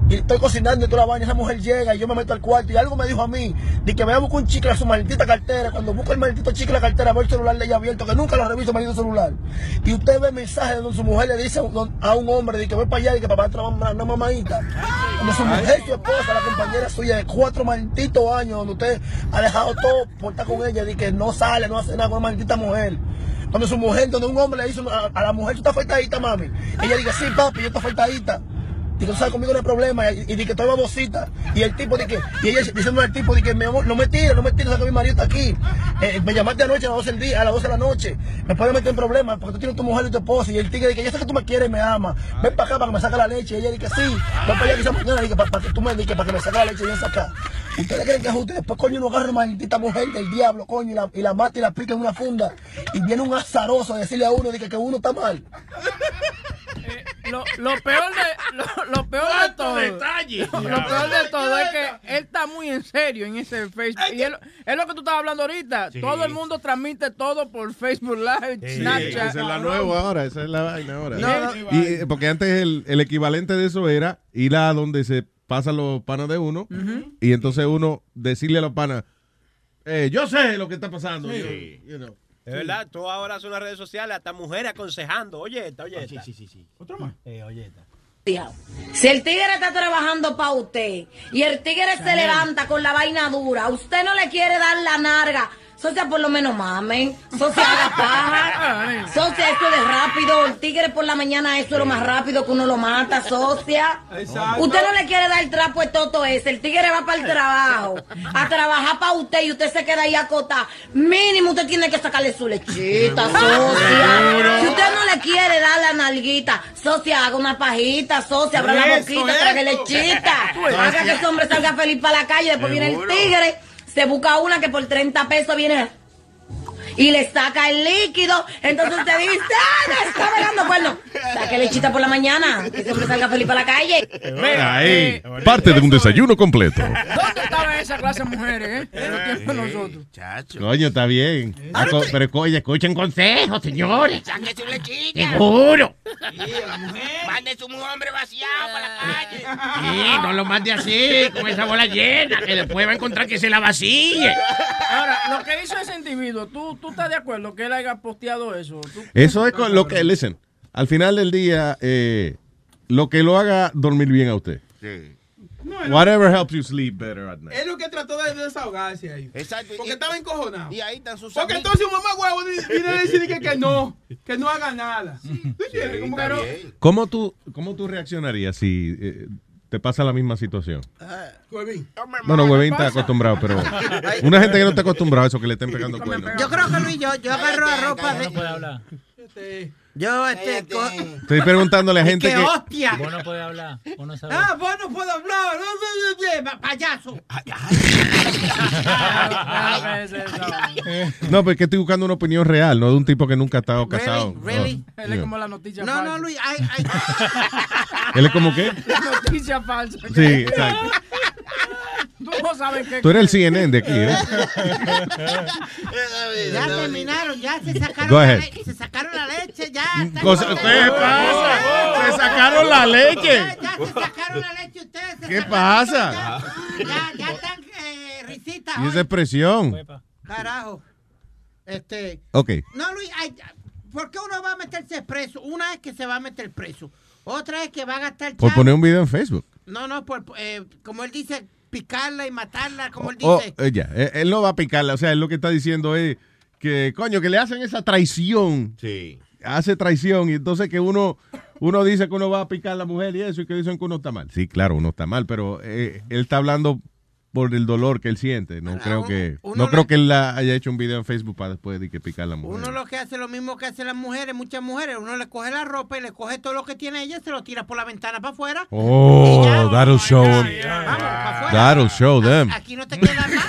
y estoy cocinando y toda la vaina, esa mujer llega y yo me meto al cuarto y algo me dijo a mí, de que me voy a buscar un chicle a su maldita cartera, cuando busco el maldito chicle a la cartera veo el celular de ella abierto, que nunca lo reviso maldito celular. Y usted ve mensajes donde su mujer le dice a un, a un hombre de que voy para allá y que papá trabaja una mamadita. Donde su mujer, su esposa, la compañera suya de cuatro malditos años, donde usted ha dejado todo por estar con ella, de que no sale, no hace nada con una maldita mujer. Cuando su mujer, donde un hombre le dice a, a la mujer, tú estás afeitadita, mami. Ella dice, sí, papi, yo estoy afeitadita. Y tú sabes conmigo no hay problema. Y, y di que estoy babosita. Y el tipo de que, y ella diciendo al tipo de que mi amor, no me tires, no me tires, o sea, que mi marido está aquí. Eh, me llamaste anoche a las 12 del día, a las 12 de la noche. Me puedes meter en problemas porque tú tienes tu mujer y tu esposa. Y el tigre dice, yo sé que tú me quieres y me amas. Ven para acá para que me saque la leche. Y ella dice, sí, ven para allá quizás mañana, dice, para, para que tú me digas, para que me saque la leche y yo saca. Ustedes creen que es ustedes, pues coño, uno agarra una maldita mujer del diablo, coño, y la, y la mata y la pica en una funda. Y viene un azaroso a decirle a uno de que, que uno está mal. Lo, lo peor de lo, lo peor de todo detalle! lo, lo peor de todo es que él está muy en serio en ese Facebook y él- es lo que tú estabas hablando ahorita Sí. todo el mundo transmite todo por Facebook Live Snapchat esa es la nueva ahora, esa es la vaina ahora. No, no. Y, eh, porque antes el, el equivalente de eso era ir a donde se pasan los panas de uno Ujú. y entonces uno decirle a los panas, eh, yo sé lo que está pasando. Sí. yo- you know. Es verdad, tú ahora son las redes sociales, hasta mujeres aconsejando. Oye, esta, oye, esta. Sí, sí, sí. ¿Otro más? oye, esta. Fijao. Si el tigre está trabajando para usted y el tigre se levanta con la vaina dura, usted no le quiere dar la narga. Socia, por lo menos mamen. Socia, haga paja. Socia, esto es rápido. El tigre por la mañana, eso es lo más rápido que uno lo mata, socia. Exacto. Usted no le quiere dar el trapo de toto ese. El tigre va para el trabajo, a trabajar para usted y usted se queda ahí acotada. Mínimo usted tiene que sacarle su lechita, socia. Seguro. Si usted no le quiere dar la nalguita, socia, haga una pajita, socia, abra la Eso, boquita, eso. trague lechita. Haga que ese hombre salga feliz para la calle, después viene el Seguro. tigre, se busca una que por 30 pesos viene y le saca el líquido. Entonces usted dice, ¡ah, no, está velando cuerno! Saque lechita por la mañana, que ese hombre salga feliz para la calle. Eh, Ahí. Parte de un desayuno completo. ¿Dónde estaban esa clase de mujeres, eh? En los tiempos de nosotros. Coño, está bien. Ah, co- Pero coño, escuchen consejos, señores. Sáquese una chica. Seguro. Mándese un hombre vaciado para la calle. Sí, no lo mande así, con esa bola llena, que después va a encontrar que se la vacíe. Ahora, lo que hizo ese individuo, ¿tú, tú estás de acuerdo que él haya posteado eso? ¿Tú- Eso es con lo que, listen, al final del día, eh, lo que lo haga dormir bien a usted. Whatever helps you sleep better at night. Es lo que trató de desahogarse ahí. Exacto. Porque estaba encojonado. Y ahí están sus Porque amigos. entonces su mamá huevo di- viene a decir que, que no, que no haga nada. ¿Tú entiendes? Como que no- ¿Cómo tú, cómo tú reaccionarías si eh, te pasa la misma situación? Huevín. Bueno, huevín está acostumbrado, pero una gente que no está acostumbrada a eso, que le estén pegando cuernos. Yo creo que Luis, yo, yo agarro la ropa de. Yo, este. co- Estoy preguntándole a gente ¡Qué que... hostia! Vos no podés hablar. Vos no sabés. Ah, vos no puedo hablar, no, no, no, no, payaso. No, pero es que estoy buscando una opinión real, no de un tipo que nunca ha estado casado. Ah. Really? No. Él es como la noticia No, falsa. no, Luis, ay, ¿Él es como qué? La noticia falsa. Sí, exacto. Tú no sabes qué. Tú eres el CNN de aquí, ¿eh? Ya terminaron, ya se sacaron, Go la, ahead. le- se sacaron la leche, ya. están Cosa- contentos. ¿Qué Oh, pasa? Se sacaron la leche. ¡Ah! Ya, ya se sacaron la leche ustedes. se ¿Qué sacaron pasa? todo, Ya, ya, ya están eh, risitas. Y esa hoy. expresión. Carajo. Este. Ok. No, Luis, ay, ¿por qué uno va a meterse preso? Una es que se va a meter preso. Otra es que va a gastar. Por chavo. poner un video en Facebook. No, no, por, eh, como él dice, picarla y matarla, como él Oh, dice. eh, ya, eh, él no va a picarla. O sea, él lo que está diciendo es que, coño, que le hacen esa traición. Sí. Hace traición y entonces que uno, uno dice que uno va a picar a la mujer y eso y que dicen que uno está mal. Sí, claro, uno está mal, pero eh, él está hablando por el dolor que él siente. No creo que no creo que él la haya hecho un video en Facebook para después de que picar a la mujer. Uno lo que hace lo mismo que hacen las mujeres, muchas mujeres, uno le coge la ropa y le coge todo lo que tiene ella, se lo tira por la ventana para afuera. Oh, that'll show them. That'll show them. Aquí no te queda más.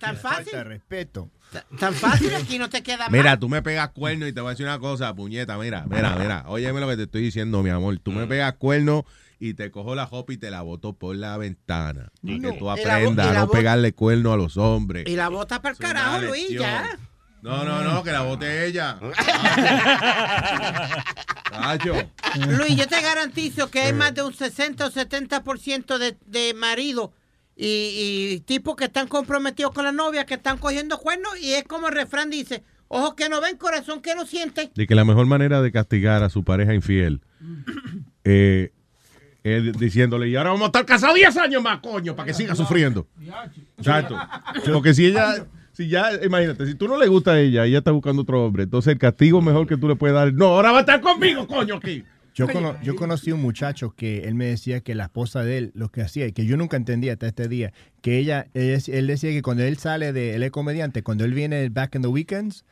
Tan fácil. respeto. Tan fácil, aquí no te queda más. Mira, tú me pegas cuerno y te voy a decir una cosa, puñeta, mira, mira, mira. Óyeme lo que te estoy diciendo, mi amor. Tú me pegas cuerno y te cojo la jopa y te la boto por la ventana. Para No. que tú Y la bo- y aprendas a la no bo- pegarle cuerno a los hombres. Y la bota para el carajo, Luis, lección. ya. No, no, no, que la bote ella. Luis, yo te garantizo Eh. que hay más de un 60 o 70% de, de maridos y, y tipos que están comprometidos con la novia, que están cogiendo cuernos y es como el refrán dice, ojos que no ven, corazón que no siente. de que la mejor manera de castigar a su pareja infiel eh, es diciéndole, y ahora vamos a estar casados 10 años más, coño, para que siga sufriendo. Exacto. Porque si ella, si ya, imagínate, si tú no le gusta a ella, ella está buscando otro hombre, entonces el castigo mejor que tú le puedes dar, no, ahora va a estar conmigo, coño, aquí. Yo, cono- yo conocí un muchacho que él me decía que la esposa de él lo que hacía, y que yo nunca entendía hasta este día, que ella, él, él decía que cuando él sale de, él es comediante, cuando él viene del back in the weekends,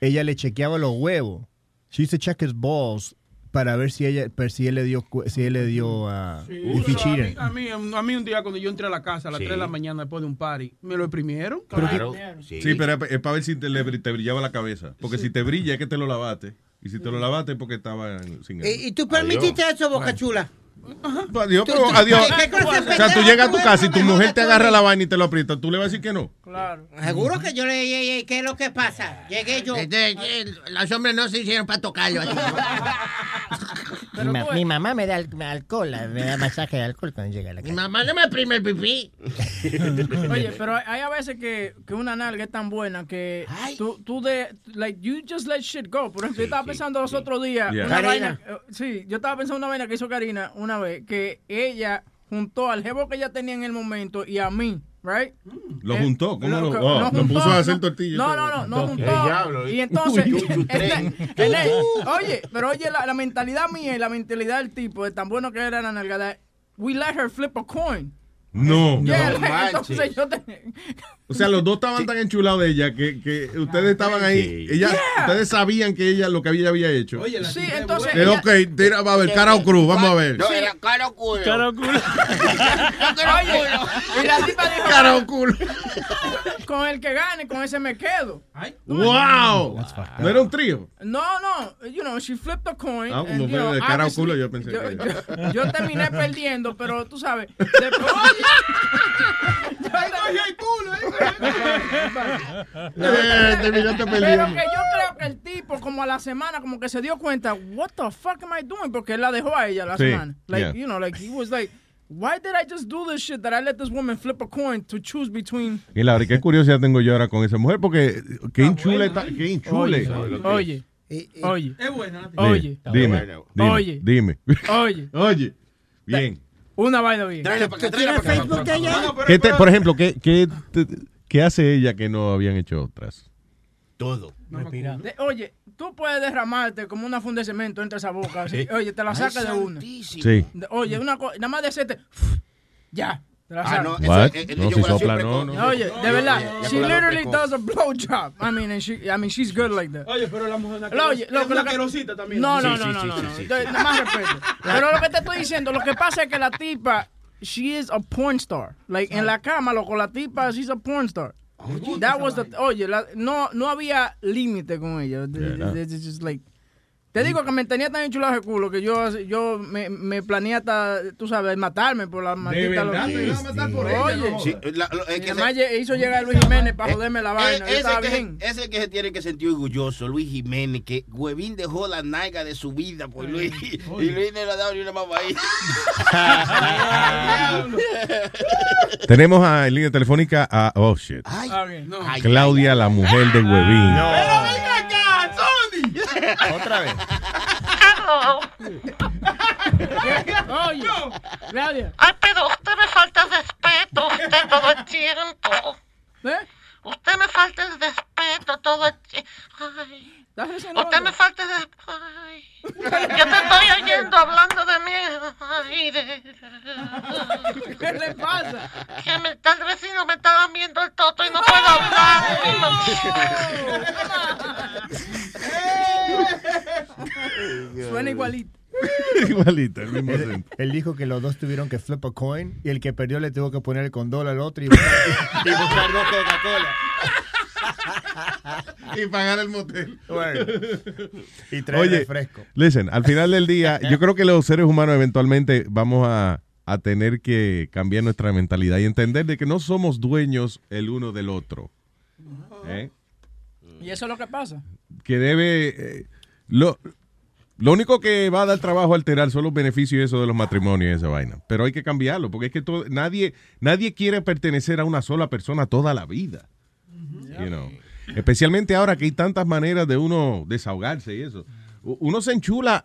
ella le chequeaba los huevos. She used to check his balls para ver si ella, per- si él le dio, cu- si él le dio, uh, if he Pero a, mí, cheated. a, mí, a mí un día cuando yo entré a la casa a las Sí. 3 de la mañana después de un party, me lo exprimieron. Sí. pero es para ver si te, le- te brillaba la cabeza. Porque si te brilla es que te lo lavaste. Y si te lo lavaste es porque estaba en- sin Eh, ¿Y, y tú permitiste eso, Boca Chula? pues, Adiós, Tú- pero tú- adiós. ¿qué- qué clase de O sea, tú pendejo llegas a tú tu eres, casa y tu cabrón? mujer te agarra la vaina y te lo aprieta. ¿Tú le vas a decir que no? Seguro que yo le llegué, ¿qué es lo que pasa? Llegué yo. Eh, Los hombres no se hicieron para tocarlo. así. Mi, pues ma- mi mamá me da al- me da alcohol, me da masaje de alcohol cuando llega a la Mi casa. mamá no me prime el pipí. Oye, pero hay- hay a veces que, que una nalga es tan buena que tú, tú de, like, you just let shit go. Por ejemplo, yo estaba pensando los otros días, Yeah. una Karina. vaina, eh, sí, yo estaba pensando una vaina que hizo Karina una vez, que ella juntó al jevo que ella tenía en el momento y a mí, right? Lo Eh, juntó, ¿cómo lo- que- oh, nos lo puso a hacer no- tortillas. No, no, no, no Ok. juntó. Diablo, ¿eh? Y entonces, Uy, uy, uy, tren. este- en el- oye, pero oye, la, la mentalidad mía y la mentalidad del tipo, de tan bueno que era la nalgada, we let her flip a coin. No. Yeah, entonces yo te- O sea, los dos estaban tan enchulados de ella que, que ustedes estaban ahí. Ella, Ustedes sabían que ella lo que ella había hecho. Oye, Sí, entonces. Pero, ok, tira, va a ver, cara o cruz, vamos a ver. No, Sí. era cara o culo. Cara o culo. Oye, y la tipa dijo, Cara o culo. Con el que gane, con ese me quedo. ¡Wow! No era un trío. No, no, you know, she flipped a coin. Ah, and, como you know, fue de cara o obviously, culo, yo pensé Yo, que era. yo terminé perdiendo, pero tú sabes. Después, Eh, terminaste perdiendo. Pero que yo creo que el tipo, como a la semana, como que se dio cuenta, what the fuck am I doing? Porque él la dejó a ella la Sí, semana. Like, yeah. you know, like, he was like, why did I just do this shit that I let this woman flip a coin to choose between... Y Laura, qué curiosidad tengo yo ahora con esa mujer, porque qué enchule, está- qué enchule. Oye, oye. Es buena la tipa. Oye. Dime, dime, dime, Oye. dime. Oye. Oye. Bien. Una vaina bien. Facebook de ella? ¿Qué te- por ejemplo, ¿qué, qué, te- qué hace ella que no habían hecho otras? Todo. De- oye, tú puedes derramarte como una funda de cemento entre esa boca. así. Oye, te la Ay, saca de una. Sí. De- Oye, una cosa, nada más de hacerte. Ya. Te la Ah, saca. no, What? No, si sopla, no, no. Oye, de verdad, no, no. she Ya con la literally boca does a blowjob. I mean, and she, I mean, she's good like that. Oye, pero la mujer es Lo- oye, una loco, lo que- asquerosita también. No, no, no, no, no, no. Entonces, nada más respeto. Pero lo que te estoy diciendo, lo que pasa es que la tipa, she is a porn star. Like, en la cama, loco, la tipa, she's a porn star. That was the, oye, la- no, no había límite con ella. Yeah, It's just like- te digo que me tenía tan enchulado el culo que yo, yo me, me planeé hasta, tú sabes, matarme por la maldita verdad loquera. te ibas a matar por ella, no Oye, jodas. Sí, y que además se- hizo llegar Luis Jiménez para joderme la Eh, vaina. Yo ese, estaba que, se- bien. ese que se tiene que sentir orgulloso, Luis Jiménez, que Huevín dejó la nalga de su vida por Luis. Y Luis no le ha dado ni una más ahí. Tenemos a, en línea telefónica a. Oh shit. Claudia, la mujer de Huevín. Otra vez. Oye, Claudia. Ay, pero usted me falta el respeto, usted todo el tiempo. ¿Eh? Usted me falta el respeto todo el tiempo. Usted me falta el respeto. Yo te estoy oyendo hablando de mí. Ay, de- ¿Qué le pasa? Que me está el vecino, me está viendo el toto y no puedo hablar. Suena igualito. Igualita, el mismo Él, acento. él dijo que los dos tuvieron que flip a coin y el que perdió le tuvo que poner el condón al otro y, y- y buscar dos Coca-Cola. y pagar el motel. Y traer Oye, refresco. Listen, al final del día, yo creo que los seres humanos eventualmente vamos a, a tener que cambiar nuestra mentalidad y entender de que no somos dueños el uno del otro. ¿eh? Y eso es lo que pasa. Que debe. eh, lo, Lo único que va a dar trabajo a alterar son los beneficios y eso de los matrimonios y esa vaina. Pero hay que cambiarlo, porque es que todo- nadie, nadie quiere pertenecer a una sola persona toda la vida. You know. Especialmente ahora que hay tantas maneras de uno desahogarse y eso. U- Uno se enchula.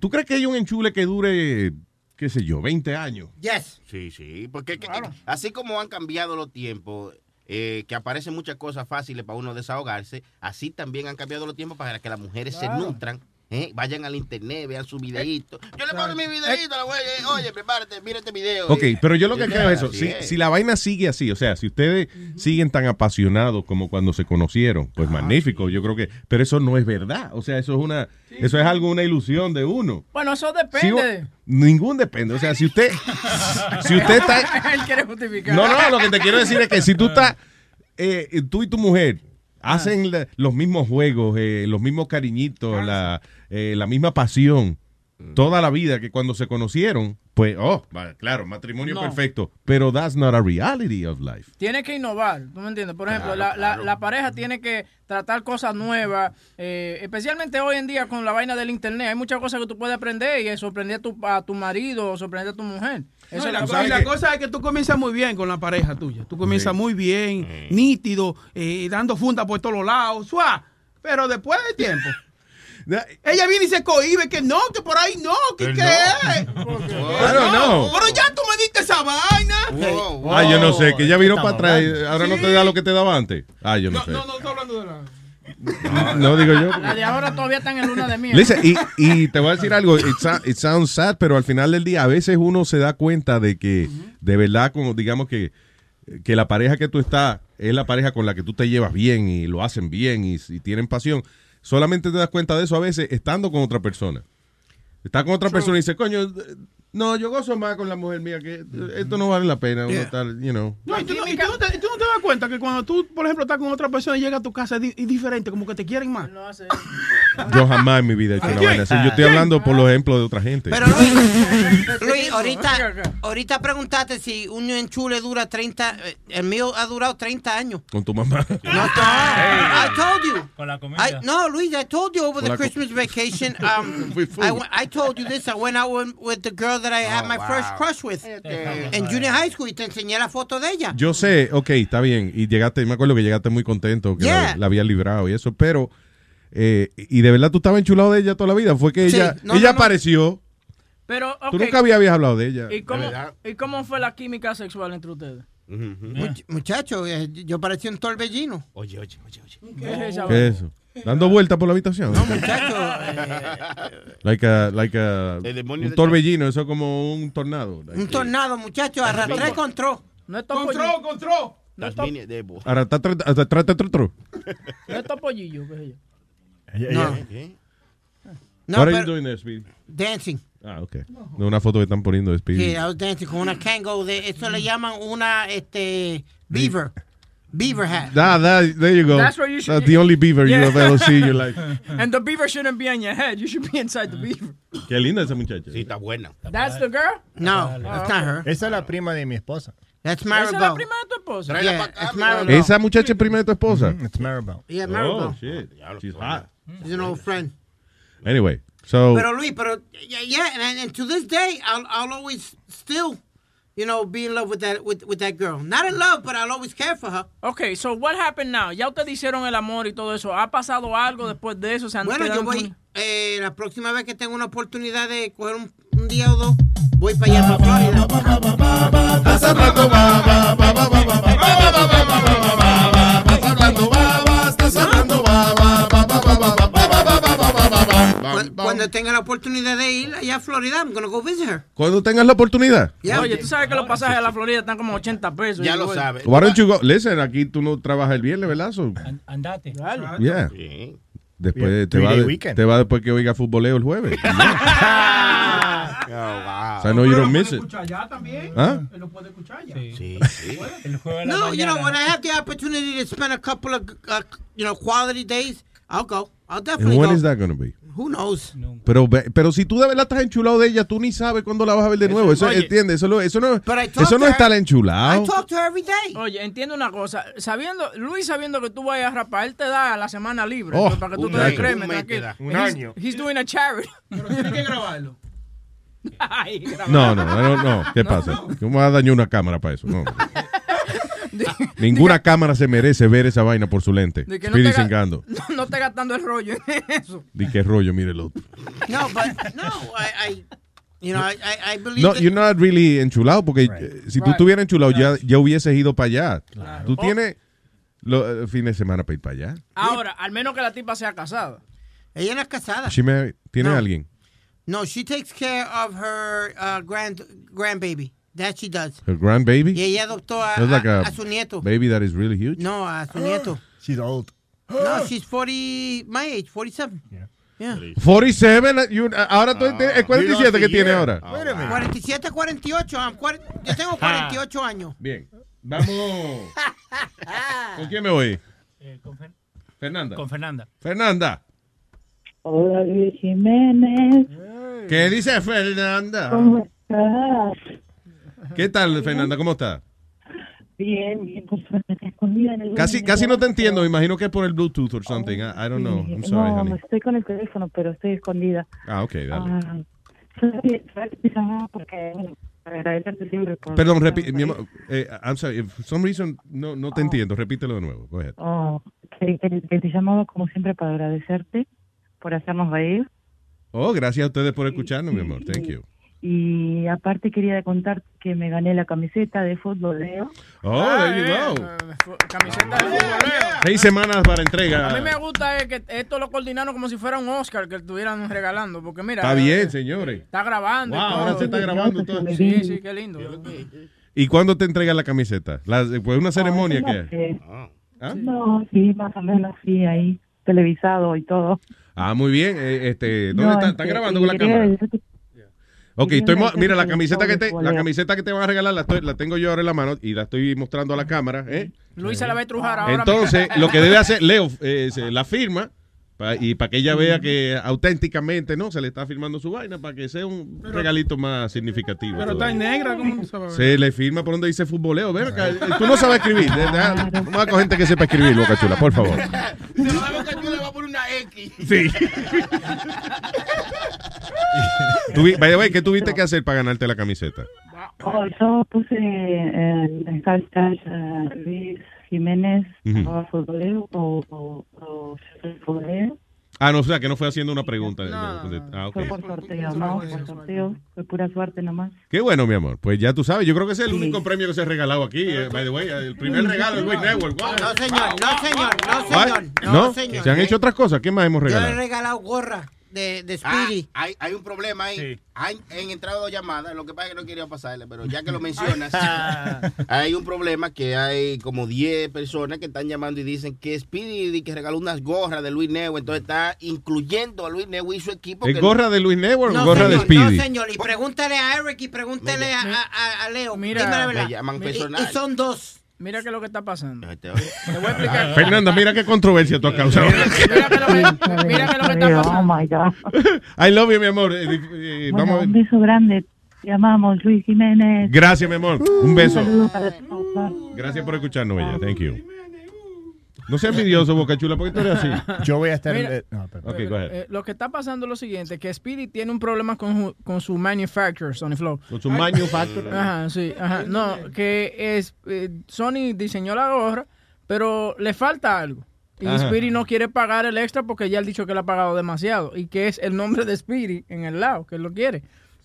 ¿Tú crees que hay un enchule que dure, qué sé yo, 20 años? Yes. Sí, sí. Porque que- así como han cambiado los tiempos, eh, que aparecen muchas cosas fáciles para uno desahogarse, así también han cambiado los tiempos para que las mujeres se nutran. ¿eh? Vayan al internet, vean su videíto. Yo le pongo mi videíto a la güey. eh, Oye, prepárate, mira este video. Ok, eh. pero yo lo que Ya, creo es eso. así Si, es. si la vaina sigue así, o sea, si ustedes siguen tan apasionados como cuando se conocieron, pues magnífico, yo creo que. Pero eso no es verdad. O sea, eso es una, eso es algo, una ilusión de uno. Bueno, eso Si u- depende. ningún depende. O sea, si usted, si usted está, Él quiere justificar. no, no, lo que te quiero decir es que si tú estás, eh, tú y tu mujer hacen la- los mismos juegos, eh, los mismos cariñitos, la, eh, la misma pasión toda la vida que cuando se conocieron, pues, oh, va- claro, matrimonio No. perfecto. Pero that's not a reality of life. Tiene que innovar, ¿tú me entiendes? Por ejemplo, Claro, la, la- claro. la pareja tiene que tratar cosas nuevas, eh, especialmente hoy en día con la vaina del internet. Hay muchas cosas que tú puedes aprender y eh, sorprender a tu, a tu marido o sorprender a tu mujer. Eso No, es y la, lo co- y que- la cosa es que tú comienzas muy bien con la pareja tuya. Tú comienzas muy bien, nítido, eh, dando funda por todos los lados, suá. Pero después de tiempo. eh, ella viene y se cohíbe que no, que por ahí no, que Que qué. I don't know. Pero ya tú me diste esa vaina. Ah, yo no sé, que ya vino para estamos atrás, y ahora no te da lo que te daba antes. Ah, yo no, sé. No, digo yo. La de ahora todavía está en luna de miel. Listen, y, y te voy a decir algo, it, sou- it sounds sad, pero al final del día a veces uno se da cuenta de que de verdad, como digamos que, que la pareja que tú estás es la pareja con la que tú te llevas bien y lo hacen bien y, y tienen pasión. Solamente te das cuenta de eso a veces estando con otra persona. Está con otra persona y dice, coño, eh, no, yo gozo más con la mujer mía, que eh, esto no vale la pena, uno Yeah. estar, you know. No, y tú, no, y tú no te, tú no te das cuenta que cuando tú, por ejemplo, estás con otra persona y llega a tu casa es di- es diferente, como que te quieren más. Yo jamás en mi vida he hecho una vaina así. Yo estoy hablando por los ejemplos de otra gente. Pero Luis, Luis, ahorita, ahorita preguntaste si un enchule dura 30, eh, el mío ha durado 30 años. Ah, Con tu mamá. I told you. Con la comida. I, no, Luis, I told you over Con the la co- Christmas vacation. Um, With food. I, went- I told you this. I went out with, with the girl that I had Oh, my wow. first crush with in junior high school y te enseñé la foto de ella. Yo sé, ok, está bien. Y llegaste, me acuerdo que llegaste muy contento, que Yeah. la, la había librado y eso, pero. eh, y de verdad tú estabas enchulado de ella toda la vida. Fue que Sí, ella, no, ella no, no. apareció. Pero, Tú ok. nunca había- habías hablado de ella. ¿Y cómo, De verdad. ¿Y cómo fue la química sexual entre ustedes? Much- muchacho, eh, yo parecía un torbellino. Oye, oye, oye, oye. ¿Qué es esa ¿Qué es eso? Dando vueltas por la habitación. like a, like a- El demonio un de- torbellino, eso es como un tornado. like- Un tornado, muchacho, arrastré el control. No es Control, control. Las líneas de voz. Ahora, ta- tra- ta- tra- tra- tra- tra- No es topollillo, ¿qué es ella? No. No, What are you pero- doing there, Speedy? Dancing. Ah, ok. De una foto que están poniendo de Speedy. Sí, I was dancing con una Kango. De, eso le llaman una, este, beaver. Beaver hat. Ah, that- there you go. That's where you should- That's the only beaver you Yeah. have ever seen in your life. And the beaver shouldn't be on your head. You should be inside the Ah. beaver. Qué linda esa muchacha. Sí, está buena. That's the girl? Oh, that's not Ah, her. Esa es la prima de mi esposa. That's Esa es la prima de tu esposa. Tráela Yeah, pa' acá, it's mi Maribel. Esa muchacha es prima de tu esposa. Mm, It's Maribel. Yeah, Oh, Maribel. shit. She's hot. She's an old friend. Anyway, so Pero Luis, pero yeah, yeah, and, and to this day, I'll, I'll always still, you know, be in love with that with, with that girl. Not in love, but I'll always care for her. Okay, so what happened now? Ya ustedes hicieron el amor y todo eso. ¿Ha pasado algo después de eso? ¿Se han Bueno, quedado yo voy con- eh, la próxima vez que tengo una oportunidad de coger un, un día o dos, voy para allá para Florida. Cuando- Cuando tenga la oportunidad de ir allá a Florida, I'm gonna go visit her. cuando tengas la oportunidad. Oye, tú sabes que los pasajes a la Florida están como 80 pesos. Ya Y lo bueno. sabes. Why don't you go? Listen, aquí tú no trabajas el viernes, ¿verdad? So, Andate. yeah. Después Yeah, te three va, day de- weekend. te va después que oiga futboleo el jueves. wow. So I know you don't miss it. allá también. ¿Ah? Él lo puede escuchar ya. No, you know, when I have the opportunity to spend a couple of, uh, you know, quality days, I'll go. I'll And definitely when go. is that going to be? Who knows? Pero, ve- pero si tú de verdad estás enchulado de ella, tú ni sabes cuándo la vas a ver de nuevo. Eso, oye. ¿Entiendes? Eso, lo- eso no, I talked eso no to es estar her. enchulado. Oye, entiendo una cosa. Sabiendo, Luis sabiendo que tú vayas a rapar, él te da la semana libre. Oh, pues, para que tú un te des año. créeme, Un mes te tranquilo. da. Un He's- año. He's doing a charity. Pero tienes que grabarlo. No, no, no, no. ¿Qué pasa? ¿Cómo va a dañar una cámara para eso? No. Ninguna cámara se merece ver esa vaina por su lente. De que no Speedy te ga- cingando. No, no te gastando el rollo en eso. Di qué rollo, mire el otro. No, but no, I, I you know, I, I, I believe No, that- you're not really enchulado, porque eh, si tú Right. Oh. estuvieras enchulado, ya, ya hubieses ido para allá. Tú tienes los eh, fines de semana para ir para allá. Ahora, al menos que la tipa sea casada. Ella no es casada. She married- ¿Tiene Ah. No. alguien? No, she takes care of her uh, grand grandbaby. That she does. Her grandbaby? Y ella adoptó a, That's like a- a a su nieto. Baby that is really huge. No, a su nieto. She's old. No, she's 40, my age, 47. Yeah. 47, uh, you- uh, ahora tú entiendes, el 47 que eh. tiene ahora. Ah. 47, 48. I'm cuar- yo tengo 48 años. Bien. Vamos. ¿Con quién me voy? Fernanda. Con Fernanda. Fernanda. Hola Luis Jiménez, ¿Qué dice Fernanda? ¿cómo estás? ¿Qué tal, Fernanda? ¿Cómo está? Bien, bien, con su escondida en el Casi, casi no te entiendo. Imagino que es por el Bluetooth or something. I, I don't know. I'm sorry, Oh, No, honey. estoy con el teléfono, pero estoy escondida. Ah, ok, dale. Ah, ¿sabes- sabes que te llamaba porque, bueno, agradecerte siempre por- Perdón, repi- mi amor, eh, I'm sorry, if for some reason no, no te Oh. entiendo, repítelo de nuevo. Go ahead. Oh, que, que- que te llamaba como siempre para agradecerte por hacernos reír. Oh, gracias a ustedes por escucharnos, mi amor. Thank you. Y aparte quería contar que me gané la camiseta de fútbol, ¿eh? Leo. Oh, Ah, there eh, you go. Camiseta de futbolero. Seis semanas para A mí me entrega. gusta es que esto lo coordinaron como si fuera un Oscar que estuvieran regalando. Porque mira. Está bien, señores. Está grabando. y Wow, todo. ahora se está grabando todo. Sí, sí, qué lindo. ¿Y cuándo te entrega la camiseta? La, pues una ceremonia no que sé. ¿Ah? No, sí, más o menos, sí, ahí, televisado y todo. Ah, muy bien. eh, este, ¿dónde No, está? es ¿Está que- grabando y con la quería cámara? decirte- Ok, quería estoy mo- decirte mira la que camiseta que te todo la Leo. camiseta que te van a regalar la, estoy- la tengo yo ahora en la mano y la estoy mostrando a la cámara, ¿eh? Luis se la va a estrujar ahora. Entonces, lo que debe hacer Leo eh, se la firma pa- y para que ella vea que auténticamente no se le está firmando su vaina para que sea un regalito más significativo. Pero todavía. está en negra, ¿cómo se va a ver? se le firma por donde dice futboleo. Ven acá, eh, tú no sabes escribir. eh, deja- Vamos a coger gente que sepa escribir, Boca Chula, por favor. Te lo damos que tú le vas a poner una X. Sí. Tuvi- by the way, ¿qué tuviste que hacer para ganarte la camiseta? Oh, yo puse eh, en hashtag eh, Luis Jiménez Ujú. arroba futbolero o, o, o yo soy futbolero. Ah, no, o sea, que no fue haciendo una pregunta. Ah, ok. Fue por sorteo, ¿no? Por sorteo. Fue pura suerte nomás. Qué bueno, mi amor. Pues ya tú sabes, yo creo que ese es el único premio que se ha regalado aquí, eh, by the way, el primer regalo del Wake Network. Wow. No, señor, no, señor, no, What? señor. No, señor. se han hecho otras cosas. ¿Qué más hemos Yo le he regalado? regalado gorra de, de Ah, Speedy. hay, hay un problema ahí. Hay- han entrado dos llamadas, lo que pasa es que no quería pasarle, pero ya que lo mencionas, Ah. hay un problema que hay como 10 personas que están llamando y dicen que Speedy di que regaló unas gorras de Luis Neu, entonces está incluyendo a Luis Neu y su equipo. ¿Es que- gorra de Luis Network o No, gorra de señor, Speedy? No, señor, y pregúntale a Eric y pregúntale a, a- a- a Leo. Mira, Dime la verdad. me llaman Y- personal. Y, son dos. Mira qué es lo que está pasando. Te voy a explicar. Fernanda, mira qué controversia tú has causado. Ah, Mira que lo que está Oh my God. I love you, mi amor. Eh, eh, eh, Bueno, vamos a ver. un beso grande. Te amamos, Luis Jiménez. Gracias, mi amor. Un beso. saludo para todos. Gracias por escucharnos, bella. Thank you. No seas envidioso, Boca Chula, porque tú eres así. Yo voy a estar Mira. en. No, perdón. Ok, go ahead. Eh, lo que está pasando es lo siguiente, que Speedy tiene un problema con, ju- con su manufacturer, Sony Flow. Con su manufacturer. Ajá, sí, ajá. No, que es, eh, Sony diseñó la gorra, pero le falta algo. Y Ajá. Speedy no quiere pagar el extra porque ya ha dicho que le ha pagado demasiado y que es el nombre de Speedy en el lado, que él lo quiere.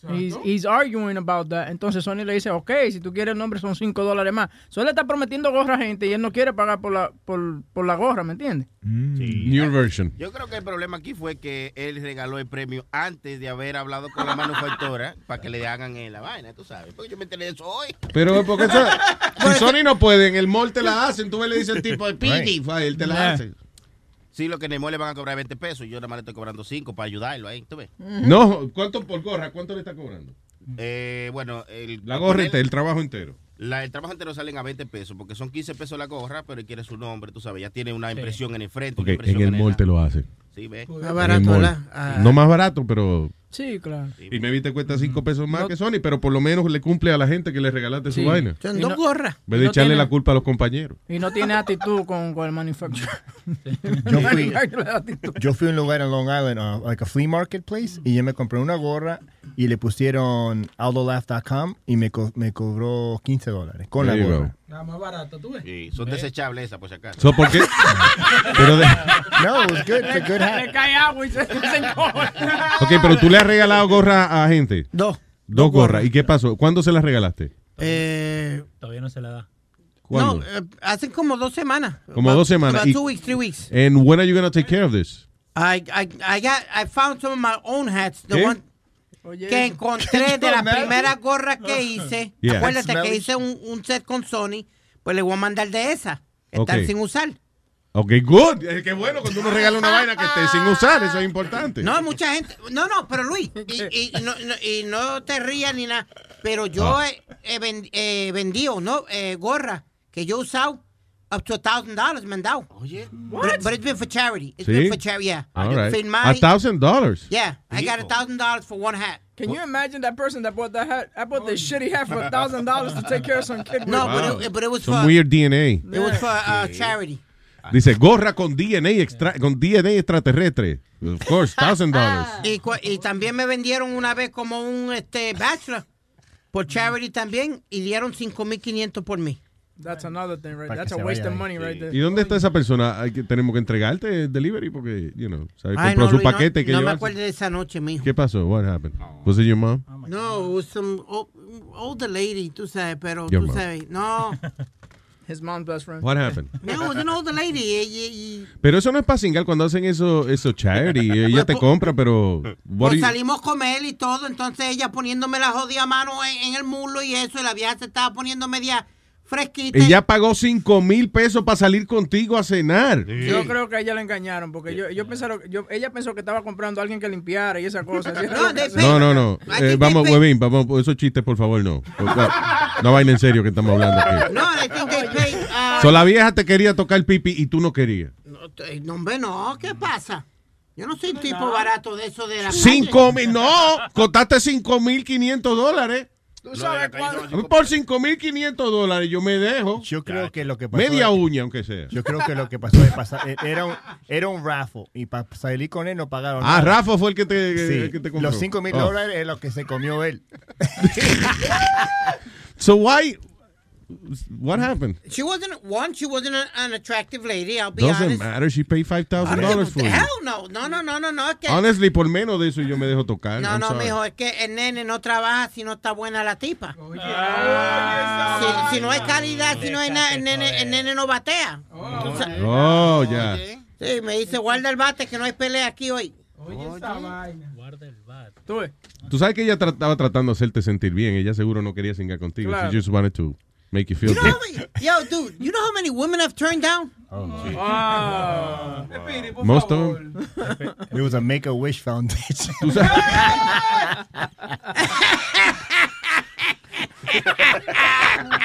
He's, he's arguing about that. Entonces Sony le dice, ok, si tú quieres el nombre son 5 dólares más. Solo le está prometiendo gorra a gente y él no quiere pagar por la, por, por la gorra, ¿me entiendes? New version. Yo creo que el problema aquí fue que él regaló el premio antes de haber hablado con la manufactura para que le hagan eh, la vaina, tú sabes. Porque yo me enteré de eso hoy. Pero porque esa- si Sony no puede, en el mall te la hacen. Tú ves, le dices al tipo, Speedy, fa, él te la hace. Sí, lo que en el mall le van a cobrar 20 pesos. Yo nada más le estoy cobrando 5 para ayudarlo ahí, ¿tú ves? No, ¿cuánto por gorra? ¿Cuánto le está cobrando? Eh, bueno, el, La gorra poner- entera, el trabajo entero. la- el trabajo entero salen a 20 pesos porque son 15 pesos la gorra, pero él quiere su nombre, tú sabes. Ya tiene una impresión en el frente. una Porque impresión en el mall la- te lo hacen. Sí, ve. Más barato, ¿verdad? Ah. No más barato, pero. Sí, claro. Y me viste cuesta 5 pesos más que Sony, pero por lo menos le cumple a la gente que le regalaste Mm. Sí. su vaina. Son dos Y no- gorras. En vez de no echarle tiene- la culpa a los compañeros. Y no tiene actitud con, con el manufacturer. Yo fui, Manufacturer de actitud. yo fui a un lugar en Long Island, uh, like a flea marketplace, y yo me compré una gorra y le pusieron aldolaugh.com y me, co- me cobró 15 dólares con la There you gorra. go. Nada más barato, tú ves. Sí, son desechables esas, por si acaso. So, ¿por qué? Pero de- No, it was good. It's a good Le hat. cae agua y se, se encoge. Ok, pero tú le has regalado gorra a gente. Dos. Dos gorras. ¿Y qué pasó? ¿Cuándo se las regalaste? Eh, Todavía no se la da. ¿Cuándo? No, eh, hacen como dos semanas. Como About- dos semanas. about Y- two weeks, three weeks. And when are you going to take care of this? I, I, I, got, I found some of my own hats. The ¿Qué? one que encontré de la primera gorra que hice. Yeah. Acuérdate que Smelly. hice un, un set con Sony. Pues le voy a mandar de esa. que Están Ok. sin usar. Ok, good. Eh, Qué bueno cuando uno regala una vaina que esté sin usar. Eso es importante. No, mucha gente. No, no, pero Luis, y, y no, no- y no te rías ni nada. Pero yo Ah. he, he ven- he vendido, ¿no? Eh, gorra que yo he usado. Up to a thousand dollars me han dado. Oye, but, but it's been for charity. It's ¿Sí? been for charity, yeah. All right. Firmar- A thousand dollars. Yeah, I got a thousand dollars for one hat. Can you imagine that person that bought that hat? I bought this shitty hat for a thousand dollars to take care of some kid. No, Wow. but, it, but it was Some for weird DNA. it was for uh, charity. Dice, gorra con DNA, extra con DNA extraterrestre. Of course, thousand dollars. Y, cua- y también me vendieron una vez como un este bachelor Mm. por charity también y dieron 5500 por mí. That's another thing, right? Para That's que a se waste vaya of ahí. money, right there. ¿Y dónde está esa persona? Hay que- tenemos que entregarte el delivery porque, you know, ¿sabes? Ay, compró no, su Luis, no- paquete que no me llevarse. acuerdo de esa noche, mijo. ¿Qué pasó? What happened? Was it your mom? No, it was some old, older lady, tú sabes, pero Your tú mom. sabes, no. His mom's best friend. What happened? No, it was an older lady. y- y- y- Pero eso no es para cingar cuando hacen eso, eso charity. Ella te compra, pero. what do pues you- salimos a comer y todo, entonces ella poniéndome la jodida mano en, en el muslo y eso, y la vieja se estaba poniendo media fresquita. y- Ella pagó cinco mil pesos para salir contigo a cenar. Yo creo que a ella la engañaron porque yo, yo pensaron, yo, ella pensó que estaba comprando a alguien que limpiara y esa cosa. No, they No, no, no. Eh, vamos, Webin, vamos, esos chistes, por favor, no. No vaina en serio que estamos hablando eh. aquí. No, I think they paid, uh, So, la vieja te quería tocar el pipi y tú no querías. no, t- no, hombre, no, ¿qué pasa? Yo no soy un tipo barato de eso de la Cinco mil, no, costaste cinco mil quinientos dólares. ¿Tú sabes cuándo? Por cinco mil quinientos dólares yo me dejo. Yo creo que lo que pasó Media es- uña, aunque sea. Yo creo que lo que pasó es pasar- eh, era, un, era un raffle y para salir con él no pagaron nada. Ah, Rafa fue el que te, Sí, el que te compró. Los 5 mil Oh. dólares es lo que se comió él. So why, what happened? She wasn't one. She wasn't a- an attractive lady. I'll be Doesn't honest. matter, she paid five thousand dollars for it. Hell no, no, no, no, no, no. Es que, Honestly, por menos de eso yo me dejo tocar. no, I'm no, sorry. mijo, es que el nene no trabaja si no está buena la tipa. si, si no hay calidad, si no hay nada, el nene, el nene no batea. Tú sa- Oh, ya. Sí, me dice, guarda el bate que no hay pelea aquí hoy. Tú ves. Tú sabes que ella tra- estaba tratando de hacerte sentir bien. Ella seguro no quería cingar contigo. Claro. She just wanted to make you feel You know how good. many, yo, dude, you know how many women I've turned down? Oh, Ah. Most of them. It was a Make a Wish Foundation.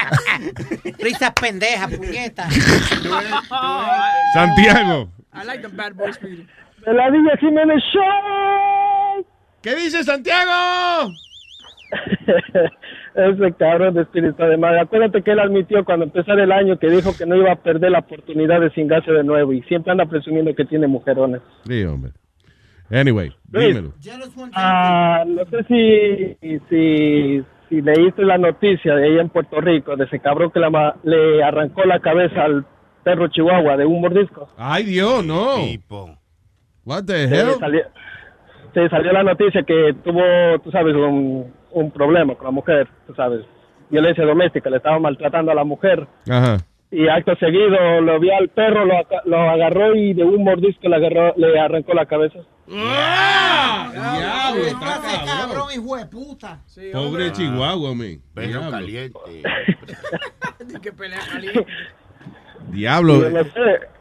Risas pendejas, puñetas. Santiago. I like the bad boy spirit. De la Villa Jiménez Show. ¿Qué dice Santiago? Ese cabrón de espíritu de madre. Acuérdate que él admitió cuando empezó el año que dijo que no iba a perder la oportunidad de cingarse de nuevo y siempre anda presumiendo que tiene mujerones. Sí, hombre. Anyway, Luis. dímelo. Ah, no sé si, si, si leíste la noticia de ahí en Puerto Rico, de ese cabrón que la ma- le arrancó la cabeza al perro chihuahua de un mordisco. Ay, Dios, no. What the hell? Se salió, se salió la noticia que tuvo, tú sabes, un, un problema con la mujer, tú sabes, violencia doméstica, le estaba maltratando a la mujer Ajá. y acto seguido lo vio al perro, lo, aca- lo agarró y de un mordisco le, agarró, le arrancó la cabeza. ¡Ah! Diablo, está cabrón, hijo de puta. Pobre Chihuahua, man. Perro Diablo. caliente. Que pelea caliente. Diablo. Y, no sé,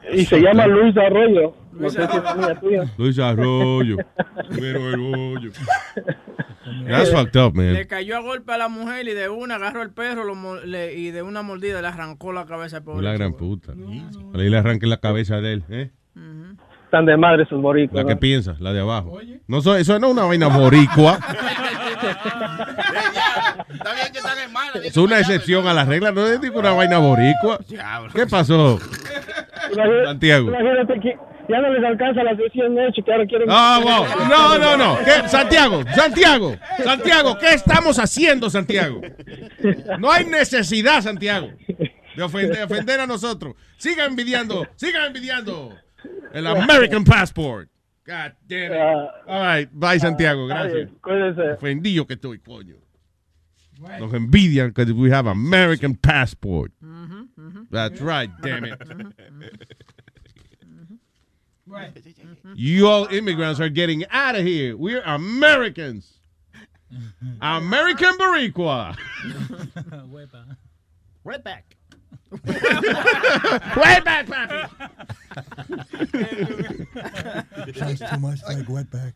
Eh, y se llama Luis Arroyo. No sé si es amiga tuya. Luis Arroyo. Pero el hoyo. That's fucked up, man. Le cayó a golpe a la mujer y de una agarró el perro lo mo- le- y de una mordida le arrancó la cabeza al pobre. La gran puta. Ahí le arranquen la cabeza de él, ¿eh? Están de madre esos boricos. La que piensa, la de abajo. No, so- eso no es una vaina boricua. Es una excepción a la regla, no es tipo una vaina boricua. ¿Qué pasó? Imagínate- Santiago. Imagínate que ya no les alcanza las 200 noches que ahora quieren... No, wow. no, no, no. ¿Qué? Santiago, Santiago, Santiago, ¿qué estamos haciendo, Santiago? No hay necesidad, Santiago, de ofender, ofender a nosotros. Siga envidiando, siga envidiando el American Passport. God damn it. All right, bye, Santiago, gracias. Ofendido que estoy, coño. Nos envidian because we have American Passport. Mm-hmm, That's right, damn it. mm-hmm. You all immigrants are getting out of here. We're Americans. American Boricua. Mm-hmm. Huepa. Right back. Right back, papi. Sounds too much like wetback.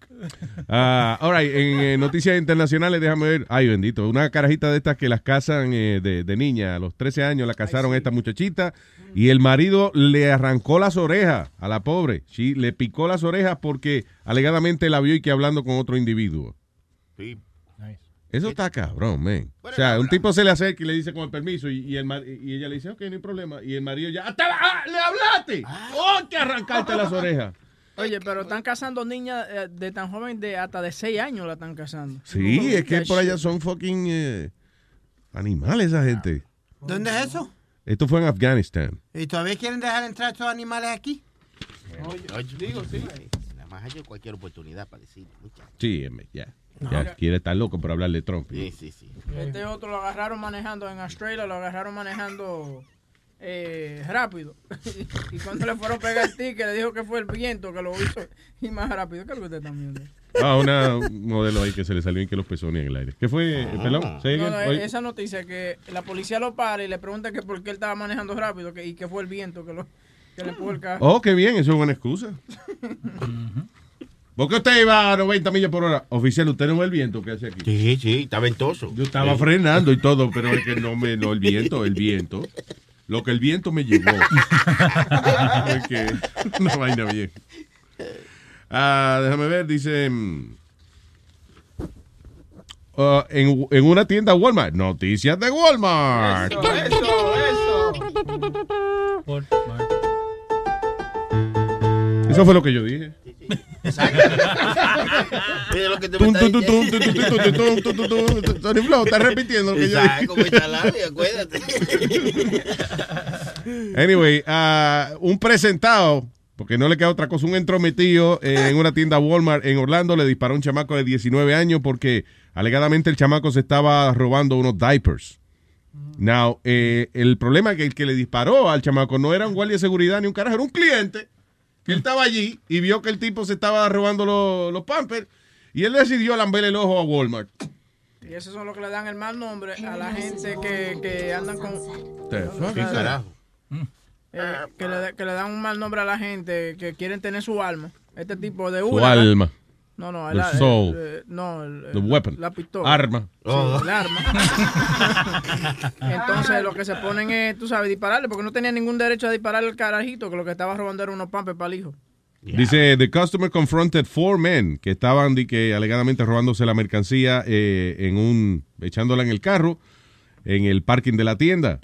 Ah, all right, en eh, noticias internacionales, déjame ver. Ay, bendito. Una carajita de estas que las casan eh, de, de niña. A los 13 años la casaron a esta muchachita y el marido le arrancó las orejas a la pobre. Sí, le picó las orejas porque alegadamente la vio y que hablando con otro individuo. Sí. Eso está cabrón, man. O sea, un tipo se le acerca y le dice con el permiso y, y el mar- y ella le dice, ok, no hay problema. Y el marido ya, "Hasta la- ah, le hablaste! ¡Oh, que arrancaste las orejas! Oye, pero están casando niñas eh, de tan joven de hasta de 6 años la están casando. Sí, es que por allá son fucking eh, animales esa gente. ¿Dónde es eso? Esto fue en Afganistán. ¿Y todavía quieren dejar entrar estos animales aquí? digo, sí. Nada más hay cualquier oportunidad para decirlo, muchachos. Sí, em, ya. Ya quiere estar loco por hablar de Trump. Sí, sí, sí. Este otro lo agarraron manejando en Australia, lo agarraron manejando eh, rápido. y cuando le fueron a pegar el ticket, le dijo que fue el viento que lo hizo y más rápido. ¿Qué es lo que usted está viendo? Ah, una modelo ahí que se le salió en que los pezones en el aire. ¿Qué fue, eh, Ah. pelón? ¿Say No, again? no, Oye, esa noticia que la policía lo para y le pregunta que por qué él estaba manejando rápido que, y que fue el viento que, lo, que le puso el carro. Oh, qué bien, eso es buena excusa. ¿Por qué usted iba a 90 millas por hora? Oficial, usted no ve el viento que hace aquí. Sí, sí, está ventoso. Yo estaba frenando y todo, pero es que no me, no, el viento, el viento. Lo que el viento me llevó. Es que una vaina bien. Ah, déjame ver, dice. mm, ah, en, en una tienda Walmart. Noticias de Walmart. Eso fue lo que yo dije. Mira lo que te me Tum, está tum, tum, tum, diciendo. tum, tum, tum, tum, tum, tum, tum, tum. Sony Flow, está repitiendo lo que yo Exacto, dije. como está al lado, y acuérdate. Anyway, ah, un presentado, porque no le queda otra cosa, un entrometido eh, en una tienda Walmart en Orlando le disparó a un chamaco de 19 años porque alegadamente el chamaco se estaba robando unos diapers. Now, eh, el problema es que el que le disparó al chamaco no era un guardia de seguridad ni un carajo, era un cliente que él estaba allí y vio que el tipo se estaba robando los, los pampers y él decidió lamberle el ojo a Walmart. Y esos son los que le dan el mal nombre a la gente que, que andan con... The fuck ¿Qué is that? carajo? eh, que, le, que le dan un mal nombre a la gente que quieren tener su alma. Este tipo de Su una- alma. No, no, The el, el- soul. eh, no, el, The el- weapon. La pistola. Arma. Sí, Oh. el arma. Entonces lo que se ponen es, tú sabes, dispararle, porque no tenía ningún derecho a dispararle al carajito, que lo que estaba robando era unos pampes para el hijo. Dice, the customer confronted four men que estaban di que, alegadamente robándose la mercancía eh, en un, echándola en el carro, en el parking de la tienda.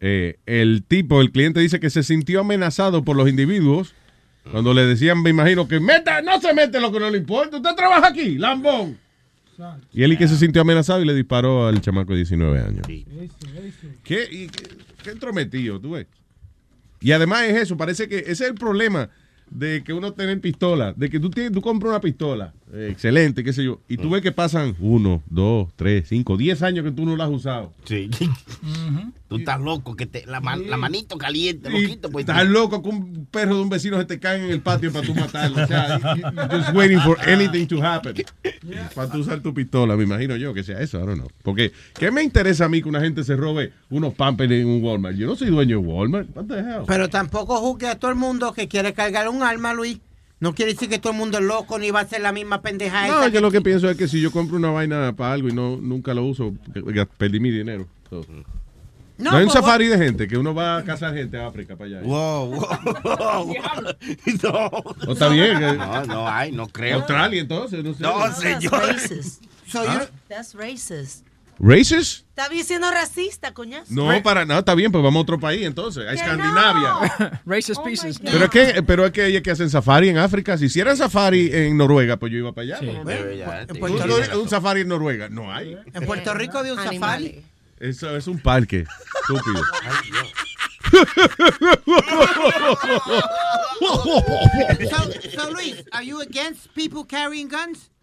Eh, el tipo, el cliente dice que se sintió amenazado por los individuos cuando le decían, me imagino que meta, no se mete lo que no le importa, usted trabaja aquí, lambón. Y él y que se sintió amenazado y le disparó al chamaco de 19 años. ¿Qué, y qué, qué entrometido, tú ves? Y además es eso, parece que ese es el problema de que uno tiene pistola, de que tú, tienes, tú compras una pistola, eh, excelente, qué sé yo, y Mm. tú ves que pasan uno, dos, tres, cinco, diez años que tú no la has usado. Sí. Tú estás loco, que te, la, man- la manito caliente, Y loquito. Pues, estás loco que un perro de un vecino se te cae en el patio para tú matarlo. O sea, you- you're just waiting for anything to happen. Para tú usar tu pistola, me imagino yo que sea eso, I don't know. Porque, ¿qué me interesa a mí que una gente se robe unos pampers en un Walmart? Yo no soy dueño de Walmart. What the hell? Pero tampoco juzgue a todo el mundo que quiere cargar un arma, Luis. No quiere decir que todo el mundo es loco ni va a ser la misma pendeja No, esa. yo lo que pienso es que si yo compro una vaina para algo y no nunca lo uso, porque, oiga, perdí mi dinero. So, No, pues, hay un safari de gente que uno va a cazar gente a África para allá. Wow, wow, wow. No. No está bien. eh. No, no hay, no creo. Australia entonces, no sé. No, señor. Racist. So you- Ah. That's racist. ¿Racist? Está bien siendo racista, coñazo. No, para nada, está bien, pues vamos a otro país entonces, a Escandinavia. Oh Racist pieces. Pero es que, eh, pero es que hay que hacen safari en África. Si hicieran safari en Noruega, pues yo iba para allá. pues. Un- un, safari en Noruega, no hay. En Puerto Rico había un safari. Eso es un parque, estúpido. so, so, Luis, are you against people carrying guns?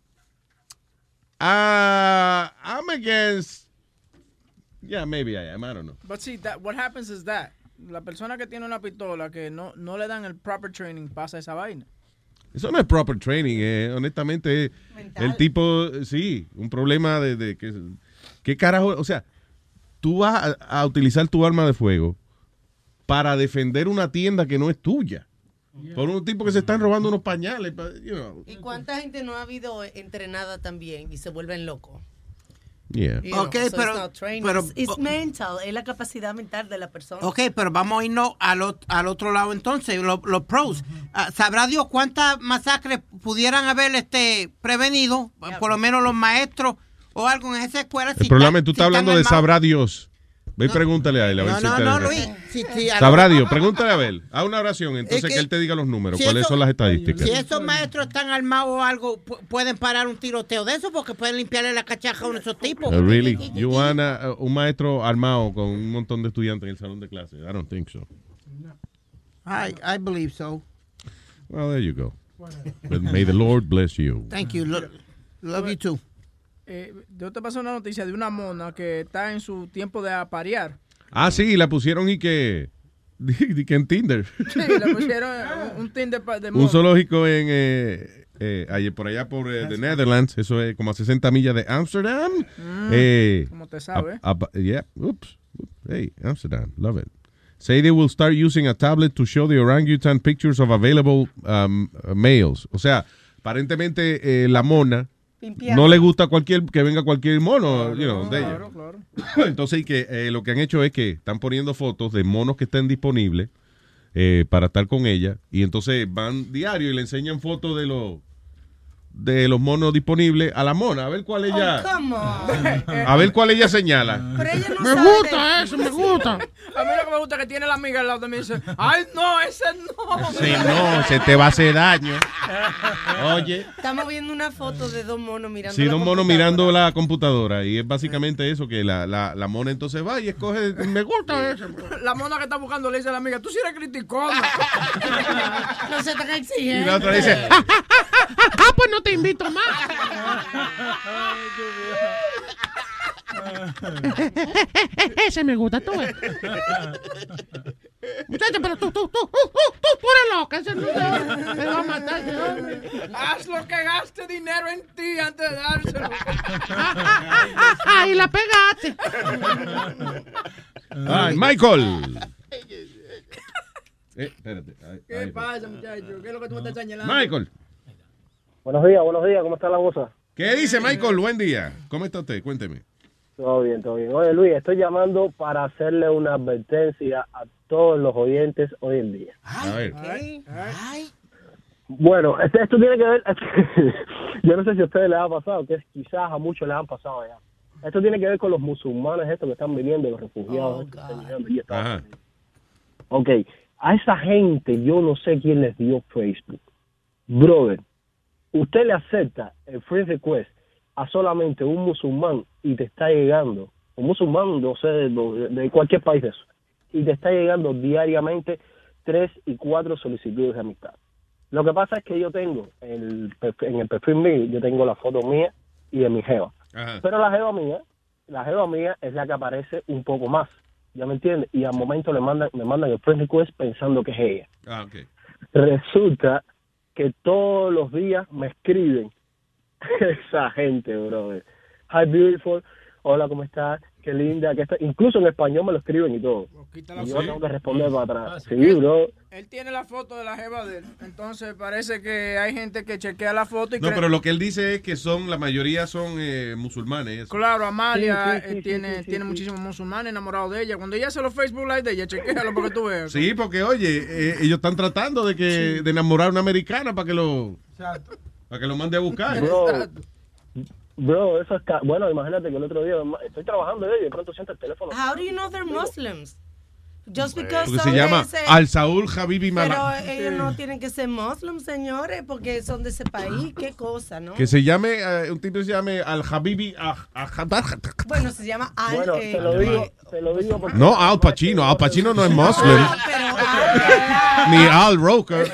Ah, I'm against. Yeah, maybe I am. I don't know. But see, that, what happens is that la persona que tiene una pistola que no, no le dan el proper training pasa esa vaina. Eso no es proper training, eh. honestamente. El tipo, eh, sí, un problema de, de que, ¿qué carajo? O sea, tú vas a, a utilizar tu arma de fuego para defender una tienda que no es tuya. Por un tipo que se están robando unos pañales, pa- you know. ¿Y cuánta gente no ha habido entrenada también y se vuelven locos? Yeah. You know, Ok, so it's pero- not training, pero- it's- it's oh. mental, es la capacidad mental de la persona. Ok, pero vamos a irnos al, ot- al otro lado entonces, lo- los pros. Ah, ¿Sabrá Dios cuántas masacres pudieran haber este prevenido? Por lo menos los maestros o algo en esa escuela. El problema es tú estás hablando de sabrá Dios. Ve y pregúntale a él. A ver No, si no, te- no, Luis. Si, si a Sabrá lo- Dios, pregúntale a él. Haz una oración, entonces que, que- él te diga los números, si cuáles eso- son las estadísticas. Si esos maestros están armados o algo, pu- pueden parar un tiroteo de eso porque pueden limpiarle la cachaja a uno de esos tipos. Uh, really? You want a- un maestro armado con un montón de estudiantes en el salón de clase? I don't think so. I, I believe so. Well, there you go. But may the Lord bless you. Thank you. Lo- love you too. Eh, yo te paso una noticia de una mona que está en su tiempo de aparear. Ah, sí, la pusieron y que, y que en Tinder. Sí, le pusieron un, un Tinder pa- de un mona. zoológico en eh, eh, allí- por allá por eh, the Netherlands, eso es como a 60 millas de Amsterdam. Mm, Eh, como te sabe. ab- ab- yeah, oops. Hey, Amsterdam, love it. Say they will start using a tablet to show the orangutan pictures of available um, males. O sea, aparentemente eh, la mona Pimpeada. no le gusta cualquier que venga cualquier mono, you know, de ella. Entonces, y que eh, lo que han hecho es que están poniendo fotos de monos que estén disponibles eh, para estar con ella. Y entonces van diario y le enseñan fotos de los de los monos disponibles a la mona, a ver cuál ella, Oh, Come on. Eh, a ver cuál ella señala. Me gusta eso, me gusta. A mí lo que me gusta es que tiene la amiga al lado de mí y dice, ay, no, ese no. Sí, no, se te va a hacer daño. Oye. Estamos viendo una foto de dos monos mirando. Sí, la dos monos computadora. mirando la computadora y es básicamente eso, que la, la, la mona entonces va y escoge, me gusta eso. La mona que está buscando le dice a la amiga, tú sí eres criticona. no se tan Y exigente. la otra dice, Ah, pues no te invito más. Ese me gusta, tú. eh. Muchacho, pero tú, tú, tú, tú, tú, tú, tú eres loca. Ese no te- te va a matar. ese hombre. Haz lo que gaste dinero en ti antes de dárselo. Ah, ah, y la pegaste. Ay, Michael. Eh, espérate. Ay, ¿Qué ay, pasa, muchacho? ¿Qué es lo que tú me estás señalando? Michael, Buenos días, buenos días, ¿cómo está la goza? ¿qué dice Michael? Buen día. ¿Cómo está usted? Cuénteme. Todo bien, todo bien. Oye, Luis, estoy llamando para hacerle una advertencia a todos los oyentes hoy en día. A ver. Bueno, este- esto tiene que ver, yo no sé si a ustedes les ha pasado, que es- quizás a muchos les han pasado ya. Esto tiene que ver con los musulmanes, estos que están viniendo, los refugiados. estos que Ah, están viniendo aquí a Estados Unidos. Ok, a esa gente yo no sé quién les dio Facebook. Brother, usted le acepta el free request a solamente un musulmán y te está llegando, un musulmán, no sé, de, de cualquier país de eso, y te está llegando diariamente tres y cuatro solicitudes de amistad. Lo que pasa es que yo tengo el, perfil- en el perfil mío, yo tengo la foto mía y de mi jeva. Pero la jeva mía, la jeva mía es la que aparece un poco más, ¿ya me entiendes? Y al momento le mandan, me mandan el friend request pensando que es ella. Ah, ok. Resulta que todos los días me escriben esa gente, brother. Hi, beautiful. Hola, ¿cómo estás? qué linda, que esta- incluso en español me lo escriben y todo. la Y yo foto. tengo que responder para atrás. Ah, sí. Sí, bro. Él tiene la foto de la jeva de él. Entonces parece que hay gente que chequea la foto y No, cree- pero lo que él dice es que son, la mayoría son eh, musulmanes. Claro, Amalia Sí, sí, eh, tiene, tiene muchísimos musulmanes enamorados de ella. Cuando ella hace los Facebook Live de ella, chequéalo porque tú veas. Sí, porque oye, eh, ellos están tratando de que de enamorar a una americana para que lo Exacto. para que lo mande a buscar. Bro, bro, eso es. ca- Bueno, imagínate que el otro día ma- estoy trabajando eh, y de pronto siento el teléfono. How do you know they're Muslims? Just because Porque se son llama de ese- Al Saúl Habibi Pero Mala. ellos no tienen que ser Muslims, señores, porque son de ese país. Qué cosa, ¿no? Que se llame, eh, un tipo que se llame Al Habibi Aj- Aj- Bueno, se llama Al. Bueno, eh, te lo digo, te lo digo porque. No, Al Pacino. Al Pacino no es muslim. Ah, Ni Al Roker.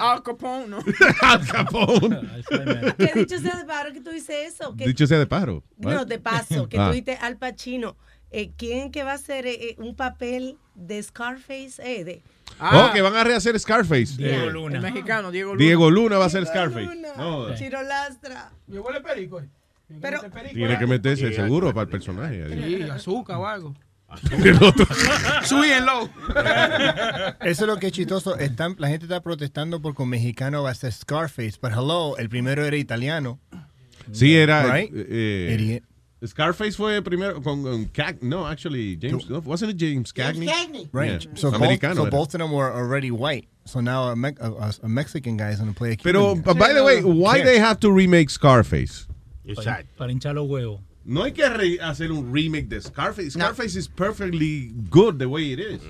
Al Capone, ¿no? Al Ah, Capone. Que dicho sea de paro que tú dices eso. Que, Dicho sea de paro. No, de paso, que Ah. tú dices Al Pacino. Eh, ¿Quién que va a hacer eh, eh, un papel de Scarface? Eh, de, Oh, que van a rehacer Scarface. Eh, El mexicano, Diego Luna. Diego Luna va a ser Scarface. No, Chirolastra. Yo huele perico. eh. Me Pero- gusta el perico, tiene eh. que meterse seguro para el personaje. Sí, azúcar o algo. El otro. Sweet and low. Eso es lo que es chistoso. Están, la gente está protestando porque un mexicano va a ser Scarface. Pero hello, el primero era italiano. Sí, era. Right? eh, Idiot. Scarface fue primero con, con Cag- No, actually, James. No, wasn't it James Cagney? Cagney. Right. Yeah, So, both, Americano. so era. both of them were already white. So now a, Me a, a, a Mexican guy is going to play a Pero, Cuban guy. but by the way, why they have to remake Scarface? Para, para hinchar los huevos. No hay que re- hacer un remake de Scarface. Scarface is perfectly good the way it is.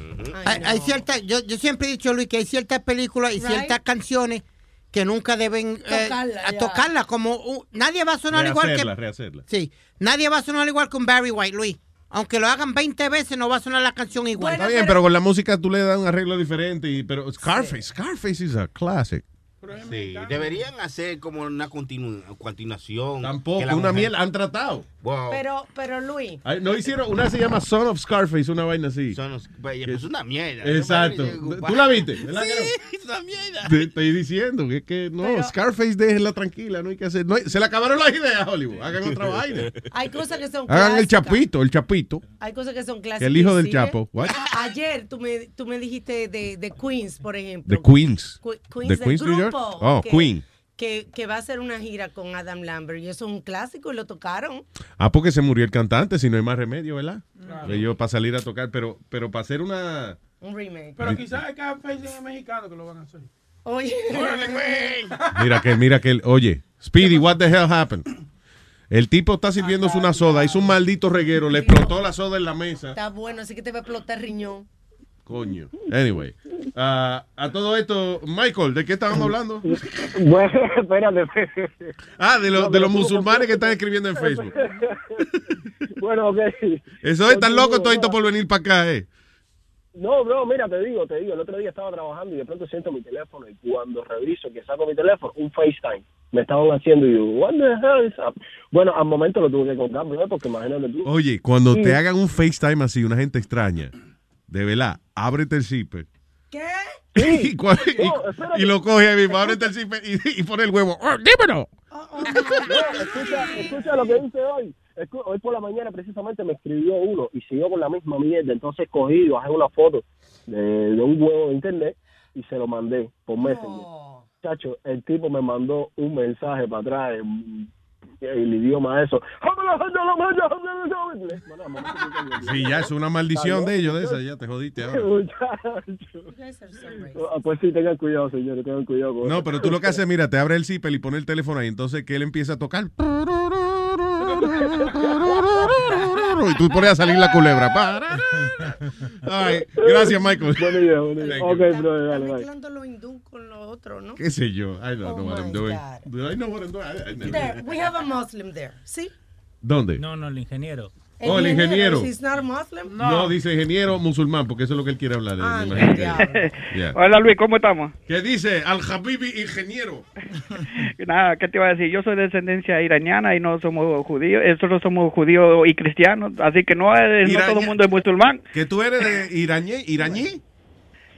Hay, hay cierta- yo, yo siempre he dicho, Luis, que hay ciertas películas y Right. ciertas canciones que nunca deben eh, Tocarla, a ya. tocarlas. Como uh, nadie va a sonar igual que. Rehacerla, rehacerla. Sí, nadie va a sonar igual que un Barry White, Luis. Aunque lo hagan 20 veces, no va a sonar la canción igual. Está bien, pero con la música tú le das un arreglo diferente. y- pero Scarface, Scarface is a classic. Sí, deberían hacer como una continu- continuación. Tampoco, que la una mujer- miel han tratado. Wow. Pero, pero Luis. Ay, No hicieron, una se llama Son of Scarface, una vaina así. pues Es una mierda. Exacto. Tú la viste, ¿verdad que no? es una mierda. Te estoy diciendo que, que no, Scarface déjenla tranquila, no hay que hacer. no hay- se le acabaron las ideas, Hollywood. Hagan otra vaina. Hay cosas que son Hagan el clásicas. Chapito, el Chapito. Hay cosas que son clásicas. El hijo del Inclusive, Chapo. What? Ayer tú me, tú me dijiste de, de Queens, por ejemplo. The Queens. Que- Queens, The del Queens, New York? grupo Oh, que- Queen. Que, que va a hacer una gira con Adam Lambert. Y eso es un clásico y lo tocaron. Ah, porque se murió el cantante, si no hay más remedio, ¿verdad? Yo para salir a tocar, pero, pero para hacer una. Un remake. Pero quizás acá es mexicano que lo van a hacer. Oye. Mira que, mira que, el- oye, Speedy, what the hell happened? El tipo está sirviéndose una soda, hizo un maldito reguero, le explotó la soda en la mesa. Está bueno, así que te va a explotar riñón. Coño. Anyway, ah, a todo esto, Michael, ¿de qué estábamos hablando? Bueno, espérate. Ah, de, los de los musulmanes que están escribiendo en Facebook. bueno, ok. Eso es tan Continúo, loco bro. todito por venir para acá, eh. No, bro, mira, te digo, te digo. El otro día estaba trabajando y de pronto siento mi teléfono. Y cuando reviso que saco mi teléfono, un FaceTime. Me estaban haciendo y yo, what the hell is up? Bueno, al momento lo tuve que contar, bro, porque imagínate tú. Oye, cuando Sí. te hagan un FaceTime así, una gente extraña, de verdad, ábrete el zipper. Sí. Y, cua- y- No, espérate. y lo coge ahí mismo, ábrete el zipper y, y pone el huevo. ¡Oh, dímelo! No, escucha, escucha lo que hice hoy. Escu- Hoy por la mañana precisamente me escribió uno y siguió con la misma mierda. Entonces cogí y bajé una foto de, de un huevo de internet y se lo mandé por Messenger. Chacho, el tipo me mandó un mensaje para atrás en el idioma eso. Sí, ya es una maldición de ellos, de esa, ya te jodiste ahora. Ah, Pues sí, tengan cuidado, señores, tengan cuidado. Con No, eso. pero tú lo que haces, mira, te abre el zipper y pone el teléfono ahí, entonces que él empieza a tocar. Y tú pones a salir la culebra. Pa. Ay, gracias, Michael. Buen día, buen día. Thank you. Ok, bro, dale, bye. Mezclando lo hindú con lo otro, ¿no? ¿Qué sé yo? I don't know Oh what I'm my doing. God. Do I know what I'm doing? I- I never- There, we have a Muslim there. ¿Sí? ¿Dónde? No, no, el ingeniero. Oh, el ingeniero. He's not a Muslim? No. dice ingeniero musulmán, porque eso es lo que él quiere hablar. eh, Ah, me imagino que- diablo. Yeah. Hola Luis, ¿cómo estamos? ¿Qué dice? Al Habibi ingeniero. Nada, ¿qué te iba a decir? Yo soy de descendencia iraniana y no somos judíos, nosotros somos judíos y cristianos, así que no, es- no Iraña- todo el mundo es musulmán. ¿Que tú eres de irañí? ¿Irañí?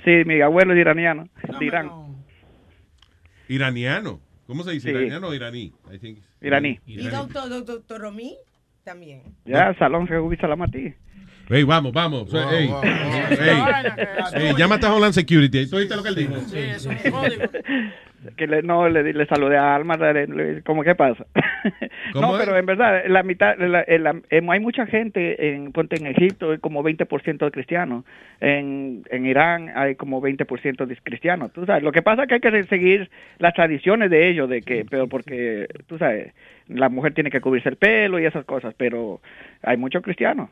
Sí, mi abuelo es iraniano, de Irán. Iraniano. ¿Cómo se dice? Sí. ¿Iraniano o iraní? I think. Iraní. Y doctor, doctor, doctor Romy también. Ya, salón se gusta la matí. Ey, vamos, vamos. So- ey. Ey. Ey, llámate a Homeland Security. ¿Tú oíste lo que él dijo? que le, no le, le saludé a Alma le- le- como qué pasa no pero en verdad la mitad la- la- em, hay mucha gente en ponte en Egipto hay como 20% de cristianos en, en Irán hay como 20% de cristianos tú sabes lo que pasa es que hay que seguir las tradiciones de ellos de que pero porque tú sabes la mujer tiene que cubrirse el pelo y esas cosas pero hay muchos cristianos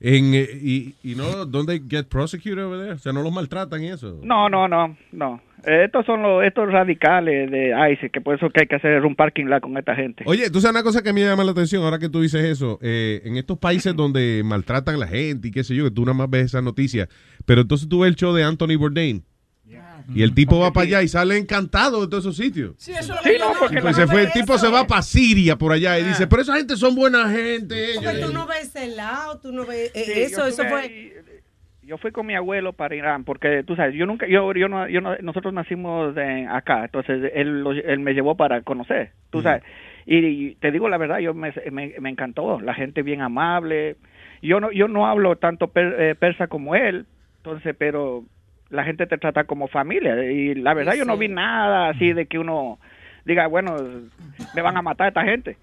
En, eh, y, y no, ¿dónde get prosecuted over there? O sea, no los maltratan y eso. No, no, no, no. Eh, Estos son los estos radicales de ISIS, que por eso que hay que hacer un parking lot con esta gente. Oye, tú sabes una cosa que a mí me llama la atención ahora que tú dices eso. eh, en estos países donde maltratan a la gente y qué sé yo, que tú nada más ves esas noticias. Pero entonces tú ves el show de Anthony Bourdain. Y el tipo va para allá y sale encantado de todos esos sitios. Sí, eso Sí, no, porque Pues se fue, el tipo se va para Siria por allá y dice, pero esa gente son buena gente. Porque ellos". tú no ves el lado, tú no ves eh, Sí, eso, yo eso estuve fue. ahí, yo fui con mi abuelo para Irán, porque tú sabes, yo nunca, yo, yo no, yo no- nosotros nacimos en- acá, entonces él, lo- él me llevó para conocer, tú sabes. Y, te digo la verdad, yo me, me, me encantó, la gente bien amable. Yo no, yo no hablo tanto per- eh, persa como él, entonces, pero la gente te trata como familia. Y la verdad, yo no vi nada así de que uno diga, bueno, me van a matar a esta gente.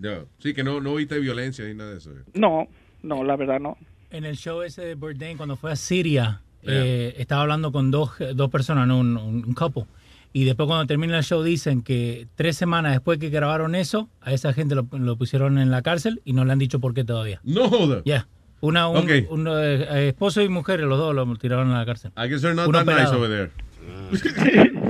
No, Sí, que no, no viste violencia ni nada de eso. No, no, la verdad no. En el show ese de Bourdain, cuando fue a Siria, eh, estaba hablando con dos, dos personas, ¿no? un, un- un couple. Y después cuando termina el show dicen que tres semanas después que grabaron eso, a esa gente lo, lo pusieron en la cárcel y no le han dicho por qué todavía. No joda. Yeah. Una, un, Ok. un, eh, esposo y mujer, los dos lo tiraron a la cárcel. I guess they're not Uno that nice operado. over there.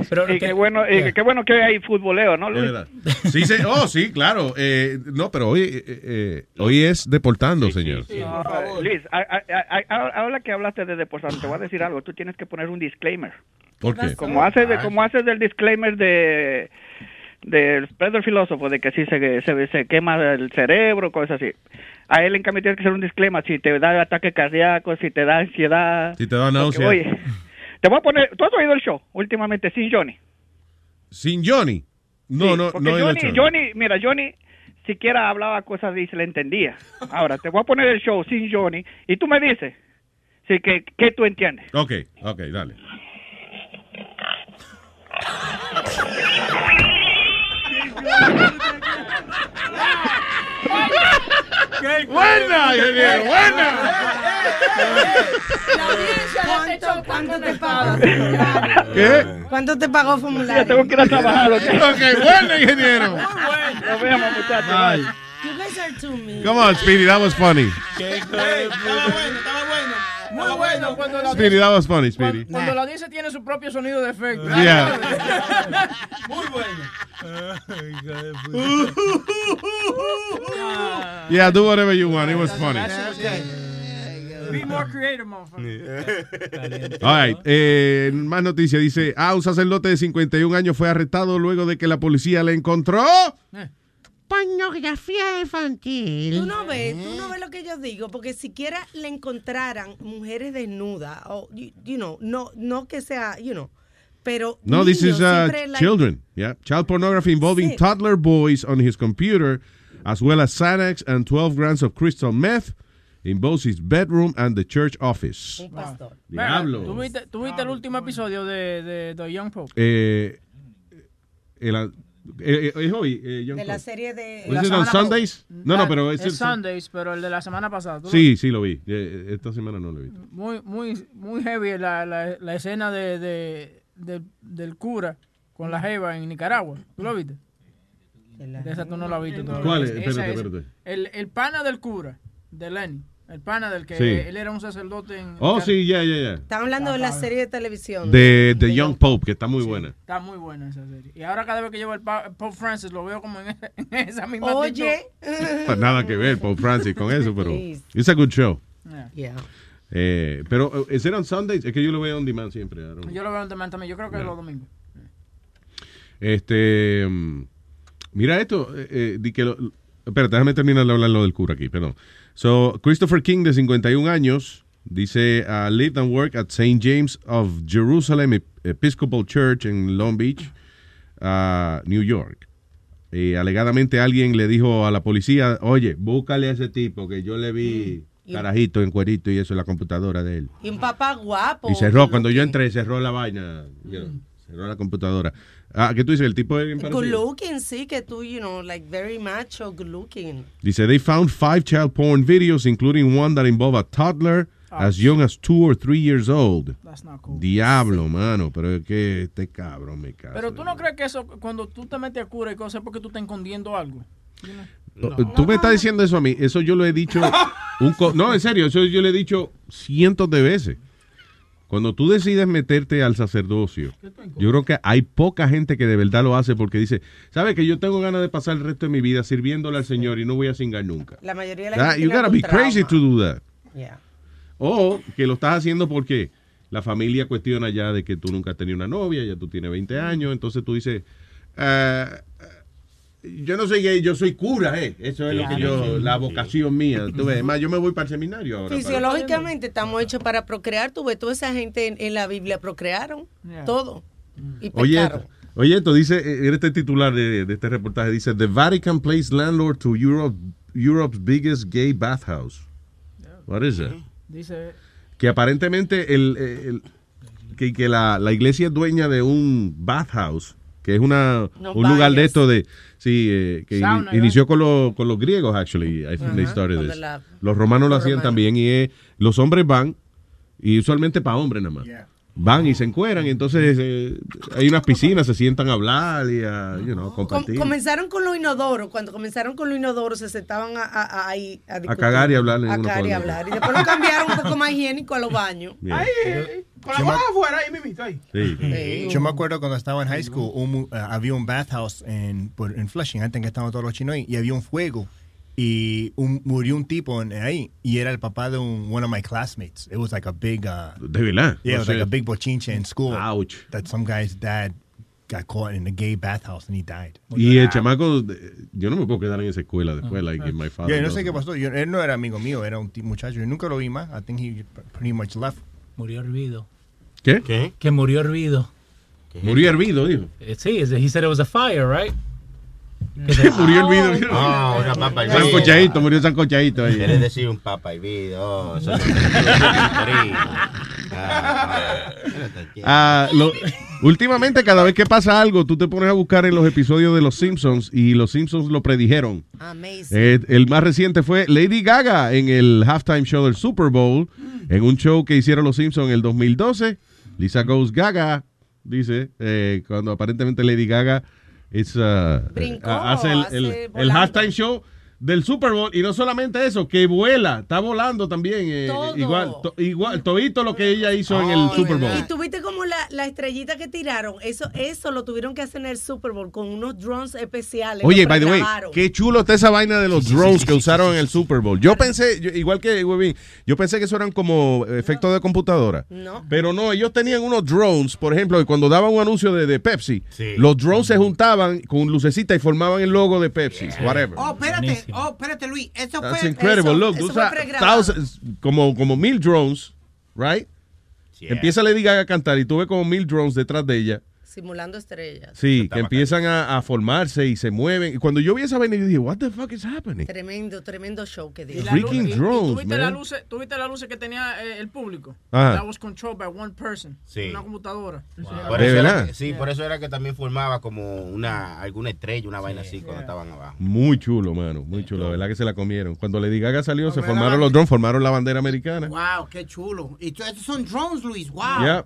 Pero y qué bueno, y qué bueno que hay futboleo, ¿no, De Luis? verdad. Sí, se- oh, sí, claro. Eh, no, pero hoy, eh, eh, hoy es deportando, señor. No, Ah, Liz, a- a- a- a- ahora que hablaste de deportación, te voy a decir algo. Tú tienes que poner un disclaimer. ¿Por qué? Ah. Como haces, de, como haces del disclaimer de del Pedro el filósofo de que si se, se, se quema el cerebro, cosas así. A él en cambio tienes que hacer un disclaimer si te da ataque cardíaco, si te da ansiedad. Si te da Porque, náusea. oye, te voy a poner, tú has oído el show últimamente sin Johnny. Sin Johnny. No, no, Porque no. he Johnny, hecho. Johnny, mira, Johnny siquiera hablaba cosas y se le entendía. Ahora, te voy a poner el show sin Johnny y tú me dices sí, que, que tú entiendes. Ok, ok, dale. Buena, ingeniero, buena. ¿Cuánto, cuánto te pagas? Claro. ¿Qué? ¿Cuánto te pagó formulario? Ya tengo que ir a trabajar, ¿ok? Ok, bueno, ingeniero. Muy bueno. Nos vemos, muchachos. Bye. You guys are too mean. Come on, Speedy, that was funny. Muy bueno cuando la Speedy, that was funny, Speedy. Cuando la dice tiene su propio sonido de efecto. Yeah. Muy bueno. Ah. Yeah, do whatever you want. It was funny. Be more creative, motherfucker. All right, eh, más noticias. Dice, ah, un sacerdote de 51 años fue arrestado luego de que la policía le encontró... Pornografía infantil. Tú no ves, tú Eh. no ves lo que yo digo, porque siquiera le encontraran mujeres desnudas, o, you, you know, no, no que sea, you know, pero. No, this niños, is uh, siempre la- children. Yeah, child pornography involving Sí. toddler boys on his computer, as well as Xanax and 12 grams of crystal meth in both his bedroom and the church office. Diablo. ¿Tú viste, tú viste el último episodio de, de The Young Pope? Eh, el, eh, eh, es hoy. eh, Young De la Pope. serie de- Was La it on semana- Sundays? No, no, pero es es el- Sundays, pero el de la semana pasada. ¿tú lo Sí, sí lo vi. Eh, Esta semana no lo vi. muy, muy, muy heavy la, la, la escena de, de, de- del cura con la jeva en Nicaragua. ¿Tú lo viste? esa tú no la viste todavía. ¿Cuál es? Esa, Espérate, esa. espérate. El, el pana del cura, de Lenny. El pana del que Sí. él era un sacerdote en... Oh, sí, ya, ya, ya. Estaba hablando de la serie de televisión. De The Young Pope, que está muy buena. Está muy buena esa serie. Y ahora cada vez que llevo el pa- Pope Francis lo veo como en, esa- en esa misma Oye. Pues Nada que ver, Pope Francis, con eso, pero... It's a good show. Yeah. Eh, pero, ¿es on Sundays? Es que yo lo veo on demand siempre. I don't know. Yo lo veo en Demand también. Yo creo que los domingos. Este, mm, mira esto, eh, eh, di que lo- lo- espérate, déjame terminar de hablar lo del cura aquí, perdón. So, Christopher King, de 51 años, dice, uh, lived and worked at St. James of Jerusalem Ep- Episcopal Church en Long Beach. a New York. Eh, alegadamente alguien le dijo a la policía, oye, búscale a ese tipo que yo le vi Y- carajito en cuerito y eso en la computadora de él. Y un papá guapo. Y cerró, cuando yo entré, cerró la vaina, you know, cerró la computadora. Ah, ¿qué tú dices? El tipo es bien Good parecido. looking, sí, que tú, you know, like very macho, good looking. Dice, they found five child porn videos, including one that involved a toddler as young as two or three years old. Ah, That's not Diablo, mano, pero es que este cabrón me cago. Pero tú no crees que eso, cuando tú te metes a cura y cosas, es porque tú estás escondiendo algo. Tú me estás diciendo eso a mí, eso yo lo he dicho, un co- no, en serio, eso yo le he dicho cientos de veces. Cuando tú decides meterte al sacerdocio, yo creo que hay poca gente que de verdad lo hace porque dice, ¿sabes que yo tengo ganas de pasar el resto de mi vida sirviéndole al Señor y no voy a singar nunca? La mayoría de la Ah, gente. You tiene gotta algún be crazy trauma. to do that. Yeah. O que lo estás haciendo porque la familia cuestiona ya de que tú nunca has tenido una novia, ya tú tienes 20 años, entonces tú dices, "Ah, yo no soy gay, yo soy cura, ¿eh? Eso es lo que yo, la vocación mía. Tú ves, más yo me voy para el seminario ahora. para- Fisiológicamente estamos hechos para procrear. Tú ves, toda esa gente en, en la Biblia procrearon todo. Y Mm. Oye, pecaron. esto, oye, esto dice, eh, este titular de, de este reportaje dice, The Vatican plays landlord to Europe, Europe's biggest gay bathhouse. What is that? Dice, que aparentemente el, el- que, que la, la iglesia es dueña de un bathhouse que es una No un lugar de vayas. esto de sí eh, que Sauna, ini- ¿verdad? inició con, los con los griegos actually I think they Ajá, started cuando this. la- los romanos lo los hacían romanos. también y es, los hombres van y usualmente para hombres nada más van y se encueran y entonces eh, hay unas piscinas se sientan a hablar y a you know, Com- compartir comenzaron con los inodoros. Cuando comenzaron con los inodoros, se sentaban a, a- a- ahí a discutir. cagar y hablar en A uno cagar con y el hablar. otro. Y después lo cambiaron un poco más higiénico a los baños. Yeah. Ay, eh, Con la boca afuera, ahí mismito, ahí. Sí. Yo me acuerdo cuando estaba en high school, un mu- ah, había un bathhouse en, por- en Flushing, antes que estaban todos los chinos ahí, y había un fuego. Y un- murió un tipo en- ahí, y era el papá de un, one of my classmates. It was like a big. Uh, De verdad. Yeah, it was No like sé. a big bochinche in school. Ouch. That some guy's dad got caught in a gay bathhouse and he died. y el chamaco eh, yo no me puedo quedar en esa escuela después like, my father Ah. Yo no sé doesn't. qué pasó. Yo- él no era amigo mío, era un ti- muchacho. Yo nunca lo vi más. I think he pretty much left. Murió hervido. ¿Qué? Que murió hervido. Murió hervido, dijo. Eh, Sí, es- he said it was a fire, right? murió el video. Ah, No, era papa y San vida. Cochadito, murió San Cochadito ahí. Quieres decir un papa y vida. Oh, eso es lo que yo digo, primo. Ah, espérate, ¿qué? Ah, lo- últimamente, cada vez que pasa algo, tú te pones a buscar en los episodios de Los Simpsons y Los Simpsons lo predijeron. Eh, el más reciente fue Lady Gaga en el halftime show del Super Bowl, en un show que hicieron Los Simpsons en el 2012. Lisa Goes Gaga, dice, eh, cuando aparentemente Lady Gaga es, ah, Brincó, ah, hace el, hace el- el volando. halftime show del Super Bowl y no solamente eso, que vuela, está volando también, eh, Todo. igual, to- igual, todito lo que ella hizo en el Super Bowl. Y tuviste como la, la estrellita que tiraron. Eso eso lo tuvieron que hacer en el Super Bowl con unos drones especiales. Oye, Lo by the way, pregrabaron. qué chulo está esa vaina de los drones que usaron en el Super Bowl. Yo pensé, yo- igual que Webin, yo pensé que eso eran como efectos de computadora. Pero no, ellos tenían unos drones, por ejemplo, que cuando daban un anuncio de, de Pepsi, los drones se juntaban con lucecita y formaban el logo de Pepsi, whatever. Oh, espérate, oh, espérate, Luis. Eso That's fue. incredible. eso- Look, eso tú fue usas pregrabado. thousands- como, como mil drones, right? Empieza Lady Gaga a cantar y tú ves como mil drones detrás de ella. Simulando estrellas. Sí, que empiezan a, a formarse y se mueven. Y cuando yo vi esa vaina, yo dije, what the fuck is happening? Tremendo, tremendo show que Y dieron. la Freaking luz- y- y drones, ¿Tuviste man. las luces tuviste las luces que tenía eh, el público? Ajá. That was controlled by one person. Sí. Una computadora. Ah, Por ¿De eso era verdad? que- sí, por eso era que también formaba como una alguna estrella, una vaina así cuando estaban abajo. Muy chulo, mano. Muy chulo. La verdad que se la comieron. Cuando Lady Gaga salió, se formaron los drones, formaron la bandera americana. Wow, qué chulo. Y tú- esos son drones, Luis. Wow. Yeah.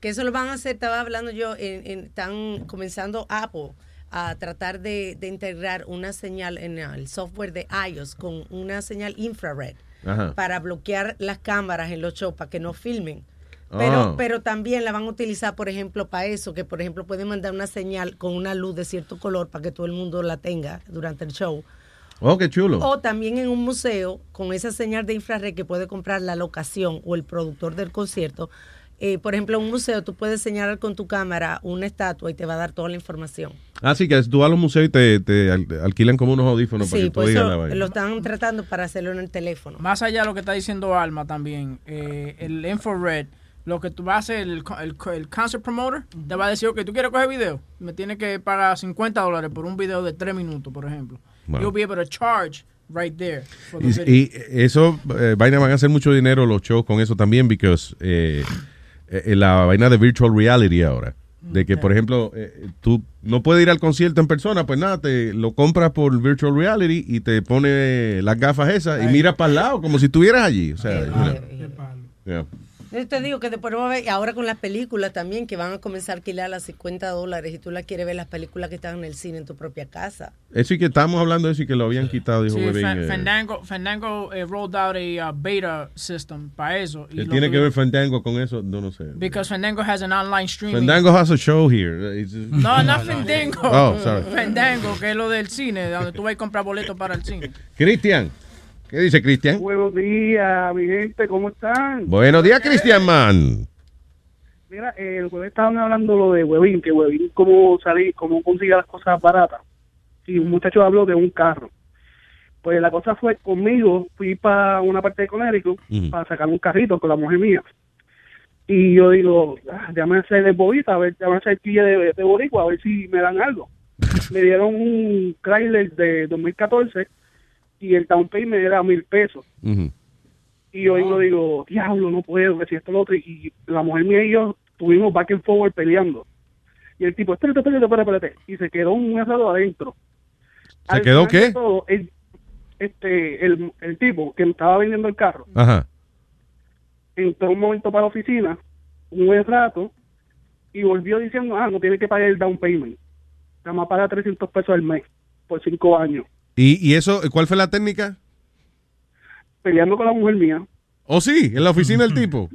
Que eso lo van a hacer, estaba hablando yo, en, en- están comenzando Apple a tratar de, de integrar una señal en el software de iOS con una señal infrared Ajá. para bloquear las cámaras en los shows para que no filmen. Pero, Ah. pero también la van a utilizar, por ejemplo, para eso, que por ejemplo pueden mandar una señal con una luz de cierto color para que todo el mundo la tenga durante el show. Oh, qué chulo. O también en un museo, con esa señal de infrarred que puede comprar la locación o el productor del concierto. Eh, por ejemplo, en un museo tú puedes señalar con tu cámara una estatua y te va a dar toda la información. Así que tú vas a los museos y te, te al- alquilan como unos audífonos para sí, que tú por digas eso la vaina. lo están tratando para hacerlo en el teléfono. Más allá de lo que está diciendo Alma también, eh, el infrared lo que tú vas a hacer, el, co- el, co- el concert promoter, te va a decir, ok, tú quieres coger video, me tienes que pagar 50 dólares por un video de 3 minutos, por ejemplo. Wow. You'll be able to charge right there. for the Y, video. y eso, eh, vaina, van a hacer mucho dinero los shows con eso también, porque eh, la vaina de virtual reality ahora. De que, por ejemplo, eh, tú no puedes ir al concierto en persona, pues nada, te lo compras por virtual reality y te pone las gafas esas y mira para el lado, como si estuvieras allí. O sea, you know. Yeah. Yo te digo que después vamos a ver, ahora con las películas también, que van a comenzar a alquilar las 50 dólares y tú las quieres ver las películas que están en el cine en tu propia casa. Eso y que estábamos hablando de eso y que lo habían quitado, dijo Sí, Webin, Fan- eh, Fandango, Fandango eh, rolled out a uh, beta system para eso. y ¿qué lo tiene que ver tuvieron- Fandango con eso? No, no sé. Because Fandango has an online streaming. Fandango has a show here. It's- No, no Fandango. Oh, sorry. Fandango, que es lo del cine, donde tú vas a comprar boletos para el cine. Cristian. ¿Qué dice Cristian? Buenos días, mi gente, ¿cómo están? Buenos días, Cristian Man. Mira, eh, el jueves estaban hablando lo de Huevín, que Huevín cómo salir, cómo consigue las cosas baratas. Y un muchacho habló de un carro. Pues la cosa fue conmigo, fui para una parte de Connecticut Ujú. para sacar un carrito con la mujer mía. Y yo digo, ah, déjame hacer de bobita, a ver, déjame hacer quilla de, de boricua, a ver si me dan algo. me dieron un Chrysler de 2014 y el down payment era mil pesos. Y yo digo, digo, diablo, no puedo, que si esto lo otro. Y la mujer mía y yo tuvimos back and forward peleando. Y el tipo, espérate, espérate, espérate, espérate. Y se quedó un asado adentro. ¿Se quedó final de qué? todo, el, este, el, el tipo que me estaba vendiendo el carro Ajá. entró un momento para la oficina, un buen rato, y volvió diciendo, ah, no tiene que pagar el down payment. Nada más paga 300 pesos al mes por cinco años. ¿Y, y eso, cuál fue la técnica? Peleando con la mujer mía. ¿Oh, sí? ¿En la oficina del tipo?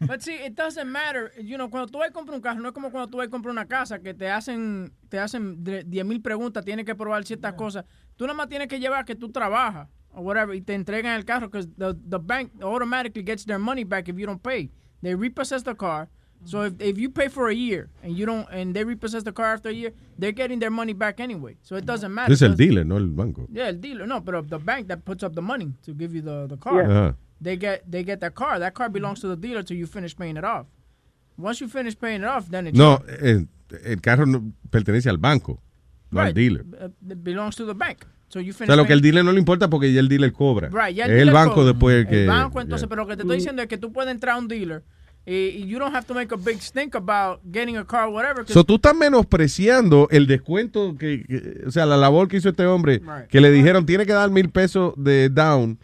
But see, it doesn't matter. You know, cuando tú vas a comprar un carro, no es como cuando tú vas a comprar una casa, que te hacen te hacen de- 10 mil preguntas, tienes que probar ciertas cosas. Tú nada más tienes que llevar que tú trabajas o whatever y te entregan el carro because the, the bank automatically gets their money back if you don't pay. They repossess the car. So if, if you pay for a year and you don't and they repossess the car after a year, they're getting their money back anyway. So it doesn't matter. Es el Does- dealer, no el banco. Yeah, el dealer. No, but the bank that puts up the money to give you the, the car. Yeah. Uh-huh. They get they get that car. That car belongs to the dealer till you finish paying it off. Once you finish paying it off, then it's No, eh, el carro no- pertenece al banco, no al right. dealer. Uh, It belongs to the bank. So you O finish sea, lo que paying- el dealer no le importa porque ya el dealer cobra. Right, ya es el dealer banco cobra. después el que... El banco, entonces, yeah. pero lo que te estoy diciendo es que tú puedes entrar a un dealer y, y you don't have to make a big stink about getting a car whatever. 'cause- So, tú estás menospreciando el descuento, que, que- o sea, la labor que hizo este hombre, Right. que le dijeron, tiene que dar mil pesos de down.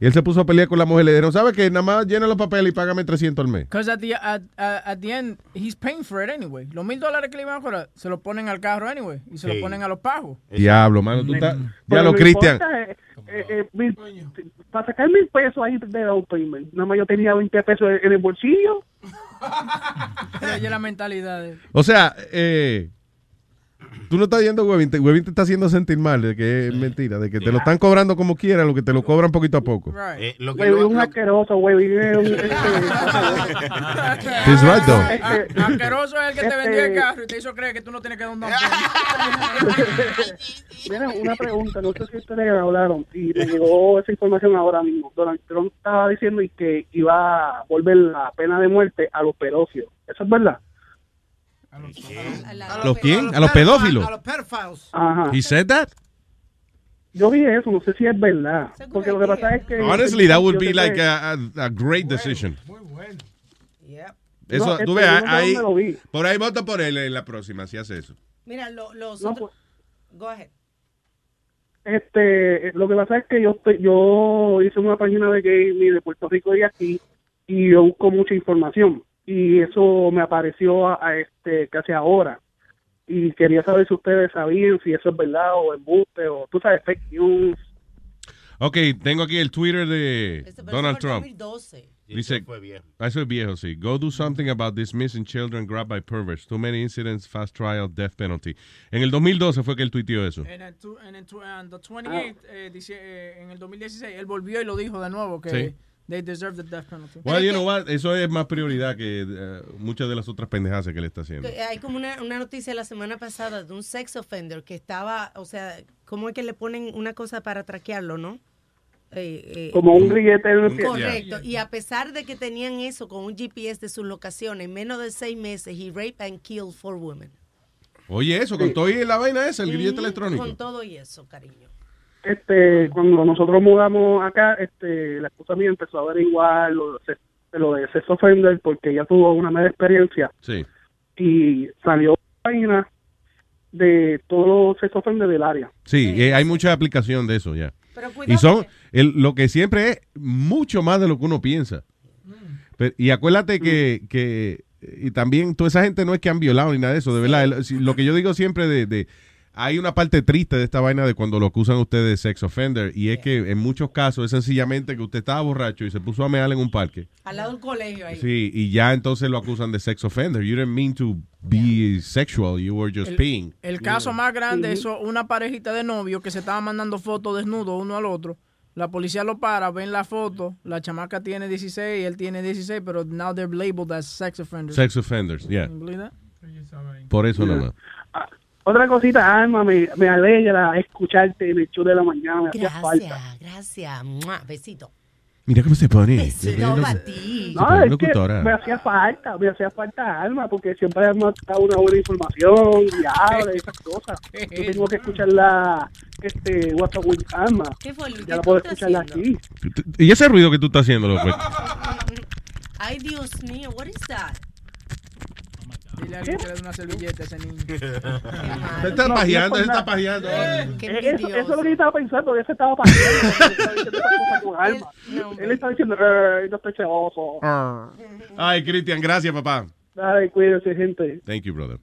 Y él se puso a pelear con la mujer. Le dijeron, ¿sabes qué? Nada más llena los papeles y págame 300 al mes. Because at the at, at, at the end he's paying for it anyway. Los mil dólares que le iban a cobrar se lo ponen al carro anyway y se Sí. lo ponen a los pagos. Diablo, mano, tú estás... Pero Diablo, lo Cristian. importante es, eh, eh, mil- para sacar mil pesos ahí de down payment, nada más yo tenía 20 pesos en el bolsillo. Esa es la mentalidad de O sea, eh, tú no estás yendo a Webin, te, Webin te está haciendo sentir mal, de que es mentira, de que te lo están cobrando como quiera, lo que te lo cobran poquito a poco. Eh, lo que Güey, lo- un asqueroso, güey. vive un- este- He's right, though. Este- Asqueroso es el que te Este- vendió el carro y te hizo creer que tú no tienes que dar un down payment. Mira, una pregunta, no sé si ustedes hablaron y me llegó esa información ahora mismo. Donald Trump estaba diciendo y que iba a volver la pena de muerte a los pedófilos. ¿Eso es verdad? ¿A los quién? ¿A los pedófilos? pedófilos. Ajá. ¿Y said that? Yo vi eso, no sé si es verdad. Porque lo que pasa es que... Honestly, that would yo be sé like que- a, a- a great decision. Eso, No, tú este, ves, yo no sé ahí, dónde lo vi. por ahí vota por él en la próxima, si hace eso. Mira, lo- los No, otros... Go ahead. Este, lo que pasa es que yo estoy- yo hice una página de gaming de Puerto Rico y aquí y yo busco mucha información y eso me apareció a, a este casi ahora y quería saber si ustedes sabían si eso es verdad o embuste o tú sabes fake news. Ok, tengo aquí el Twitter de Donald Trump. Dice, Ah, eso es viejo, sí. Go do something about these missing children grabbed by perverts. Too many incidents, fast trial, death penalty. En el 2012 fue que él tuiteó eso. En el, tu- en el tu- en the 28, eh, dice, eh, en el 2016, él volvió y lo dijo de nuevo que Sí. they deserve the death penalty. Well, you know what? Eso es más prioridad que eh, muchas de las otras pendejadas que le está haciendo. Que Hay como una, una noticia la semana pasada de un sex offender que estaba, o sea, ¿cómo es que le ponen una cosa para traquearlo, no? eh, eh, Como un grillete de un pie. Correcto. Y a pesar de que tenían eso con un GPS de sus locaciones, en menos de seis meses, he raped and killed four women. Oye, eso, con todo y la vaina esa, el billete Ujú, electrónico. Con todo y eso, cariño. este, cuando nosotros mudamos acá, este, la esposa mía empezó a averiguar lo, de sex- lo de sex offender porque ella tuvo una mala experiencia Sí. y salió página de todos los sex offenders del área. Sí, eh, hay mucha aplicación de eso ya. Pero cuidado y son el- lo que siempre es mucho más de lo que uno piensa. Pero- y acuérdate que, que- y también toda esa gente no es que han violado ni nada de eso, de verdad. El- si- Lo que yo digo siempre de, de- hay una parte triste de esta vaina de cuando lo acusan a usted de sex offender y es que en muchos casos es sencillamente que usted estaba borracho y se puso a mear en un parque. Al lado del colegio ahí. Sí, y ya entonces lo acusan de sex offender. You didn't mean to be sexual, you were just peeing. El caso más grande Ujú. es una parejita de novios que se estaban mandando fotos desnudos uno al otro. La policía lo para, ven la foto, la chamaca tiene 16 y él tiene 16, pero now they're labeled as sex offenders. Sex offenders, yeah. Can you believe that? Por eso nomás. Otra cosita, Alma, me, me alegra escucharte en el show de la mañana, me hacía falta. Gracias, gracias. Mua, Besito. Mira cómo se pone. Besito para ti. No, Ah, es que me hacía falta, me hacía falta Alma, porque siempre Alma da una buena información y habla y esas cosas. Yo tengo que escucharla, este, WhatsApp with Alma. ¿Qué fue, Luis? Ya la ¿Qué puedo tú estás escucharla haciendo? aquí. Y ese ruido que tú estás haciendo, loco. Ay, Dios mío, what is that? Dile a alguien que le dé una servilleta a ese niño. Se está pajeando, No, no es se por está nada. pajeando. Eh, Eso, eso es lo que yo estaba pensando, que se estaba pajeando. Él estaba diciendo esas cosas con Alma. Él estaba diciendo, "Eh, yo estoy celoso. Ay, Cristian, gracias, papá. Dale, cuídense, gente. Thank you, brother.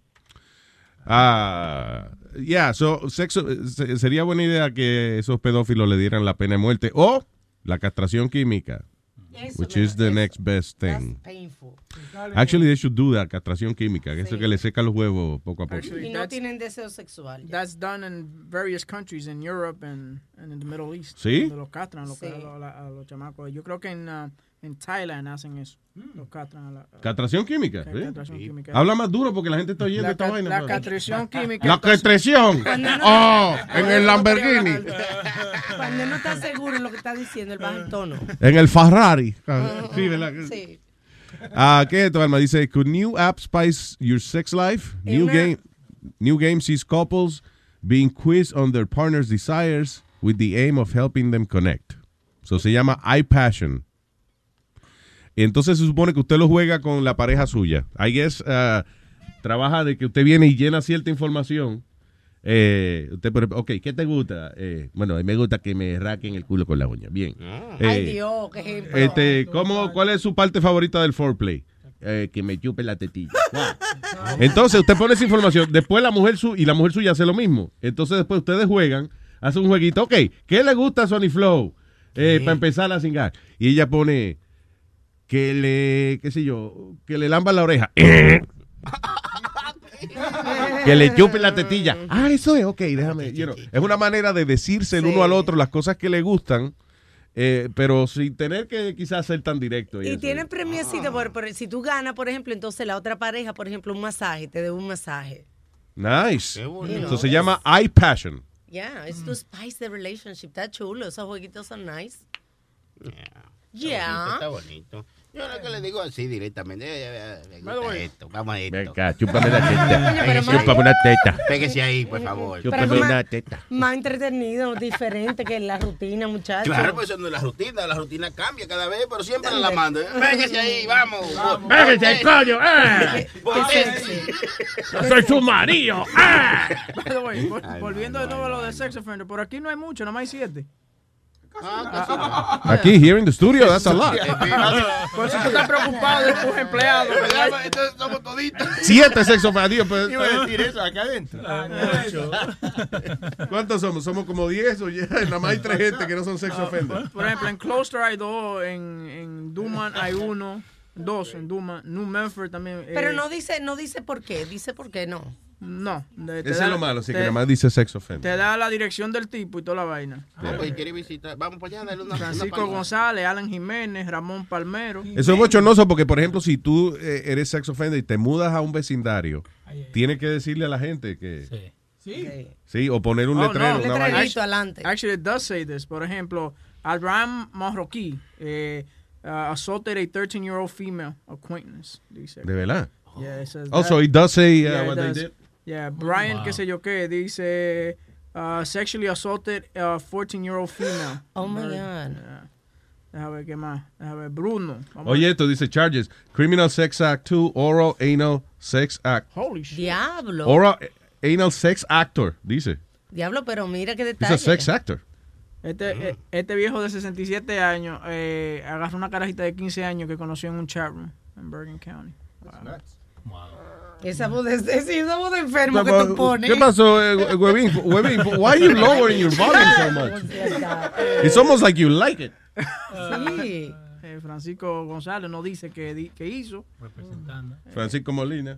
Ah, yeah, so, sexo, se- sería buena idea que esos pedófilos le dieran la pena de muerte o la castración química, Eso, which me- is the next best That's thing. painful. Actually, they should do that, castración química, que eso que le seca los huevos poco a poco. Y no tienen deseo sexual. That's done in various countries in Europe and, and in the Middle East. ¿Sí? Donde Los castran los- Sí. a, los, a los chamacos. Yo creo que en, ah, en Thailand hacen eso. Los castran a la- a- Castración química, ¿eh? Ca- ¿sí? castración química. Habla más duro porque la gente está oyendo La esta ca- vaina. la bro. castración química, La entonces- castración. Cuando no- Oh, en Ano el Lamborghini. Cuando no está seguro en lo que está diciendo, él baja el tono. En el Ferrari. Sí, ¿verdad? Sí. Ah, ¿Qué es tu alma? Dice, could new app spice your sex life? New Una- game, new game sees couples being quizzed on their partner's desires with the aim of helping them connect. So se llama iPassion. Entonces se supone que usted lo juega con la pareja suya. I guess ah, trabaja de que usted viene y llena cierta información. Eh, usted, por ejemplo, ok, ¿qué te gusta? Eh, bueno, a mí me gusta que me raquen el culo con la uña. Bien. Ay, Eh, Dios, qué ejemplo. este, ¿cómo, ¿Cuál es su parte favorita del foreplay? Eh, que me chupe la tetilla. Wow. Entonces usted pone esa información, después la mujer su y la mujer suya hace lo mismo. Entonces después ustedes juegan, hacen un jueguito, ok, ¿qué le gusta a Sony Flow? Eh, para empezar a cingar. Y ella pone que le, qué sé yo, que le lamban la oreja. que le chupen la tetilla. Ah, eso es, ok, déjame. you know. Es una manera de decirse el uno al otro las cosas que le gustan, eh, pero sin tener que quizás ser tan directo. Y eso. tienen premiecito, por, por- si tú ganas, por ejemplo, entonces la otra pareja, por ejemplo, un masaje, te debe un masaje. Nice. Qué bonito. Eso se llama iPassion. Yeah, it's Mm. to spice the relationship. Está chulo, esos jueguitos son nice. Yeah. Está bonito. Yo lo que le digo así directamente. eh, eh, eh, Me gusta esto, vamos a esto. Venga, chúpame la teta. Coño, pero Chúpame Mario. una teta. Pégese ahí, por favor. Pero Chúpame es más- una teta. Más entretenido, diferente que la rutina, muchachos. Claro, pues eso no es la rutina, la rutina cambia cada vez, pero siempre la mando. Véngase ahí, vamos. Pues, Véngase ahí, coño, eh. Boténse. Yo soy su marido. By the way, vol- volviendo de nuevo a lo de sex offender, por aquí no hay mucho, nomás hay siete. Ah, Ah, pues Aquí, here in the studio, that's a lot. Ah, Por eso tú estás preocupado de tus empleados. ¿verdad? somos toditos. Siete sexos para Dios. pues. Iba a decir eso acá adentro. ¿Cuántos somos? Somos como diez o ya. Nada más hay tres gente que no son sex offenders. Por ejemplo, en Closter hay dos, en, en Duman hay uno, dos en Duman, New Memphis también. eh, Pero no dice, no dice por qué, dice por qué no. No. de- te Eso da- es lo malo, sí, que te- nada más dice sex offender. Te da la dirección del tipo y toda la vaina. Ah, pues, quiere visitar. Vamos para allá, dale una Francisco González, Alan Jiménez, Ramón Palmero. Eso es bochornoso porque, por ejemplo, si tú eh, eres sex offender y te mudas a un vecindario, tienes que decirle a la gente que... Sí, o poner un Oh, letrero. no. una vaina. Actually, actually, it does say this. Por ejemplo, Abraham Marroquí, eh, uh, assaulted a 13-year-old female acquaintance. Dice. ¿De verdad? Yeah, it says Oh, that. so it does say, uh, Yeah, it what they does. did? Yeah, Brian, Wow. qué sé yo qué, dice, uh, sexually assaulted a 14-year-old female. Oh, my Murdered. God. Yeah. Deja ver qué más. Deja ver, Bruno. Vamos a Oye, esto dice charges. Criminal Sex Act 2, Oral Anal Sex Act. Holy shit. Diablo. Oral Anal Sex Actor, dice. Diablo, pero mira qué He's a detalle. sex actor. Este, eh, este viejo de 67 años eh, agarró una carajita de 15 años que conoció en un chat room en Bergen County. Wow. Esa voz de, esa esa voz de enfermo que tú pones. ¿Qué pasó, eh, Huevín? Huevín, why are you lowering your volume so much? It's almost like you like it. Sí. Eh, Francisco González nos dice que, di- que hizo. Eh, Representando. Francisco Molina.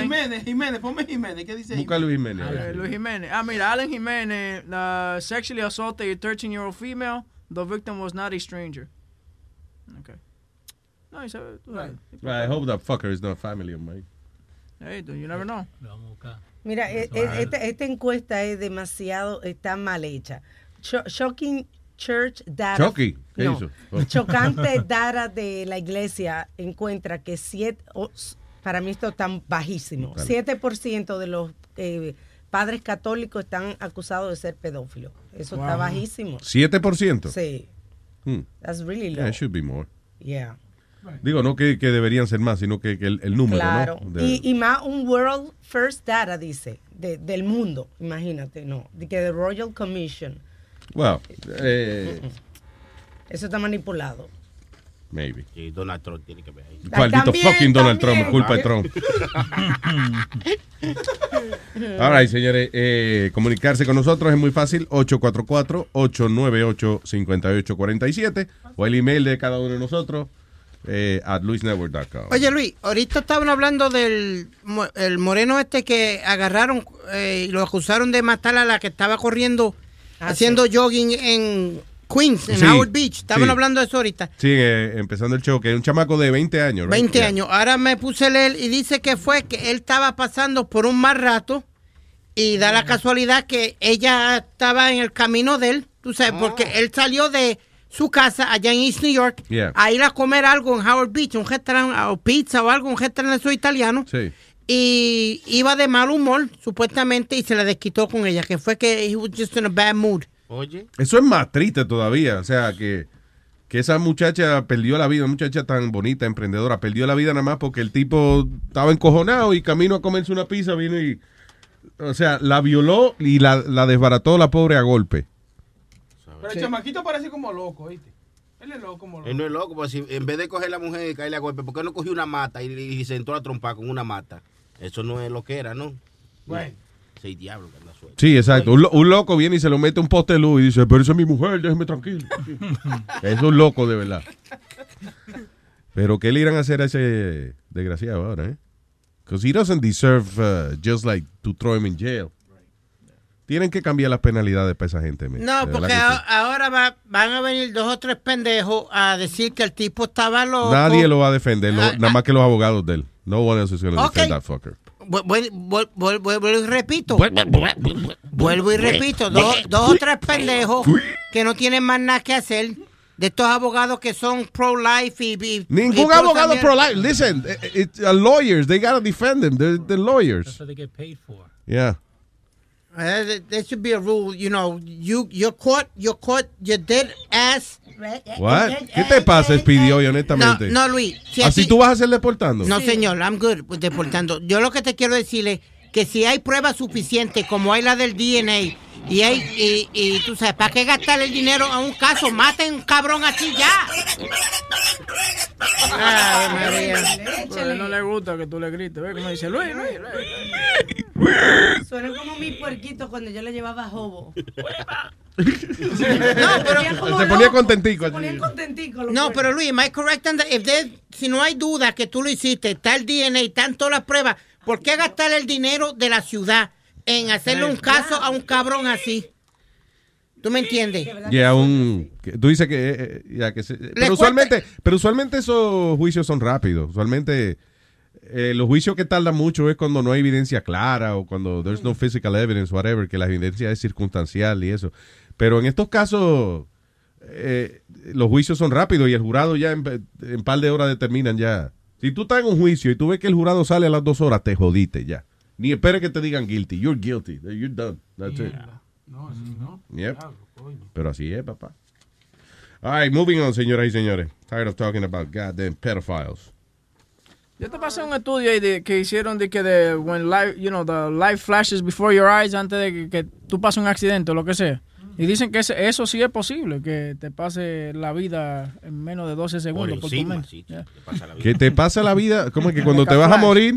Jiménez, Jiménez, ponme Jiménez. ¿Qué dice Busca a Luis Jiménez. a ver. Luis Jiménez. Ah, mira, Allen Jiménez uh, sexually assaulted a 13-year-old female. The victim was not a stranger. Okay. No, y sabe- tú sabes. Well, I hope that fucker is not family of mine. Hey, dude, you never know. Mira, e- e- esta, esta encuesta es demasiado, está mal hecha. Cho- shocking Church Data. Chucky, ¿qué No. hizo? Oh. Chocante data de la iglesia encuentra que siete, oh, s- para mí esto es tan bajísimo, Claro. 7% de los eh, padres católicos están acusados de ser pedófilos. Eso está Wow. bajísimo. 7%. Sí, Hmm. that's really Yeah, low. it should be more. Yeah. Digo, no que, que deberían ser más, sino que, que el, el número, Claro. ¿no? De- Y, y más un World First Data, dice, de- del mundo, imagínate, no, de que de Royal Commission. Well, eh, Eso está manipulado. maybe. Y Donald Trump tiene que ver ahí. Maldito También, fucking Donald también. Trump, culpa de Trump. All right, señores, eh, comunicarse con nosotros es muy fácil, 844-898-5847 o el email de cada uno de nosotros eh, at luisnetwork.com. Oye Luis, ahorita estaban hablando del mo- el moreno este que agarraron eh, y lo acusaron de matar a la que estaba corriendo, haciendo jogging en Queens, en Ah, Sí, Howard Beach. Estaban sí. hablando de eso ahorita. Sí, eh, empezando el show, que es un chamaco de 20 años. right? 20 Yeah. años. Ahora me puse a leer y dice que fue que él estaba pasando por un mal rato y da la Mm. casualidad que ella estaba en el camino de él, tú Ah. sabes, porque él salió de su casa allá en East New York Yeah. a ir a comer algo en Howard Beach, un restaurante o pizza o algo, un restaurante de esos italianos. Sí. Y iba de mal humor, supuestamente, y se la desquitó con ella, que fue que he was just in a bad mood. Oye. Eso es más triste todavía. O sea, que, que esa muchacha perdió la vida, una muchacha tan bonita, emprendedora, perdió la vida nada más porque el tipo estaba encojonado y camino a comerse una pizza, vino y. O sea, la violó y la, la desbarató la pobre a golpe. Pero el chamaquito parece como loco, ¿oíste? Él es loco como loco. Él no es loco, porque si en vez de coger la mujer y caerle a golpe, ¿por qué no cogió una mata y, y se entró a trompar con una mata? Eso no es lo que era, ¿no? Bueno. Sí, diablo que anda suelto. Sí, exacto. Un, lo- un loco viene y se lo mete un poste de luz y dice, pero esa es mi mujer, déjeme tranquilo. es un loco de verdad. Pero ¿qué le irán a hacer a ese desgraciado ahora, eh? Because he doesn't deserve uh, just like to throw him in jail. Tienen que cambiar las penalidades para esa gente. men. No, De verdad porque que a- ahora va- van a venir dos o tres pendejos a decir que el tipo estaba loco. Nadie lo va a defender, lo- nada más que los abogados de él. No one else is going Ok. defend that fucker. Vu- vu- vu- vu- Vuelvo y repito. Vuelvo y repito. Dos, dos o tres pendejos que no tienen más nada que hacer. De estos abogados que son pro-life y, y- y Ningún pro abogado también. pro-life. Listen, eh, eh, it's uh, lawyers. They gotta defend them. They're, they're lawyers. That's what they get paid for. Yeah. Eh, th- there should be a rule, you know. You, you're caught, you're caught, you're dead ass. What? ¿Qué te Eh, pasa, Speedy, hoy, honestamente? No, no, Luis, si ¿Así aquí- tú vas a ser deportando? No, señor, I'm good with deportando. Yo lo que te quiero decirle es que si hay pruebas suficientes, como hay la del DNA, y hay, y, y tú sabes, ¿para qué gastar el dinero a un caso? Maten un cabrón así ya. Ay, María. Pero a él no le gusta que tú le grites. ¿Ves cómo dice Luis? Luis, Luis. Suenan como mis puerquitos cuando yo le llevaba jobo. Se ponía contentico. así. No, pero Luis, am I correct on that? If there- si no hay duda que tú lo hiciste, está el DNA, están todas las pruebas, ¿por qué gastar el dinero de la ciudad en hacerle un caso a un cabrón así? ¿Tú me entiendes? Yeah, un, que- tú dices que, eh, eh, ya que se- pero cuento- usualmente, pero usualmente esos juicios son rápidos. Usualmente eh, los juicios que tardan mucho es cuando no hay evidencia clara o cuando there's no physical evidence, whatever, que la evidencia es circunstancial y eso. Pero en estos casos, eh, los juicios son rápidos y el jurado ya en, en par de horas determinan ya. Si tú estás en un juicio y tú ves que el jurado sale a las dos horas, te jodiste ya. Ni esperes que te digan guilty. You're guilty. You're done. That's it. No, así no. Yep. Pero así es, papá. All right, moving on, señoras y señores. Tired of talking about goddamn pedophiles. Yo te pasé un estudio ahí de- que hicieron de que de when life, you know, the life flashes before your eyes antes de que, que tú pases un accidente o lo que sea. Y dicen que ese- eso sí es posible, que te pase la vida en menos de 12 segundos por tu encima, mente. sí, Yeah. Que te pasa la vida, como que cuando te vas a Flash. morir,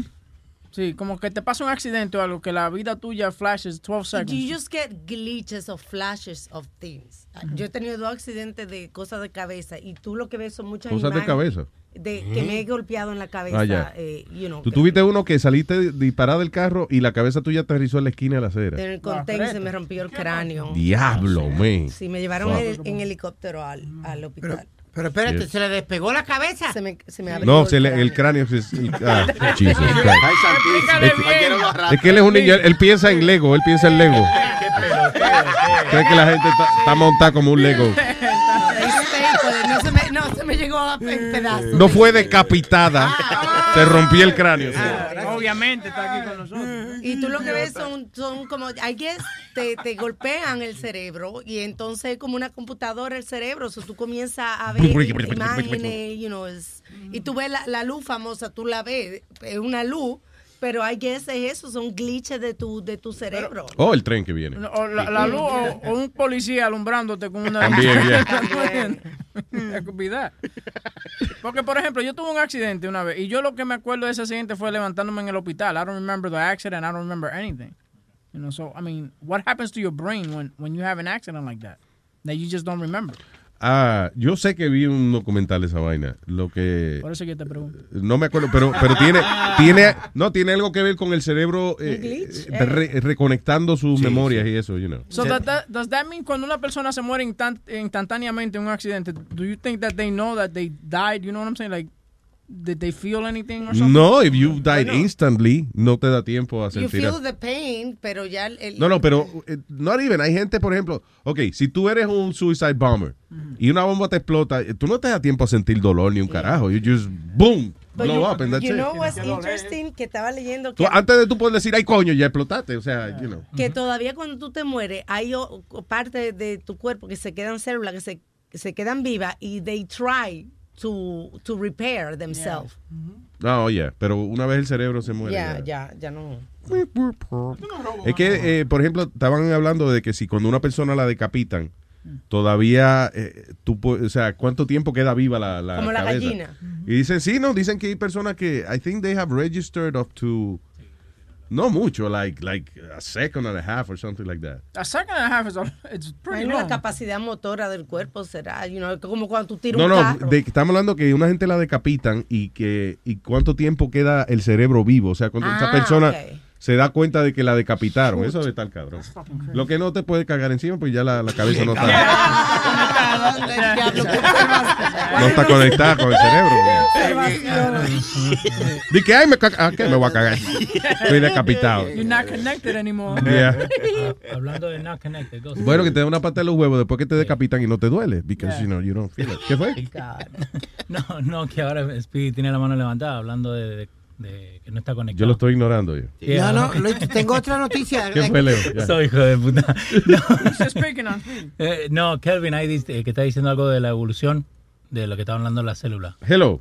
Sí, como que te pasa un accidente o algo, que la vida tuya flashes 12 segundos. You just get glitches of flashes of things. Yo he tenido dos accidentes de cosas de cabeza y tú lo que ves son muchas cosas de imágenes cabeza. de que me he golpeado en la cabeza. Ah, ya. eh, you know, Tú que- tuviste uno que saliste disparado del carro y la cabeza tuya aterrizó en la esquina de la acera. En el contén se me rompió el cráneo. Diablo, man. Sí, me llevaron Fuck. el- en helicóptero al, al hospital. Pero espérate, ¿se le despegó la cabeza? Se me, se me No, se le- el cráneo se... y- ah, Jesus Christ. Ay, santísimo. Es Cualquiera lo que- arrastra. es que él es un niño, él piensa en Lego, él piensa en Lego. Cree que la gente está- está montada como un Lego. Este, pues, no, se me, no, se me llegó a en pedazos. No fue decapitada, se rompió el cráneo. Ah. Obviamente está aquí con nosotros. Y tú lo que ves son, son como, I guess, te, te golpean el cerebro y entonces es como una computadora el cerebro. So, tú comienzas a ver imágenes, you know, es- Mm. y tú ves la, la luz famosa, tú la ves, es una luz, pero I guess es eso, son glitches de tu, de tu cerebro. Oh, el tren que viene. O la, la luz o, o un policía alumbrándote con una También, yeah. También. Cuidado. Porque, por ejemplo, yo tuve un accidente una vez y yo lo que me acuerdo de ese accidente fue levantándome en el hospital. I don't remember the accident, I don't remember anything. You know, so, I mean, what happens to your brain when, when you have an accident like that? That you just don't remember. Ah, yo sé que vi un documental de esa vaina. Lo que Por eso que te pregunto. no me acuerdo, pero pero tiene tiene no tiene algo que ver con el cerebro eh, Un glitch, eh, re- reconectando sus memorias y eso, you know. So, does that, does that mean cuando una persona se muere instan- instantáneamente en un accidente, do you think that they know that they died? You know what I'm saying? Like, did they feel anything or something? No, if you died instantly, no te da tiempo a You sentir. feel the pain, pero ya el... el- No, no, pero eh, not even, hay gente, por ejemplo, ok, si tú eres un suicide bomber y una bomba te explota, eh, tú no te da tiempo a sentir dolor ni un carajo. You just boom, But blow you, up and that's you it. know what's interesting? Que estaba leyendo Tú- que... antes de tú poder decir, ay coño, ya explotaste, o sea, you know. que todavía cuando tú te mueres hay o- o parte de tu cuerpo que se quedan células que se, que se quedan vivas y they try to, to repair themselves. No, oye, pero una vez el cerebro se muere. Ya, ya. ya, ya no. Es que, eh, por ejemplo, estaban hablando de que si cuando una persona la decapitan, Mm. todavía, eh, tú, pu- o sea, ¿cuánto tiempo queda viva la, la Como la cabeza? gallina. Y dicen, sí, no, dicen que hay personas que, I think they have registered up to, no mucho, like, like a second and a half or something like that. A second and a half is a, it's pretty Hay una long. capacidad motora del cuerpo, será, you know, como cuando tú tiras No, un no, carro. de- estamos hablando que una gente la decapitan y que y cuánto tiempo queda el cerebro vivo. O sea, cuando esa Ah, persona ok. se da cuenta de que la decapitaron. Eso de tal cabrón. That's fucking crazy. Lo que no te puede cagar encima, pues ya la, la cabeza no está, no está conectada con el cerebro. güey. Di que, ay, me, ca- ah, ¿qué? me voy a cagar. Estoy decapitado. You're not connected anymore. Yeah. Ah, Hablando de not connected. go. Bueno, que te da una pata de los huevos después que te decapitan y no te duele. Because, you know, you don't feel it. ¿Qué fue? No, no, que ahora Speedy tiene la mano levantada hablando de, de- de que no está conectado. Yo lo estoy ignorando. Yo. Yeah. No, no, Luis, tengo otra noticia. ¿Qué fue, Leo? Ya. Soy hijo de puta. No. Speaking on speed. Eh, no, Kelvin ahí dice, eh, que está diciendo algo de la evolución de lo que está hablando las células. Hello.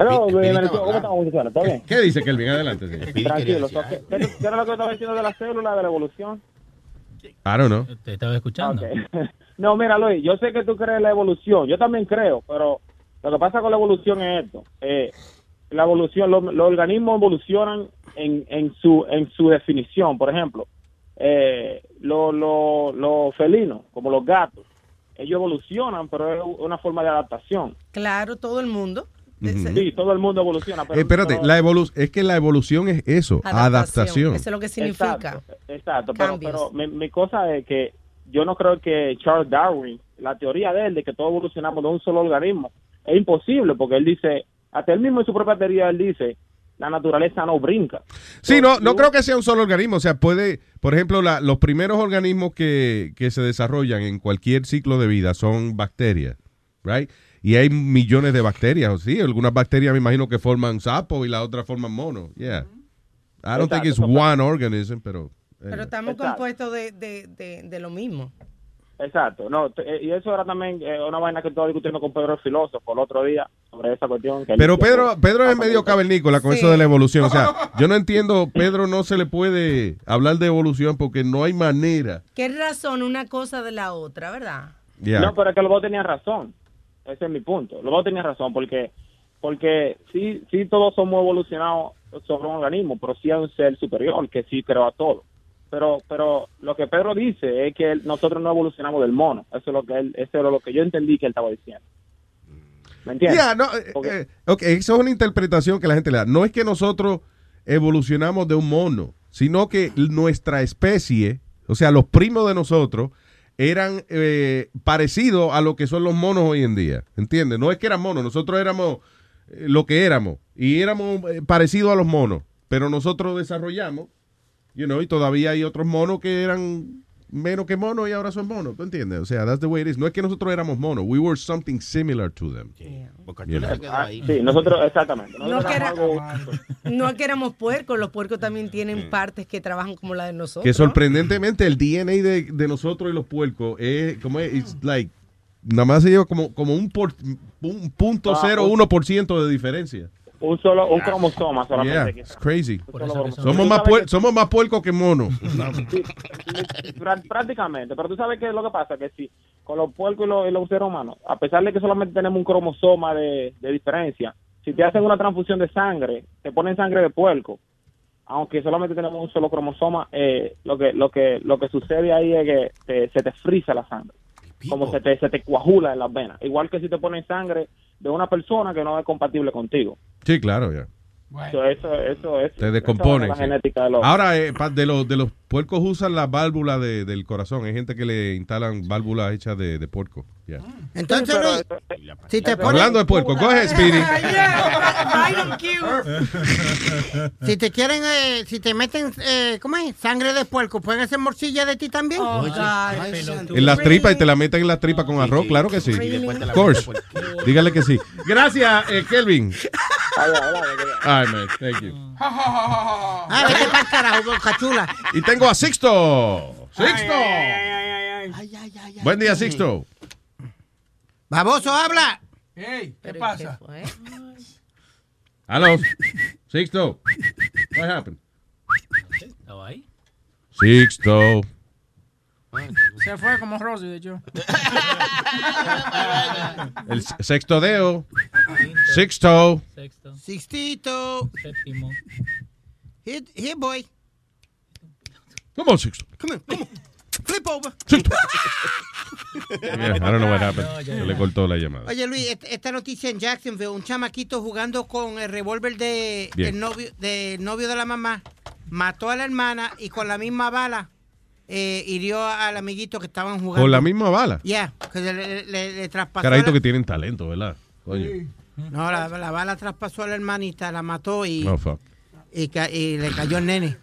Hello, eh, Venezuela, ¿cómo estamos, muchachos? ¿Todo bien? ¿Qué dice Kelvin? Adelante, señor. Tranquilo. so, ¿Qué qué- qué era lo que estaba diciendo de la célula, de la evolución? I don't know. Te estaba escuchando. No, mira, Luis, yo sé que tú crees en la evolución. Yo también creo, pero lo que pasa con la evolución es esto. Eh, la evolución, los, los organismos evolucionan en, en, su, en su definición. Por ejemplo, eh, los los- los felinos, como los gatos, ellos evolucionan, pero es una forma de adaptación. Claro, todo el mundo. Sí, todo el mundo evoluciona. Pero Eh, espérate, no- la evolu- es que la evolución es eso, adaptación. Eso es lo que significa. Exacto, exacto, pero, Cambios. pero mi, mi cosa es que yo no creo que Charles Darwin, la teoría de él de que todos evolucionamos de un solo organismo, es imposible porque él dice, hasta él mismo en su propia teoría, él dice la naturaleza no brinca. Sí, no, no creo que sea un solo organismo. O sea, puede, por ejemplo, la- los primeros organismos que, que se desarrollan en cualquier ciclo de vida son bacterias, right? Y hay millones de bacterias, sí. Algunas bacterias me imagino que forman sapos y las otras forman monos. Yeah. I don't think it's one organism, pero. eh. Pero estamos Exacto. compuestos de, de, de, de lo mismo. Exacto, no, t- eh, y eso era también eh, una vaina que estaba discutiendo con Pedro el filósofo el otro día sobre esa cuestión. que- Pero Pedro, Ah, Pedro es medio cavernícola con Sí. eso de la evolución. O sea, yo no entiendo, Pedro no se le puede hablar de evolución porque no hay manera. ¿Qué razón una cosa de la otra, verdad? Yeah. No, pero es que los dos tenían razón. Ese es mi punto. Los dos tenían razón porque porque sí, sí todos somos evolucionados sobre un organismo, pero sí hay un ser superior que sí creó a todo. Pero pero lo que Pedro dice es que él- nosotros no evolucionamos del mono. Eso es lo que él, eso es lo que yo entendí que él estaba diciendo. ¿Me entiendes? Yeah, no, eh, eh, ok, eso es una interpretación que la gente le da. No es que nosotros evolucionamos de un mono, sino que nuestra especie, o sea, los primos de nosotros, eran eh, parecidos a lo que son los monos hoy en día. ¿Entiendes? No es que eran monos, nosotros éramos eh, lo que éramos y éramos eh, parecidos a los monos, pero nosotros desarrollamos, you know, y todavía hay otros monos que eran menos que monos y ahora son monos, ¿tú entiendes? O sea, that's the way it is. No es que nosotros éramos monos, we were something similar to them. You know. Ah, sí, nosotros exactamente. No, Nosotros que era- éramos algo- No es que éramos puercos, los puercos también tienen partes que trabajan como la de nosotros. Que sorprendentemente el DNA de, de nosotros y los puercos es como es It's like nada más se lleva como como un, por, un punto Ah, cero un- uno por ciento de diferencia. un solo un cromosoma solamente. Yeah, quizás. it's crazy. Por eso que son- Somos Tú más sabes puer- que- somos más puercos que monos. Sí, sí, prá- prácticamente, pero tú sabes que lo que pasa, que si con los puercos y los, y los seres humanos, a pesar de que solamente tenemos un cromosoma de, de diferencia, si te hacen una transfusión de sangre, te ponen sangre de puerco, aunque solamente tenemos un solo cromosoma, eh, lo que lo que lo que sucede ahí es que te- se te frisa la sangre, como se te, se te coagula en las venas, igual que si te ponen sangre de una persona que no es compatible contigo. Sí, claro, ya. So, eso, eso, es Se descomponen. la sí. genética de los... Ahora, eh, pa- de, los, de los puercos usan la válvula de- del corazón. Hay gente que le instalan válvulas hechas de, de puerco. ya. Entonces, Luis, si te ponen- Hablando de puerco, coge Speedy. Si te quieren, eh, si te meten, eh, ¿cómo es? Sangre de puerco, ¿pueden hacer morcilla de ti también? En las tripas y te la meten en las tripas con arroz, claro que sí. Y después te la Of course. meten Dígale que sí. Gracias, eh, Kelvin. Ay, ay, ay, ay. Ay, man, thank you. Ah, vete pa'l carajo, boca chula. Y tengo a Sixto. Sixto. Buen día, Sixto. Baboso, habla. Hey, ¿qué pasa? Hello. Sixto. What happened? ¿Estaba ahí? Sixto. Se fue como Rosy, de hecho. El s- sexto deo. Sixto. Sixtito. Séptimo. Here, here, boy. Come on, Sixto. Come on, come on. Flip over. Yeah, I don't know what happened. No, ya, Se ya. le cortó la llamada. Oye Luis, et- esta noticia en Jacksonville, un chamaquito jugando con el revólver de Bien. el novio del novio de la mamá, mató a la hermana y con la misma bala eh, hirió al amiguito que estaban jugando. Con la misma bala. Ya, que le, le- le- le traspasó. Carajito la- que tienen talento, ¿verdad? Coño. No, la, la bala traspasó a la hermanita, la mató y, No, Oh, fuck. y, ca- y le cayó el nene.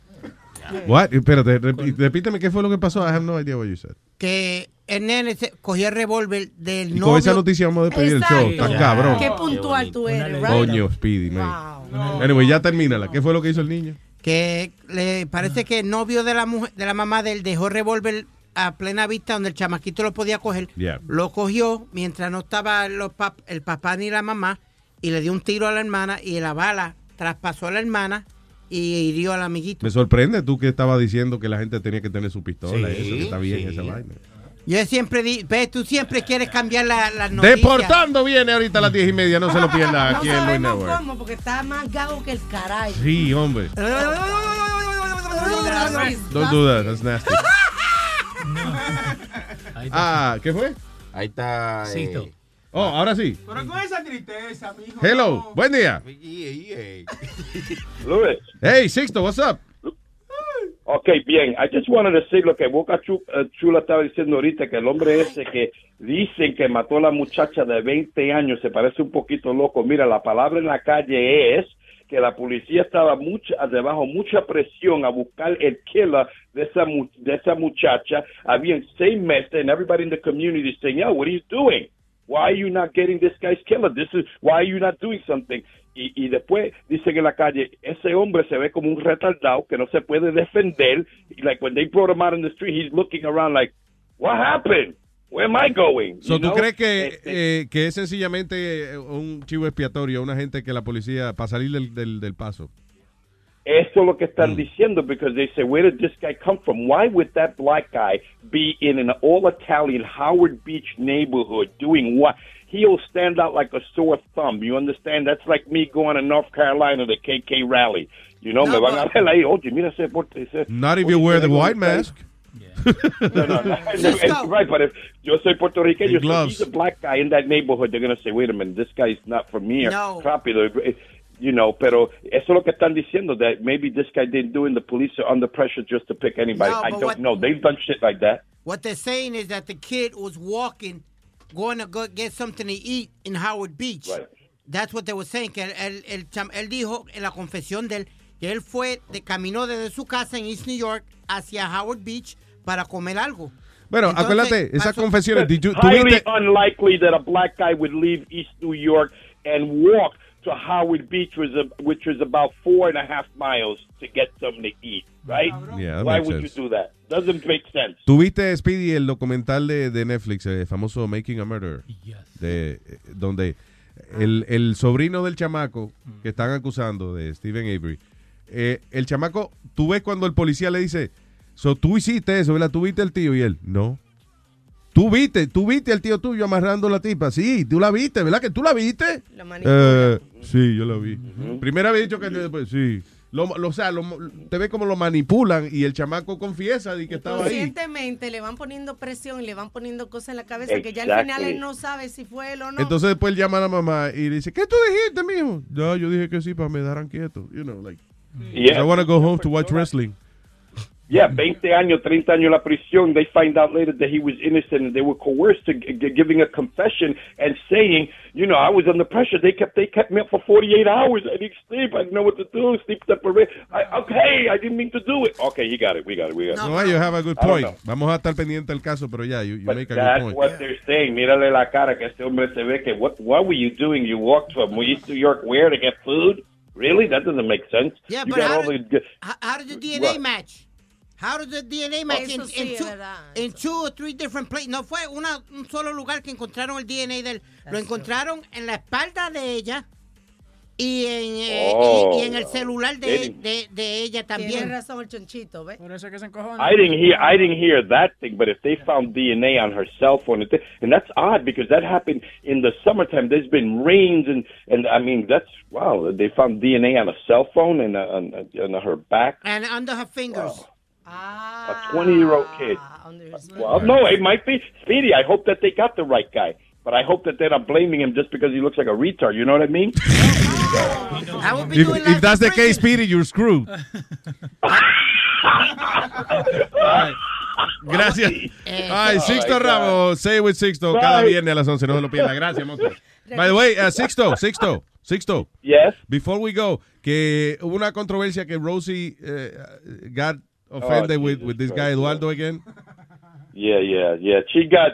What? Espérate, rep- repíteme qué fue lo que pasó. I have no idea what you said. Que el nene se- cogió el revólver del Y novio. con esa noticia vamos a despedir el show. Tan Exacto. cabrón. Qué puntual tú eres, right? Coño, Speedy, man. Anyway, ya termínala. ¿Qué fue lo que hizo el niño? que le parece que el novio de la mujer, de la mamá de él dejó revólver a plena vista donde el chamaquito lo podía coger. Yeah. Lo cogió mientras no estaba los pap- el papá ni la mamá y le dio un tiro a la hermana y la bala traspasó a la hermana y hirió al amiguito. Me sorprende tú que estabas diciendo que la gente tenía que tener su pistola. Sí, eso que está bien, esa sí. vaina. Yo siempre di, ve, tú siempre quieres cambiar la, las noticias. Deportando viene ahorita a las 10 y media. No se lo pierda aquí en Luis Network. ¿Cómo? Porque está más gago que el caray. Sí, hombre. Dos dudas, that's nasty. Ah, ¿qué fue? Ahí está. eh, Sixto. Oh, ahora sí. Pero con esa tristeza, mijo. Hello, buen día. Luis. Hey, Sixto, what's up? Ok, bien. I just wanted to say lo que Boca Chu- eh, Chula estaba diciendo ahorita, que el hombre ese que dicen que mató a la muchacha de 20 años se parece un poquito loco. Mira, la palabra en la calle es que la policía estaba mucha, debajo mucha presión a buscar el killer de esa, mu- de esa muchacha. Habían seis meses and everybody in the community saying, yo, what are you doing? Why are you not getting this guy's killer? This is, why are you not doing something? Y, y después dicen en la calle, ese hombre se ve como un retardado que no se puede defender. Y, Like when they brought him out in the street, he's looking around like, what happened? Where am I going? So, You ¿Tú know? crees que, eh, que es sencillamente eh, un chivo expiatorio, una gente que la policía, para salir del, del, del paso? Eso es lo que están diciendo, because they say, where did this guy come from? Why would that black guy be in an all-Italian Howard Beach neighborhood doing what? He'll stand out like a sore thumb. You understand? That's like me going to North Carolina to KK rally. You know, me van a ver ahí, oye, mira ese porte. ese- Not if oye, you wear ese the white porte- mask. No, no, no. It's right, but if yo soy puertorriqueño, And so gloves. he's a black guy in that neighborhood, they're going to say, wait a minute, this guy's not from here. No. Rápido. eh, You know, pero eso es lo que están diciendo, that maybe this guy didn't do it and the police are under pressure just to pick anybody. No, I but don't what- know. They've done shit like that. What they're saying is that the kid was walking, going to go get something to eat in Howard Beach. That's what they were saying. Que él, él, cham- él dijo en la confesión de él que él fue de camino desde su casa en East New York hacia Howard Beach para comer algo. Bueno, Entonces, acuérdate, esas pasó- confesiones, did you- highly tuviste- unlikely that a black guy would leave East New York and walk to Howard Beach, was a, which was about four and a half miles to get something to eat, right? Yeah, that Why makes would sense. you do that? Doesn't make sense. ¿Tuviste, Speedy, el documental de, de Netflix, el famoso Making a Murder? De, eh, donde el, el sobrino del chamaco que están acusando de Stephen Avery, eh, el chamaco, tú ves cuando el policía le dice, so, tú hiciste eso, ¿verdad? ¿Tú viste el tío? Y él, no. Tú viste, tú viste al tío tuyo amarrando la tipa. Sí, tú la viste, ¿verdad? Que tú la viste. Eh, sí, yo la vi. Primera vez dicho que pues, sí. Lo- lo- o sea, lo- te ve como lo manipulan y el chamaco confiesa de que estaba ahí. Conscientemente le van poniendo presión y le van poniendo cosas en la cabeza que ya al Exactly. final él no sabe si fue él o no. Entonces después él llama a la mamá y le dice, ¿qué tú dijiste, mijo? No, yo dije que sí, para me dejaran quieto. You know, like, Yeah. I want to go home to watch wrestling. Yeah, 20 años, 30 años en la prisión. They find out later that he was innocent and they were coerced to g- g- giving a confession and saying, you know, I was under pressure. They kept they kept me up for 48 hours. I didn't sleep. I didn't know what to do. Sleep deprivation. I, okay, I didn't mean to do it. Okay, you got it. We got it. We got it. No, you have a good I don't point. know. Vamos a estar pendiente del caso, pero ya, you, you make a That's good point. what they're saying. Mírale la cara que este hombre se ve que what, what were you doing? You walked from East New York where to get food? Really? That doesn't make sense. Yeah, you but got how all the good- How, how did the DNA What? match? How did the DNA match? Eso in, sí in es two, verdad, in two or three different places. No fue una, un solo lugar que encontraron el DNA del. Lo encontraron en la espalda de ella y en, eh, Oh, y, y en el celular de, getting- de, de ella también. Tiene razón el chonchito, ¿ves? Por eso que se encojona. I didn't hear I didn't hear that thing, but if they found DNA on her cell phone, it- and that's odd because that happened in the summertime. There's been rains and and I mean that's wow. They found DNA on a cell phone and uh, on, on her back. And under her fingers. A 20 year old kid. Well, no, it might be Speedy. I hope that they got the right guy, but I hope that they're not blaming him just because he looks like a retard. You know what I mean? I would be If, doing if life that's in the case, Speedy, you're screwed. Gracias. Ay, Oh Sixto Ramos, Say It with Sixto, cada Bye. viernes a las 11, no se lo pierda. Gracias, monstruo. By the way, uh, Sixto, Sixto, Sixto. Yes. Before we go, que hubo una controversia que Rosie eh, got offended Oh, with, Jesus with this guy Christ, Eduardo again. Yeah, yeah, yeah. She got,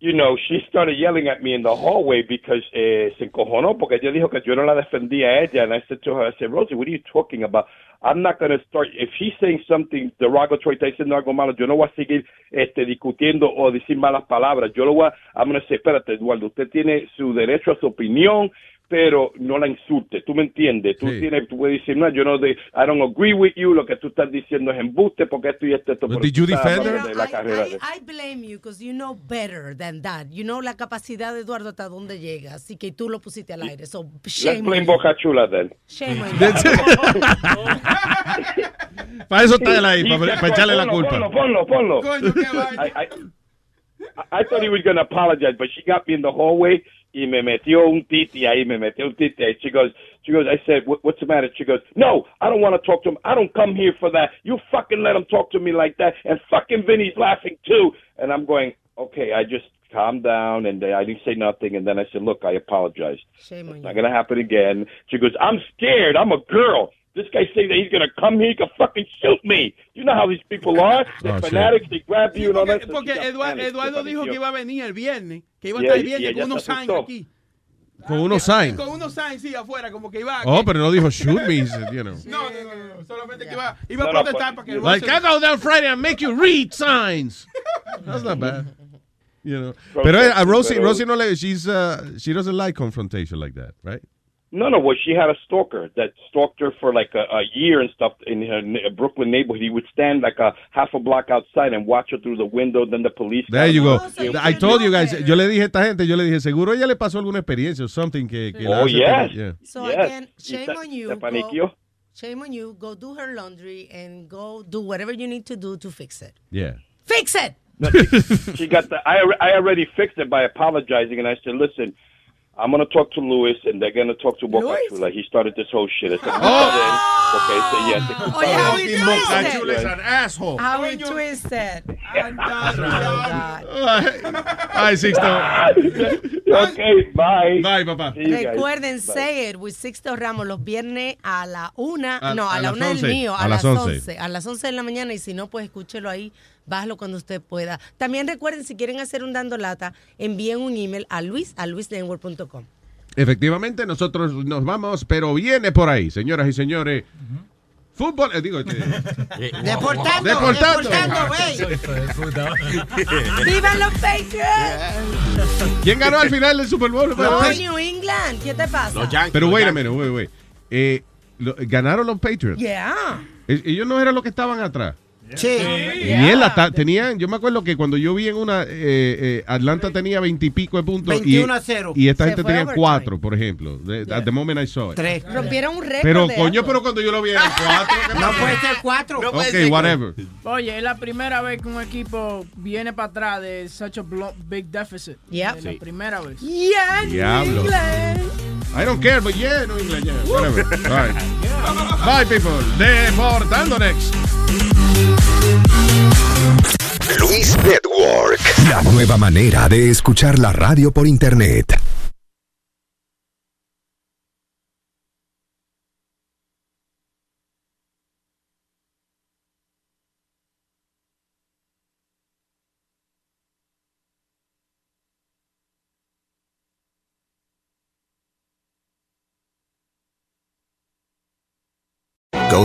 you know, she started yelling at me in the hallway because eh, se encojonó porque ella dijo que yo no la defendía a ella. And I said to her, I said, Rosie, what are you talking about? I'm not going to start. If she's saying something derogatory, está diciendo algo malo, yo no voy a seguir este, discutiendo o decir malas palabras. Yo lo voy a, I'm going to say, espérate, Eduardo, usted tiene su derecho a su opinión, pero no la insulte. ¿Tú me entiendes? Tú, tienes, tú puedes decir, no, yo no, de, I don't agree with you, lo que tú estás diciendo es embuste porque esto y esto. esto pero did tú you estás defend hablando de her? la carrera de- I blame you because you know better than that. You know la capacidad de Eduardo hasta dónde llega. Así que tú lo pusiste al aire. So, Let's shame on blame you. Boca Chula then. Shame on Para eso está él ahí, para, para echarle la Ponlo, culpa. Ponlo, ponlo, ponlo. I, I, I thought he was going to apologize, but she got me in the hallway. Y me metió un titi ahí, me metió un titi ahí. She goes, she goes, I said, "What- what's the matter? She goes, no, I don't want to talk to him. I don't come here for that. You fucking let him talk to me like that. And fucking Vinny's laughing too. And I'm going, okay, I just calm down. And uh, I didn't say nothing. And then I said, look, I apologize. Shame on It's you. not going to happen again. She goes, I'm scared. I'm a girl. This guy saying that he's going to come here. He can fucking shoot me. You know how these people are. They're Oh, shit. fanatics. They grab you and all that. Porque, So porque she got Eduardo, panicked. Eduardo dijo que iba a venir el viernes, que iba a Y estar ahí- el y viernes ella con unos se signs asustó. aquí. Con unos signs. Con unos signs, sí, afuera, como que iba. a- Oh, pero no dijo shoot me, he said, you know. No, no, no, no, solamente que iba, iba No, no, a pues. protestar para que el Like, bolso- I go down Friday and make you read signs. That's not bad. You know. Protest, Pero eh, a Rosie, pero- Rosie no le, she's, uh, she doesn't like confrontation like that, right? No, no. Well, she had a stalker that stalked her for like a, a year and stuff in her ne- Brooklyn neighborhood. He would stand like a half a block outside and watch her through the window. Then the police. There you go. It- I told you guys, yo le dije a esta gente, yo le dije, seguro ella le pasó alguna experiencia o something que, que la Oh, hace yes. tener- yeah. So Yes. again, shame Se- on you. se Go- paniqueó. shame on you. Go do her laundry and go do whatever you need to do to fix it. Yeah. Fix it. No, she, she got the. I, al- I already fixed it by apologizing, and I said, "Listen, I'm gonna talk to Lewis, and they're gonna talk to Bocachula. He started this whole shit." I said, oh. Okay, so yes. Oh, yeah, how he Fucking Bocachula twisted. is an asshole. How he twisted. Ay, Sixto. okay, bye. Bye, papá. Recuerden, say it with Sixto Ramos los viernes a la una, A- no, a, a la las una del 11, mío, a, a las las 11. 11. a las 11 de la mañana y si no, pues escúchelo ahí, bájalo cuando usted pueda. También recuerden, si quieren hacer un dando lata, envíen un email a luis, a luisnetwork.com. Efectivamente, nosotros nos vamos, pero viene por ahí, señoras y señores. Fútbol, eh, digo, este- Deportando, Deportando. Ah, ¡Viva los Patriots! ¿Quién ganó al final del Super Bowl? No, New England, ¿qué te pasa? Pero wait a minute, wait, wait. Eh, lo- ganaron los Patriots. Yeah. Eh, Ellos no eran los que estaban atrás. Sí. Y él hasta tenían, yo me acuerdo que cuando yo vi en una, eh, eh, Atlanta tenía veintipico de puntos. y- 21 a cero. Y esta Se gente fue tenía overtime. cuatro, por ejemplo. de- At the moment I saw it. Tres. Rompieron un récord. Pero de coño, algo. pero cuando yo lo vi eran cuatro. ¿qué No pasa? puede ser cuatro. No puede Ok, ser. whatever. Oye, es la primera vez que un equipo viene para atrás de such a blo- big deficit. Yep. Es Sí. La primera vez. Yeah, Diablo. I don't care, but yeah, no England, yeah, whatever. All right. Bye, people. Deportando next. Luis Network. La nueva manera de escuchar la radio por internet. Go